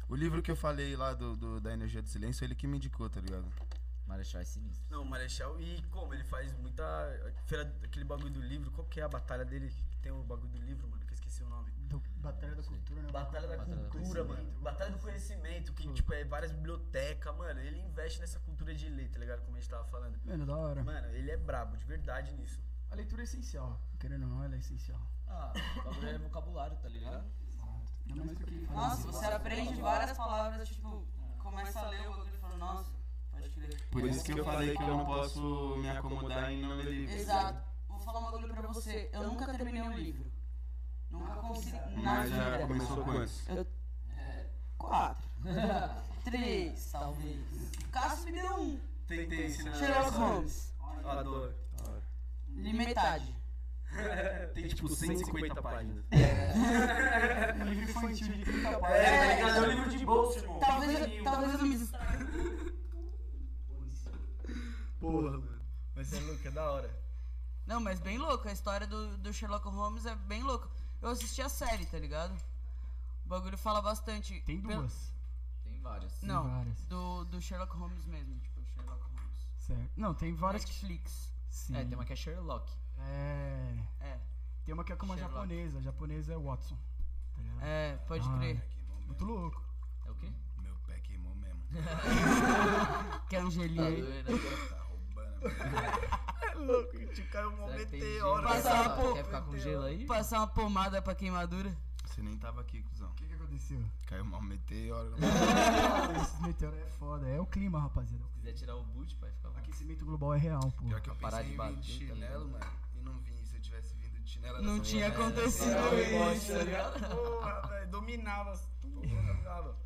O livro que eu falei lá do, do- da Energia do Silêncio, ele que me indicou, tá ligado?
Marechal é sinistro.
Não, o Marechal, e como? Ele faz muita. feira- Aquele bagulho do livro, qual que é a batalha dele? Que tem o bagulho do livro, mano, que eu esqueci o nome.
Do- Batalha da Cultura, né?
Batalha da
Batalha do
cultura, mano. Batalha do conhecimento, que tipo, é várias bibliotecas, mano. Ele investe nessa cultura de ler, tá ligado? Como a gente tava falando.
Mano, da hora.
Mano, ele é brabo, de verdade nisso.
A leitura é essencial. Querendo ou não, ela é essencial.
Ah, o bagulho é vocabulário, tá ligado?
Ainda mais porque...
Nossa, você aprende várias palavras, tipo, começa a ler o bagulho e fala, nossa, pode crer.
Por isso que eu falei que eu não posso me acomodar em nome livro.
Exato. Vou falar um bagulho pra você. Eu nunca terminei um livro. Nunca consegui. Na vida.
começou com isso.
Quatro. Três, talvez. Cássio me deu um.
Tentei ensinar.
Sherlock Holmes.
Adoro.
Li metade.
Tem tipo 150 páginas.
livro infantil de 30
É,
páginas.
tá ligado? É um livro de bolso, irmão. Tá
Talvez, eu- talvez eu não me
Porra, mano. Mas é louco, é da hora.
Não, mas bem louco. A história do, do Sherlock Holmes é bem louca. Eu assisti a série, tá ligado? O bagulho fala bastante.
Tem
Pelo-
duas.
Tem vários.
Tem
Não,
várias.
do, do Sherlock Holmes mesmo. Tipo, Sherlock Holmes.
Certo. Não, tem várias que...
Netflix.
Sim.
É, tem uma que é Sherlock.
É...
É.
Tem uma que é com uma
Sherlock.
japonesa. A japonesa é Watson. Tá ligado?
É, pode
Ah,
crer.
Muito louco.
É o quê?
Meu pé queimou mesmo.
Que é Angelina.
Tá roubando.
É louco, o cara é um meteoro.
Passar
Passar
uma po-
Quer ficar com gelo aí?
Passar uma pomada pra queimadura.
Você nem tava aqui, cuzão.
O que, que aconteceu?
Caiu mal meteoro.
Esses meteoros é foda. É o clima, rapaziada.
Se quiser tirar o boot, pai, fica bom.
Aquecimento global é real, pô.
Pior que eu
Parar de
pensei em vir de
bater, tá ligado?
chinelo, mano. E não vim. Se eu tivesse vindo de chinelo, era
né? Não
só-
tinha acontecido
é,
isso, tá ligado?
Porra, velho, dominava tudo, dominava.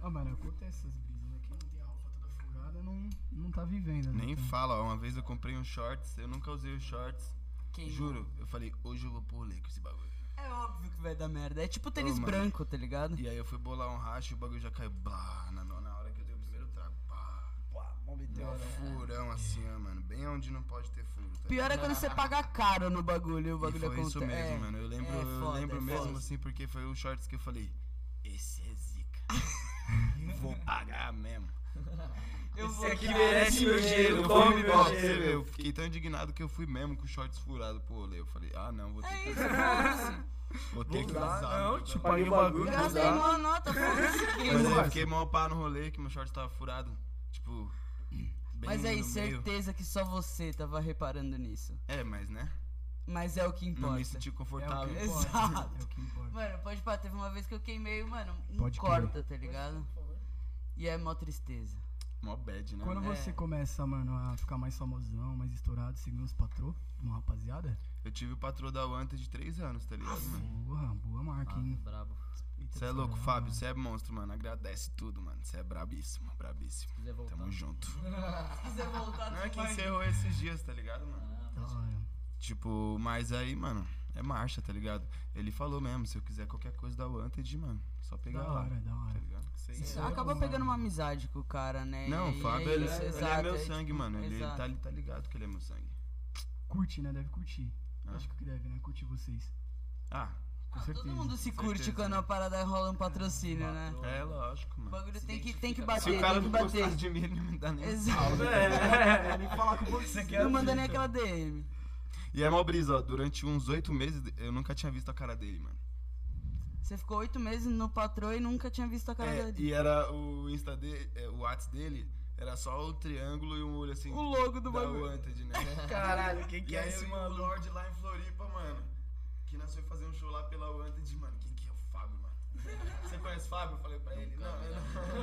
Ah, mano, acontece essas brisas, né? Quem não tem a roupa toda furada não, não tá vivendo, né?
Nem
Então,
fala, ó. Uma vez eu comprei um shorts, eu nunca usei os shorts.
Quem-
Juro, eu falei, hoje eu vou pro rolê com esse bagulho.
É óbvio que vai dar merda. É tipo tênis
mano.
branco, tá ligado?
E aí eu fui bolar um racha e o bagulho já caiu. Blá, na, na hora que eu dei o primeiro trago. Pá.
Pá, mó né?
Deu um
meteoro.
furão assim, ó, mano. Bem onde não pode ter furo. Tá?
É. Pior é quando você paga caro no bagulho, o
E
bagulho
foi isso
aconte-
mesmo,
é.
mano. Eu lembro,
É
eu
foda,
lembro
é
mesmo
foda.
assim, porque foi o shorts que eu falei: Esse é zica. Vou pagar mesmo.
Eu vou
aqui merece meu dinheiro, come meu
Ó, você vê,
dinheiro.
Eu fiquei tão indignado que eu fui mesmo com shorts furado pro rolê. Eu falei: Ah, não, vou ter
É
que,
isso, foda-se.
vou ter que usar.
Não,
mano.
tipo, paguei o bagulho.
Gastei uma nota,
Mas
foda-se.
eu fiquei mal pá no rolê que meu shorts tava furado. Tipo. Bem
Mas é aí,
no meio.
certeza que só você tava reparando nisso.
É, mas né?
Mas é o que
Não me
importa.
senti
É o
confortável.
que importa.
Exato.
É o que importa.
Mano, pode pá, teve uma vez que eu queimei, mano, um
Pode crer.
corta, tá ligado? E é mó tristeza.
Mó bad, né?
Quando
mano?
você começa, mano, a ficar mais famosão, mais estourado, seguindo os patrô, uma rapaziada,
Eu tive o patrão da Wanta de 3 anos, tá ligado, mano?
porra, boa marca, hein?
brabo.
Eita,
Você é louco,
será,
Fábio.
mano?
Você é monstro, mano. Agradece tudo, mano. Você é brabíssimo, brabíssimo.
Se quiser voltar.
Tamo junto.
Se quiser voltar,
Não é que encerrou esses dias, tá ligado, mano?
Da hora.
Tipo, mas aí, mano, é marcha, tá ligado? Ele falou mesmo, se eu quiser qualquer coisa da Wanted, mano, só pegar
Da
lá.
hora, da
Tá
hora.
ligado?
Isso é
Acaba
bom,
pegando
mano.
uma amizade com o cara, né?
Não, o
E
Fábio,
é
ele,
isso,
ele é
exato,
meu
tipo,
sangue, mano. Ele, ele
exato.
tá, ele tá ligado que ele é meu sangue.
Curte, né? Deve curtir.
Hã?
Acho que deve, né? Curte vocês.
Ah,
Ah, todo mundo se curte quando a parada rola um patrocínio, né?
É, lógico,
O
mano.
bagulho tem que, tem que
Se o
bater,
cara
tem que
não gostasse
bater.
de mim, né? ele não me dá nem
Exato.
É, nem falar com você que é
Não manda nem aquela DM.
E é mó brisa, ó. Durante uns oito meses eu nunca tinha visto a cara dele, mano.
Você ficou oito meses no patrô e nunca tinha visto a cara
É,
dele.
e era o Insta dele, é, o Whats dele, era só o triângulo e um olho assim.
O logo do
da
bagulho.
Wanted, né?
Caralho, quem que
e
é
aí
esse
eu e o
maluco?
Lorde lá em Floripa, mano. Que nós foi fazer um show lá pela Wanted, mano. Quem que é o Fábio, mano? Você conhece o Fábio? Eu falei pra ele, não, eu não.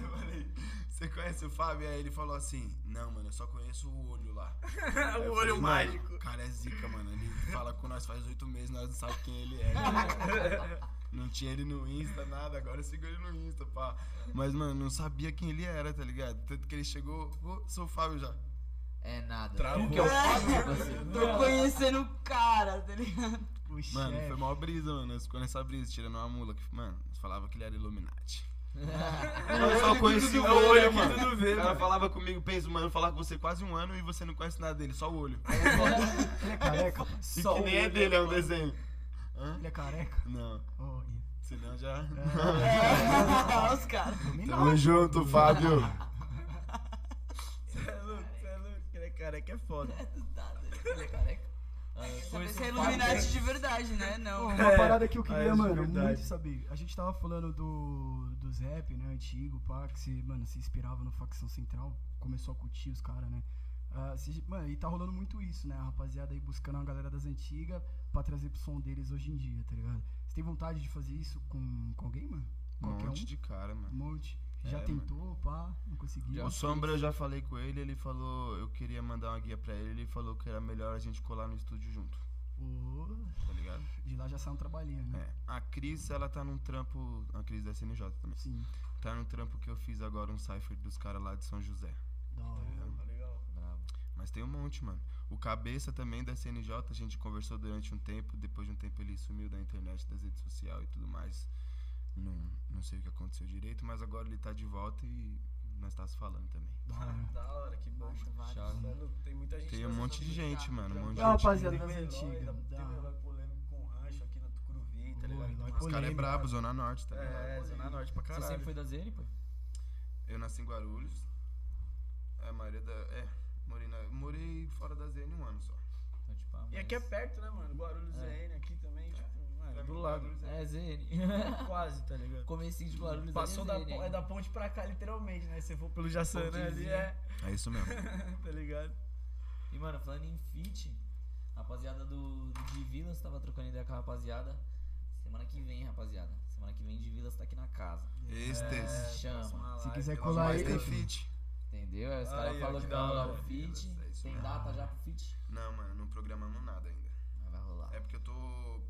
Eu falei, você conhece o Fábio? Aí ele falou assim, não, mano, eu só conheço o olho lá. Aí eu
o
falei, "Mano,
olho mágico.
O cara é zica, mano. Ele fala com nós faz oito meses, nós não sabemos quem ele é. não tinha ele no Insta, nada. Agora eu sigo ele no Insta, pá. Mas, mano, não sabia quem ele era, tá ligado? Tanto que ele chegou, pô, sou o Fábio já.
É nada.
Travou.
Tô conhecendo o cara, tá ligado?
Mano, foi mó brisa, mano. Nós ficou nessa brisa, tirando uma mula. Que, mano, nós falava que ele era Illuminati. eu só conhecia o olho, mano. o cara falava comigo, pensa, mano, eu falava com você quase um ano e você não conhece nada dele, só o olho.
Ele é careca?
E que nem é dele, é um desenho. Hã?
Ele é careca?
Não,
Oh, e-
senão já.
É, os caras.
Tamo junto, Fábio.
Você é louco, você é louco. Ele é careca, é foda.
Você é Illuminati de verdade, né? Não.
Uma parada que eu
Ah,
queria,
é
mano,
verdade.
muito saber. A gente tava falando do, dos rap, né, antigo, pá, que você, mano, se inspirava no Facção Central, começou a curtir os caras, né? Ah, se- mano, e tá rolando muito isso, né? A rapaziada aí buscando a galera das antigas pra trazer pro som deles hoje em dia, tá ligado? Você tem vontade de fazer isso com, com alguém, mano?
Um
Qualquer
monte
um?
de cara, mano.
Um monte. Já
É,
tentou, pá, não conseguiu.
O Sombra, eu já falei com ele, ele falou, eu queria mandar uma guia pra ele, ele falou que era melhor a gente colar no estúdio junto,
Ô,
tá ligado?
de lá já sai um trabalhinho, né?
É. A Cris, ela tá num trampo, a Cris da SNJ também,
Sim,
tá num trampo que eu fiz agora, um cipher dos caras lá de São José.
da hora.
Mas tem um monte, mano. O Cabeça também da CNJ, a gente conversou durante um tempo. Depois de um tempo ele sumiu da internet, das redes sociais e tudo mais. Não, não sei o que aconteceu direito, mas agora ele tá de volta e nós tá se falando também.
Da hora.
Da hora, que bom.
Nossa, vários.
Você é louco, Tem muita gente.
Tem um monte de gente, mano. Um monte de
Ah,
gente.
rapaziada,
Tem o
das
Eloy,
antigas.
da-
Da
Tem o
hora.
Eloy polêmico com rancho aqui na Tucuruvi, tá
Ô, Eloy
ligado?
Os caras é
polêmico.
brabo, Zona Norte, tá ligado?
É, Zona Norte pra
Você sempre
caralho.
foi da ZN, pô?
Eu nasci em Guarulhos. A maioria da. É, morei, na, morei fora da ZN um ano só.
Então, tipo, ah,
E
mas-
aqui é perto, né, mano? Guarulhos ZN aqui também, tipo, mano, do lado.
É, ZN.
Quase, tá ligado?
Comecinho de Guarulhos.
Passou
ali
da,
é
pon-
ZN,
é da ponte pra cá, literalmente, né? Se for pelo Jaçanã
Pontezinho.
ali, é,
É isso mesmo.
tá ligado?
E, mano, falando em fit, rapaziada do, do de Vilas tava trocando ideia com a rapaziada. Semana que vem, rapaziada. Semana que vem de Vilas tá aqui na casa.
É,
Estes.
Chama.
Se quiser colar
Mas
aí,
tem fit.
Entendeu? Aí os caras
Aí, ó,
falaram
que
que
da
tava lá
hora.
o fit.
É isso
Tem
mesmo.
data já pro fit?
Não, mano, não programamos nada ainda.
Mas vai rolar.
É porque eu tô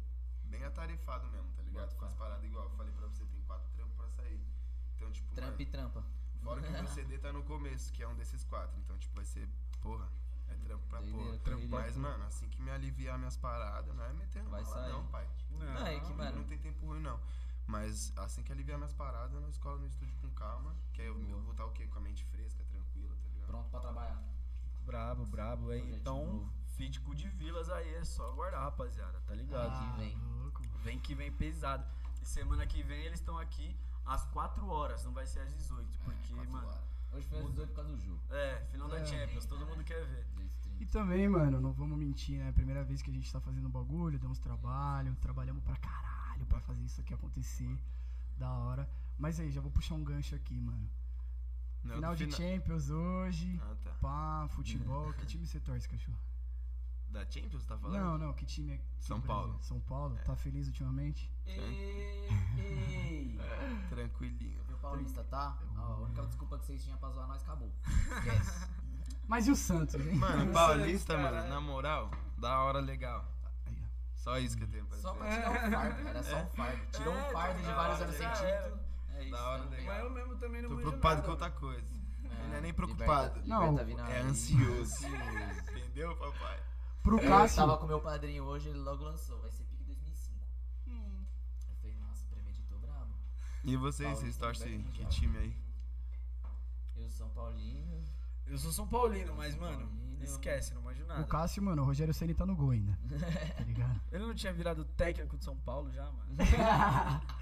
bem atarefado mesmo, tá ligado? Com as paradas igual. Eu falei pra você, tem quatro trampos pra sair. Então, tipo,
Trampa e
mano,
trampa.
fora que o meu CD tá no começo, que é um desses quatro. Então, tipo, vai ser, porra, é trampo pra
Doideira,
porra.
correria.
Mas, mano, assim que me aliviar minhas paradas, não é metendo
Vai
bala,
sair.
não, pai.
Não, é que,
Não
mano,
tem tempo ruim, não. Mas assim que aliviar minhas paradas, eu escola no estúdio com calma. Que aí eu eu vou estar o quê? Com a mente fresca, tranquila, tá ligado?
pronto pra trabalhar.
Brabo, brabo. Aí,
Projetinho
então,
novo.
fit com o de Vilas aí, é só aguardar, rapaziada, tá ligado?
Aqui vem.
louco.
Vem que vem pesado. E semana que vem eles estão aqui às 4 horas, não vai ser às
É,
18, porque,
Quatro
mano.
horas. Hoje foi às 18 por causa do jogo.
É, final da Champions, todo mundo quer ver.
18h30.
E também, mano, não vamos mentir, né? Primeira vez que a gente tá fazendo um bagulho, deu uns trabalhos, trabalhamos pra caralho pra fazer isso aqui acontecer. Da hora. Mas aí, já vou puxar um gancho aqui, mano.
É
Não,
Final de
fina-
Champions hoje.
Ah, tá.
Pá,
É.
futebol. Que time você torce, cachorro?
Da Champions, tá falando?
Não, não, que time é. aqui no
São Paulo.
Brasil? São Paulo? Tá feliz ultimamente?
Ei, ei.
Tranquilinho.
Meu paulista, tá? A única desculpa que vocês tinham pra zoar nós acabou. Esquece.
Mas e o Santos, hein?
Mano, paulista, mano, na moral, da hora legal.
Aí, ó.
Só isso que eu tenho pra
Só pra
dizer.
tirar um fardo, era só um fardo. Tirou
É,
um fardo de
já
vários
era,
anos
já
sem
era. né?
título. É isso.
hora,
tamo bem.
legal.
Mas eu mesmo também não
Tô
manjo
preocupado
nada,
com
mano.
outra coisa. Ele não é nem preocupado.
Liberta-
Não,
liberta Vina
É
aí.
ansioso. Entendeu, papai?
Pro
Eu
Cássio.
tava com meu padrinho hoje, ele logo lançou. Vai ser pique 2005. Eu falei, nossa, premeditou brabo.
E vocês,
Paulista,
vocês torcem
liberta-
que time aí?
Eu sou São Paulino.
Eu sou São Paulino, mas,
São
mano,
Paulino.
Esquece, não manjo
O
nada.
Cássio, mano, o Rogério Ceni tá no gol ainda. Tá ligado?
Ele não tinha virado técnico de São Paulo já, mano?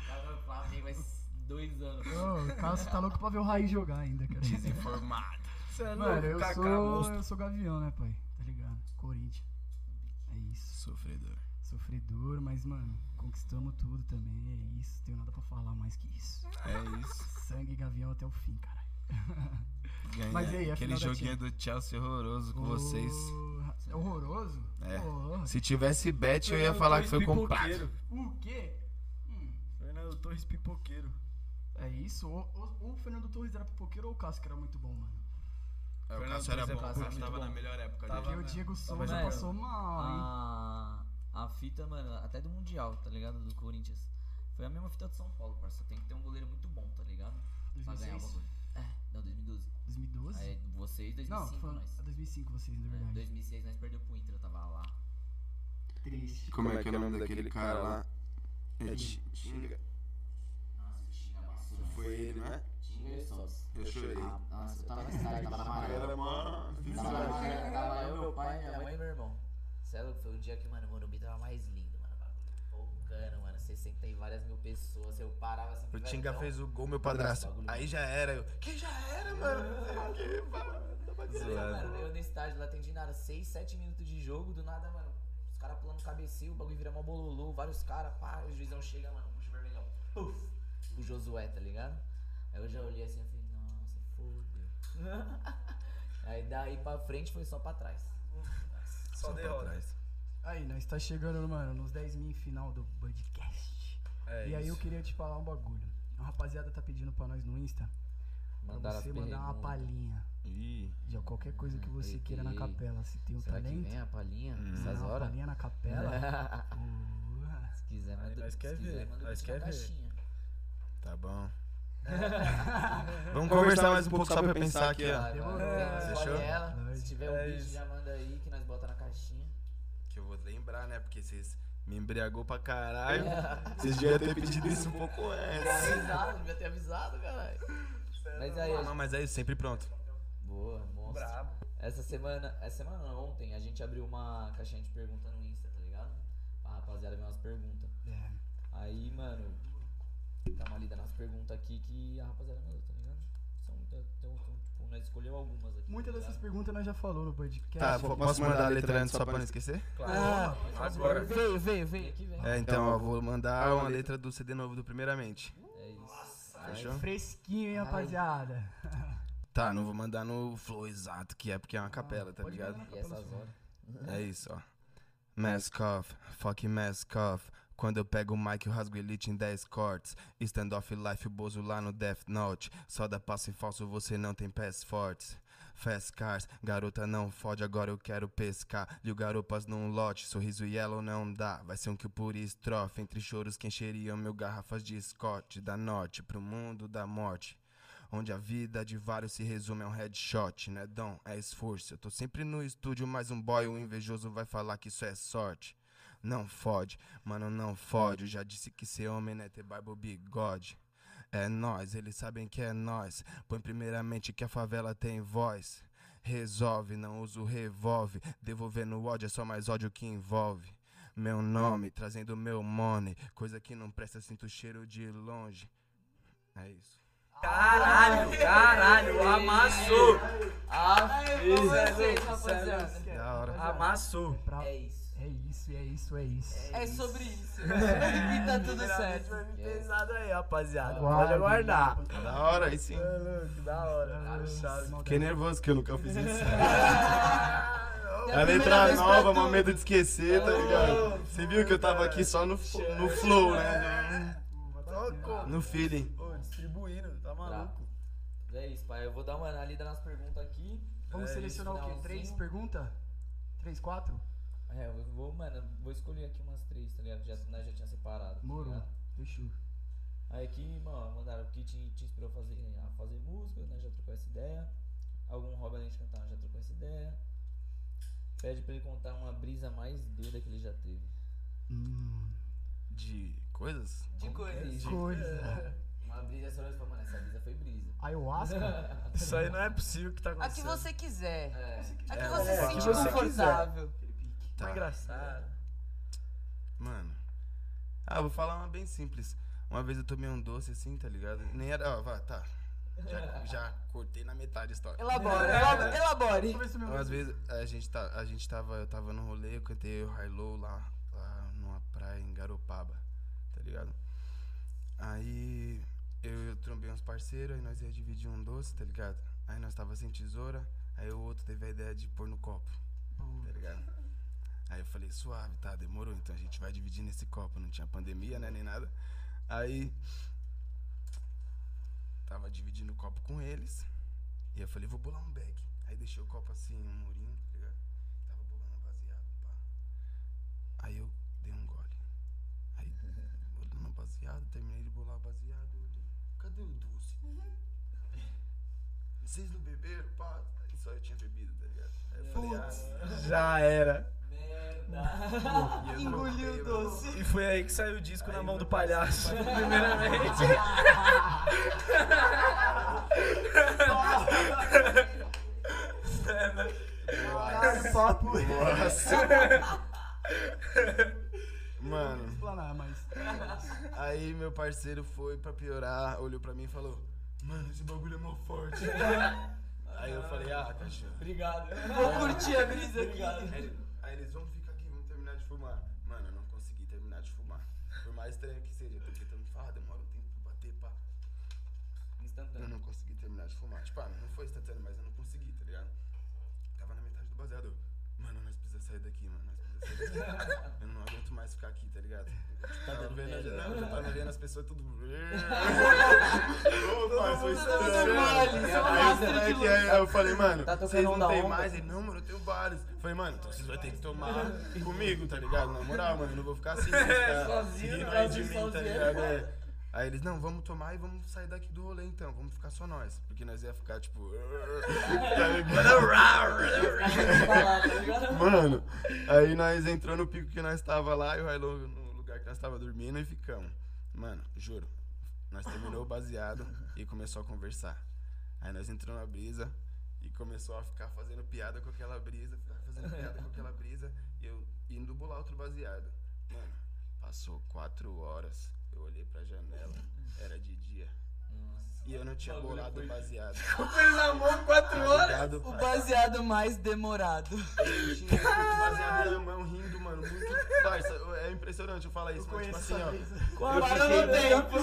Tava no Flamengo há dois anos.
Ô, o Cássio tá louco pra ver o Raí jogar ainda, cara.
Tá
Desinformado.
Você é louco,
Mano, eu
Kaká,
sou,
monstro.
eu sou gavião, né, pai? Tá ligado? Corinthians. É isso.
Sofredor.
Sofredor, mas, mano, conquistamos tudo também. É isso. Tenho nada pra falar mais que isso.
É isso.
Sangue gavião até o fim, cara.
Ganha.
Mas e aí, a
Aquele
final da
joguinho do Chelsea horroroso com vocês.
É horroroso?
É.
Pô,
Se tivesse bet, eu ia falar que foi comprado.
Pipoqueiro.
o quê?
Fernando Torres pipoqueiro.
É isso? Ou, ou- ou o Fernando Torres era pipoqueiro ou o Cássio que era muito bom, mano.
É, o
Fernando
Cássio era
Torres é
bom, o
Cássio,
Cássio
muito
tava
bom.
na melhor época
Tava.
dele.
Porque
né?
o Diego Souza
Mas,
passou
Ah,
mal, hein?
A, a fita, mano, até do Mundial, tá ligado? Do Corinthians. Foi a mesma fita do São Paulo, parça. Tem que ter um goleiro muito bom, tá ligado? Pra ganhar o
2006?
bagulho. É, não, 2012.
2012?
Aí vocês, 2005,
Não, foi
nós.
a 2005 vocês, na
É,
verdade.
2006 nós perdeu pro Inter, eu tava lá.
Triste.
Como é que é o nome daquele cara lá? É Ti- Tinga. Foi ele, né?
Tinha sócio.
Eu chorei.
Nossa, Ah, eu tava na cidade, tava na Maré.
Era mó-
Tava, na- tava eu, meu pai, minha
Minha
mãe.
mãe e meu irmão. Cê é louco, foi o dia que, mano, o Morumbi tava mais lindo, mano. o bagulho Focando, mano. 60 e várias mil pessoas. Eu parava assim.
O
velho,
Tinga
não,
fez o gol, meu padrasto. Aí já era. Eu, que já era, mano? tá
Mano, eu nesse estádio lá atendi nada, 6, 7 minutos de jogo, do nada, mano, os caras pulando cabeceio, o bagulho vira mó bololô, vários caras, pá, o juizão chega, mano, puxa o vermelhão, puf, o Josué, tá ligado? Aí eu já olhei assim, eu falei, nossa, fodeu. Aí daí pra frente foi só pra trás.
Só derrota.
Aí, nós tá chegando, mano, nos 10 mil final do podcast.
É
e aí eu queria te falar um bagulho. A rapaziada tá pedindo pra nós no Insta pra
Mandaram
você
as
mandar uma
perguntas. Hum,
palhinha
Ih,
de qualquer coisa que você queira na capela. Se tem o
Será que
talento,
vem a palhinha?
mandar
Essas
uma
horas? É.
palhinha na capela. Porra.
se quiser, manda
nós
se
quer
quiser,
ver,
manda
nós
uma
quer ver.
caixinha.
tá bom.
É. Vamos conversar mais um pouco só pra pensar aqui,
Vai,
ó.
vai,
Demorou.
vai,
Fechou?
escolhe ela.
Lógico.
Se tiver
É
um bicho,
isso.
já manda aí que nós bota na caixinha.
Que eu vou lembrar, né? Porque vocês me embriagou pra caralho. Vocês deviam ter pedido isso um pouco antes.
avisado, devia ter avisado, caralho. Mas aí, a
Não, mas aí, sempre pronto.
gente- boa, monstro. Essa semana, essa semana não, ontem, a gente abriu uma caixinha de pergunta no Insta, tá ligado? Pra rapaziada ver umas perguntas.
É.
Aí, mano, dá uma lida nas perguntas aqui que a rapaziada mandou, tá ligado? São muitas, então, são, tipo, nós escolheu algumas aqui.
Muitas
tá
dessas
ligado?
perguntas nós já falou no podcast.
Tá, po- posso mandar a letra antes só pra não esquecer?
Ah,
Agora.
Veio, veio, veio. Aqui, vem.
É, então, ó, vou mandar uma letra do CD novo do Primeiramente.
É isso.
Fechou?
Fresquinho, hein, rapaziada.
Tá, não vou mandar no flow exato que é, porque é uma capela, tá
Pode mandar
ligado?
na
E
capela
essas
sua.
horas.
É isso, ó. Mask off, fucking mask off. Quando eu pego o mic, eu rasgo elite em 10 cortes. Standoff life, bozo lá no Death Note. Só dá passe falso, você não tem pés fortes. Fast cars, garota não fode, agora eu quero pescar. Liu garopas num lote, sorriso yellow não dá. Vai ser um que por estrofe, entre choros que encheriam meu garrafas de Scott. Da norte pro mundo da morte. Onde a vida de vários se resume a um headshot, né, Dom? É esforço. Eu tô sempre no estúdio, mas um boy, o invejoso, vai falar que isso é sorte. Não fode, mano, não fode. Eu já disse que ser homem não é ter barba ou bigode. É nós, eles sabem que é nós. Põe primeiramente que a favela tem voz. Resolve, não uso revólver. Devolvendo ódio é só mais ódio que envolve. Meu nome, trazendo meu money. Coisa que não presta, sinto o cheiro de longe. É isso.
Caralho, caralho, amassou.
Isso, rapaziada.
Da hora.
Ah,
Amassou.
Pra-
É isso.
É isso, é isso, é isso.
É sobre isso. E tá tudo certo.
Vai
É,
vir pesado aí, rapaziada.
Aguarde.
Pode aguardar.
Da hora, aí sim.
Da hora.
Fiquei nervoso que eu nunca fiz isso.
É
A
primeira
letra
vez pra
nova,
tudo.
mó medo de esquecer, tá ligado? Você viu que eu tava aqui só no, fo- no flow, né? No feeling.
Ô, distribuindo, tá maluco.
Mas É isso, pai. Eu vou dar uma lida nas perguntas aqui.
Vamos
É
selecionar
isso,
o quê? Três
finalzinho.
perguntas? Três, quatro?
É, eu vou, mano, eu vou escolher aqui umas três, tá ligado? Já, nós já tinha separado. tá
Morou.
ligado?
Fechou.
Aí aqui, mano, mandaram o que te, te inspirou a fazer, a fazer música, né? Já trocou essa ideia. Algum hobby além de cantar, já trocou essa ideia. Pede pra ele contar uma brisa mais doida que ele já teve.
Hum,
De coisas?
De coisa.
Isso.
coisa.
Uma brisa você olha e fala, mano, essa brisa foi brisa.
Ayahuasca? Isso aí não é possível que tá
A que
acontecendo.
você quiser.
É,
A que você
é,
se
o que
sentir
você quiser.
confortável.
Tá engraçado.
Mano. Ah, vou falar uma bem simples. Uma vez eu tomei um doce assim, tá ligado? Nem era. Ó, vai, tá. Já, já cortei na metade a história.
Elabore, elabore, elabore.
Às vezes a gente, tá, a gente tava, eu tava no rolê, eu cantei o High Low lá, lá numa praia em Garopaba, tá ligado? Aí eu, eu trombei uns parceiros, aí nós ia dividir um doce, tá ligado? Aí nós tava sem tesoura, aí o outro teve a ideia de pôr no copo, tá ligado? Aí eu falei, suave, tá, demorou, então a gente vai dividir nesse copo, não tinha pandemia, né, nem nada. Aí tava dividindo o copo com eles. E eu falei, vou bolar um beck. Aí deixei o copo assim, um murinho, tá ligado? Tava bolando um baseado, pá. Aí eu dei um gole. Aí, bolando um baseado, terminei de bolar o baseado. Eu olhei, cadê o doce? Uhum. Vocês não beberam, pá? Aí só eu tinha bebido, tá ligado? Aí eu falei, ah,
Já era.
e eu engoliu o doce.
E foi aí que saiu o disco na mão do palhaço. Primeiramente.
Mano.
Explanar, mas.
Aí meu parceiro foi pra piorar, olhou pra mim e falou: Mano, esse bagulho é mó forte. Aí eu falei: Ah, cachorro.
Obrigado.
Vou curtir a brisa aqui.
Aí ele- Aí eles vão ficar aqui, vão terminar de fumar. Mano, eu não consegui terminar de fumar. Por mais estranho que seja, porque todo mundo fala, "Ah, demora um tempo pra bater, pá. Eu
Instantâneo.
não consegui terminar de fumar. Tipo, ah, não foi instantâneo, mas eu não consegui, tá ligado? Tava na metade do baseado. eu, Mano, nós precisamos sair daqui, mano. Nós precisamos sair daqui. eu não aguento mais ficar aqui, tá ligado? Tipo, tava vendo, a- não, eu tava vendo as pessoas tudo. Ô, pai, foi
mole, isso é uma
Aí,
máscara de
moleque, aí é, eu falei, mano,
Tá tocando
vocês não
onda
tem
onda.
mais? Ele, não, mano, eu tenho vários. Eu falei, mano, então vocês vão ter que tomar comigo, tá ligado? Na moral, mano, eu não vou ficar assim.
Sozinho,
sozinho, aí de
sozinho,
mim, tá
sozinho.
ligado? É. Aí eles, não, vamos tomar e vamos sair daqui do rolê então, vamos ficar só nós. Porque nós ia ficar tipo. tá ligado?
né?
Mano, aí nós entrou no pico que nós tava lá e o Hilo no lugar que nós tava dormindo e ficamos. Mano, juro. Nós terminou o baseado e começou a conversar. Aí nós entrou na brisa e começou a ficar fazendo piada com aquela brisa, ficar fazendo piada com aquela brisa e eu indo bolar outro baseado. Mano, passou quatro horas, eu olhei pra janela, era de dia. E eu não tinha bolado o baseado. Tá Ficou na mão quatro
O
horas?
baseado mais demorado.
Tinha muito baseado na mão, rindo, mano. Muito. Parça, é impressionante eu falar isso, mas tipo assim, ó.
né?
Parou no tempo.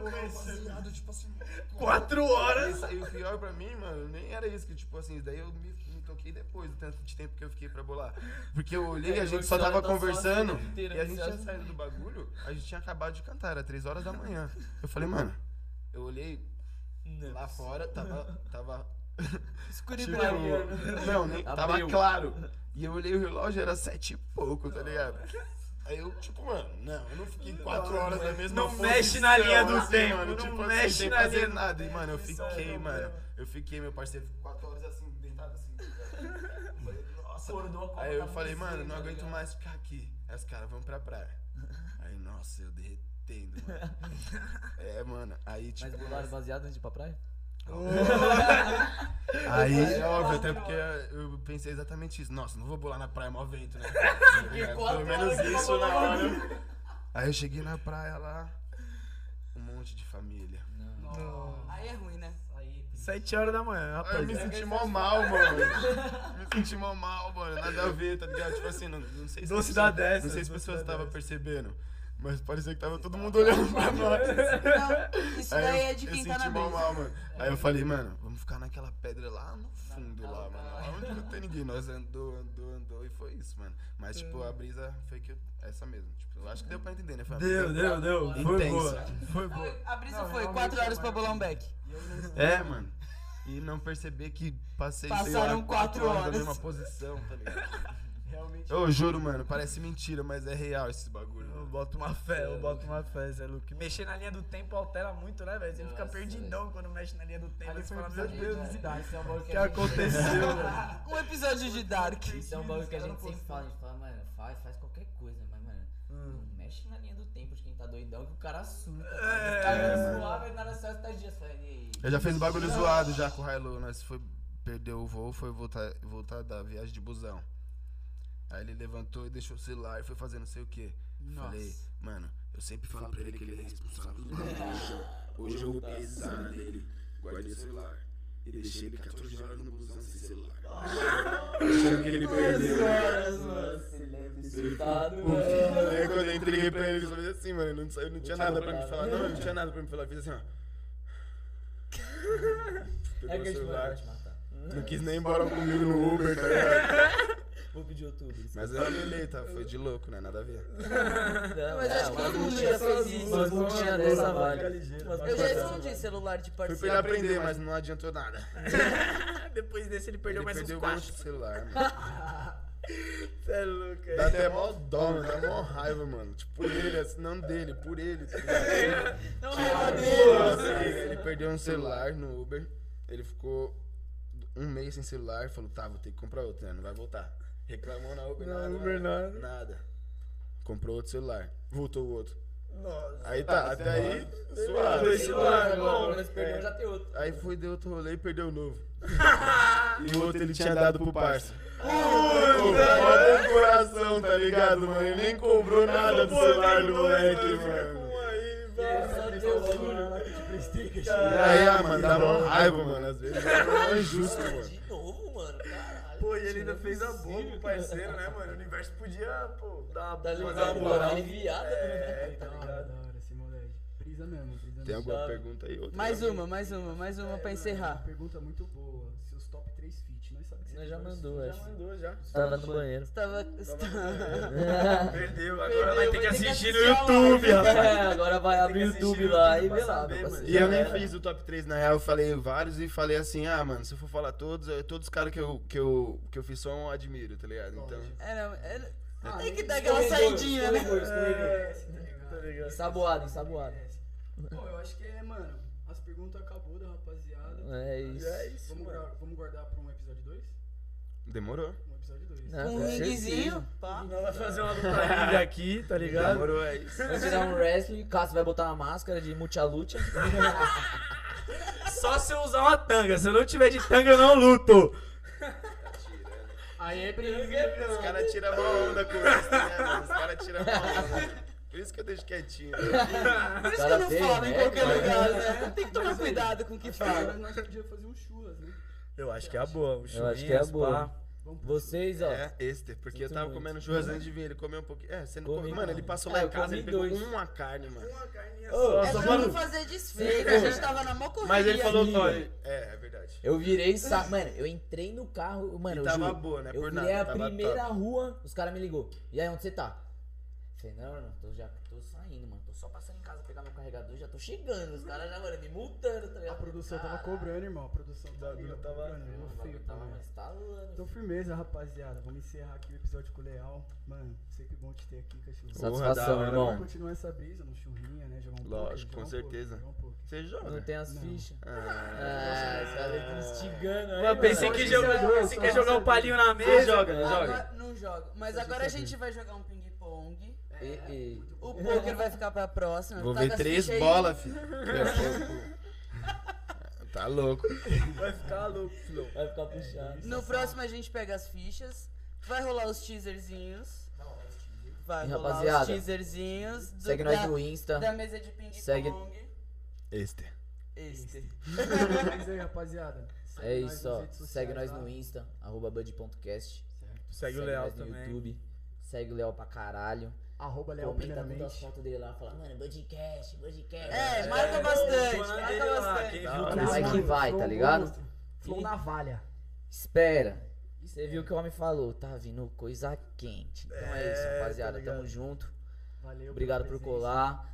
Baseado, tipo assim, quatro horas! E o pior pra mim, mano, nem era isso, que tipo assim, daí eu me, me toquei depois do tanto de tempo que eu fiquei pra bolar. Porque eu olhei e a né? gente É, tá só tava conversando e a gente tinha saído do bagulho, a gente tinha acabado de cantar, era três horas da manhã. Eu falei, mano, eu olhei lá fora, tava. tava
Escuridão.
tipo, não, nem, tava
Abriu.
claro. E eu olhei o relógio, era sete e pouco, tá ligado? Aí eu, tipo, mano, não, eu não fiquei quatro horas na mesma
Não
posição,
mexe na linha do
assim,
tempo, não
mano, tipo, assim,
mexe
sem
na
fazer
linha do
nada. E, mano, eu fiquei, mano, eu fiquei, meu parceiro, ficou quatro horas assim, deitado assim. tá ligado? Eu falei, Nossa, Aí eu falei, mano, não aguento mais ficar aqui. Aí os caras vão pra praia. Aí, nossa, eu derretendo, mano. É, mano, aí, tipo...
Mas bolaram baseado antes de ir pra praia?
Aí, é óbvio, até porque eu pensei exatamente isso. Nossa, não vou bolar na praia, mó vento, né? Pelo menos isso na hora. Aí eu cheguei na praia lá, um monte de família.
Aí é ruim, né?
Sete horas da manhã,
Aí eu
rapaz. É,
me senti mó mal, mano. Me senti mó mal, mano. Nada a ver, tá ligado? Tipo assim, não, não sei se.
Doce da dessa,
Não sei se as
doce
pessoas
da
estavam
dessa.
percebendo. Mas parecia que tava todo mundo olhando pra nós.
Não, isso daí
eu-
é de
eu
quem
senti
tá na
mó
brisa.
mal, mano. Aí eu falei, mano, vamos ficar naquela pedra lá no fundo, lá, mano. Lá onde não tem ninguém. Nós andou, andou, andou e foi isso, mano. Mas, tipo, a brisa foi que eu... Essa mesmo. Tipo, eu acho que deu pra entender, né? Foi a
Deu,
brisa
deu, deu. Foi boa.
intensa.
Foi boa.
A brisa foi 4 horas pra bolar um back.
É, mano. E não perceber que passei,
Passaram
sei lá,
quatro
na
horas.
mesma posição, tá ligado? Realmente. Eu juro, mano, parece mentira, mas é real esse bagulho.
Eu
mano.
boto uma fé, eu boto uma fé, Zé Luque. Mexer na linha do tempo altera muito, né, velho? Você fica perdidão quando mexe na linha do tempo. Você fala, meu Deus, o
Isso é um bagulho
que aconteceu, velho?
Um episódio de Dark.
Hum.
Isso é um bagulho que a gente sempre fala, a gente fala, mano, faz, faz qualquer coisa, mas, mano, não mexe mexe na linha do tempo de quem tá doidão que o cara surta. É. O cara zoava e nada certo tá dias. Falei, e aí?
Eu já fiz um bagulho zoado já com o Hilo. Nós foi perder o voo, foi voltar, voltar da viagem de busão. Aí ele levantou e deixou o celular e foi fazer não sei o que. Falei, mano, eu sempre falo pra ele que ele é responsável do bagulho. Hoje eu vou pesar nele. Guardei o celular. E deixei ele 14 horas no busão sem celular. Achando que ele perdeu.
É
Aí quando eu entreguei pra ele, ele só fez assim, mano. Não, sa- não tinha nada pra me falar. Não, não tinha nada pra me falar. Fiz assim, ó.
É
Pegou
que
o
eu te mando, eu vou
celular.
te matar.
Não quis nem ir embora comigo no Uber, tá ligado?
Vou pedir o tubo.
Mas eu olhei, tá? Foi de louco, né? Nada a ver.
Não,
Mas acho que todo mundo já fez isso. um
Mas não tinha dessa vale.
Eu já escondi celular de
Foi pra ele
parceiro.
aprender, mas não adiantou nada.
Depois desse ele perdeu
Ele
mais
perdeu
uns
muito
quatro.
celular, mano.
Você é louco,
Dá até mó dó, mano. Dá mó raiva, mano. Tipo, por ele, assim, não dele, por ele. tá ligado?
Não, raiva
Porra,
dele.
assim, Ele perdeu um celular no Uber. Ele ficou um mês sem celular. Falou, tá, vou ter que comprar outro, né? Não vai voltar. Reclamou na Uber,
Na
nada.
Uber,
mano.
nada.
Nada. Comprou outro celular. Voltou o outro.
Nossa.
Aí tá, até aí,
Dois
suave.
celulares,
Bom,
bom.
mas perdeu já tem outro.
Aí foi, deu outro rolê e perdeu o novo. e o outro ele tinha dado pro parça. Puta, olha o coração, tá ligado, mano? Ele nem cobrou nada do celular do moleque, mano.
um
Aí, ah, mano, dá mó raiva, mano. Às vezes é injusto, mano.
De novo, mano. Caralho.
Pô, e ele ainda fez a boa pro parceiro, né, mano? O universo podia, pô, dar uma
Tá
fazer
ligado?
uma
Moral
moral.
aliviada.
É,
então,
tá ligado?
Da hora, sem maldade. Brisa mesmo, brisa
Tem
mesmo.
alguma pergunta aí? Outra
Mais
também?
uma, mais uma, mais uma pra
Uma
encerrar.
pergunta é muito boa. Seus top 3 feat. Nós sabemos que é
Nós
você
já
faz.
mandou
Já
essa.
mandou, já.
Tava no banheiro.
Estava. estava...
Perdeu,
Perdeu,
agora vai ter que
vai ter que
assistir no
assistir a live.
YouTube, rapaz.
É, agora vai abrir o
Tem que assistir
YouTube
no
lá
YouTube
e
pra
vê lá.
saber,
pra
mano.
você.
E eu nem fiz o top 3, na real, eu falei vários e falei assim, ah, mano, se eu for falar todos, eh, todos os caras que eu, que, eu, que eu fiz som, eu admiro, tá ligado? Então,
Era, era...
É.
Tem que dar aquela saidinha, né?
tá
Ensaboado, ensaboado.
Pô, eu acho que é, mano. As perguntas acabou da rapaziada.
É isso.
É isso,
Vamos,
mano.
gra- vamos guardar pra um episódio 2?
demorou.
Um episódio 2.
Não,
Um
É,
com
ringuezinho.
certeza.
Pá.
Nós vamos fazer uma luta aqui, tá ligado?
Demorou, é isso.
Vai virar um wrestling, Cássio vai botar uma máscara de multialucha.
Só se eu usar uma tanga. Se eu não tiver de tanga, eu não luto.
Aí é brisa.
Os caras tiram uma onda com isso, né, mano? Os caras tiram uma onda. Por isso que eu deixo quietinho. né?
Por isso que
Cara
eu não
feio,
falo em
né?
qualquer lugar, né? Tem que tomar cuidado com o que
Tá
fala.
Nós podíamos fazer um churras, né?
Eu acho que é a boa. O
Eu acho que é a
churrinhas,
boa.
pá.
Vocês, ó.
É, Esther, porque eu
Sinto
tava
muito.
comendo churras
Uhum.
antes de vir, ele comeu um pouquinho. É, você não
Comi,
come. Mano,
mano.
ele passou
Ah,
lá
eu
em casa,
comi
ele pegou
dois.
uma carne, mano.
Ô,
É pra não fazer desfeita, a gente tava na mó correria.
Mas ele falou,
aqui.
Tony. É, é verdade.
Eu virei sa... Mano, eu entrei no carro. Mano,
E
eu
tava
juro,
boa, né?
Eu
Por
virei
nada,
a
tava
primeira rua, os caras me ligou. E aí, onde você tá? Falei, não, não, tô já tô saindo, mano. Tô só passando em casa pegar meu carregador e já tô chegando. Os caras já, mano, me multando, tá ligado?
A produção tava
Caralho,
cobrando, irmão. A produção tava
bagulho
cobrando.
tava-
irmão,
o bagulho
feio,
tava
também.
me instalando.
Então, firmeza, rapaziada. Vamos encerrar aqui o episódio com o Leal. Mano, sempre bom te ter aqui, cachorro.
Porra,
Satisfação,
da hora,
irmão.
Vamos
mano.
continuar essa brisa no churrinha, né? Jogar um
Lógico,
poker,
com
jogar um
certeza.
poker, jogar um poker.
Você
Não
joga?
tem as
Não.
fichas.
Ah,
Ah, os caras me instigando aí.
Eu pensei
mano.
que joga- pensei que ia jogar um palinho na
você
mesa.
joga, não joga?
Agora, não jogo. Mas agora a gente vai jogar um ping-pong.
E- e-
O poker vai ficar pra próxima.
Vou
Tá com
ver
assim,
as
três
fichas aí?
bolas, filho. Tá louco.
Vai ficar louco, filho.
Vai ficar puxado.
No próximo a gente pega as fichas. Vai rolar os teaserzinhos. Vai
E,
rolar
rapaziada,
os teaserzinhos. do-
Segue
da-
nós no Insta.
Da mesa de ping-pong.
Segue-
Este.
Este.
Mas aí, rapaziada. segue
É
nós
isso,
nas
ó.
redes sociais tá?
Segue nós
lá.
no Insta, arroba bud.cast.
Segue o Leal
nós no
também.
YouTube. Segue o Léo pra caralho.
Arroba Leal,
Comenta todas as
primeiramente.
fotos dele lá. Fala, mano, budcast, budcast.
É, marca bastante.
Joana
Marca
dele lá,
bastante.
quem
Da
viu
hora.
tudo isso,
Vai que
mano.
vai,
um
tá ligado?
Flow
E-
Navalha.
Espera. Você viu o que o homem falou, tá vindo coisa quente. Então é, isso,
É, tá
rapaziada.
ligado.
Tamo junto.
Valeu. pela
Obrigado por
presença.
colar.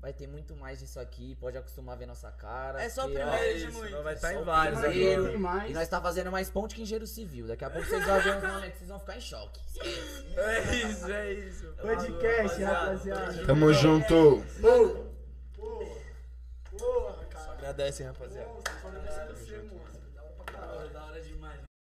Vai ter muito mais disso aqui. Pode acostumar a ver nossa cara.
É só o
porque, ó,
primeiro
É
de
isso,
muito.
nós vai estar
Só
em
o
vários
primeiro.
agora.
Tem mais.
E nós tá fazendo mais ponte que engenheiro civil. Daqui a pouco vocês vão ver uns moleques, vocês vão ficar em choque.
É isso, é isso.
Podcast, rapaziada.
Tamo junto. Agradecem, rapaziada.
Da hora demais.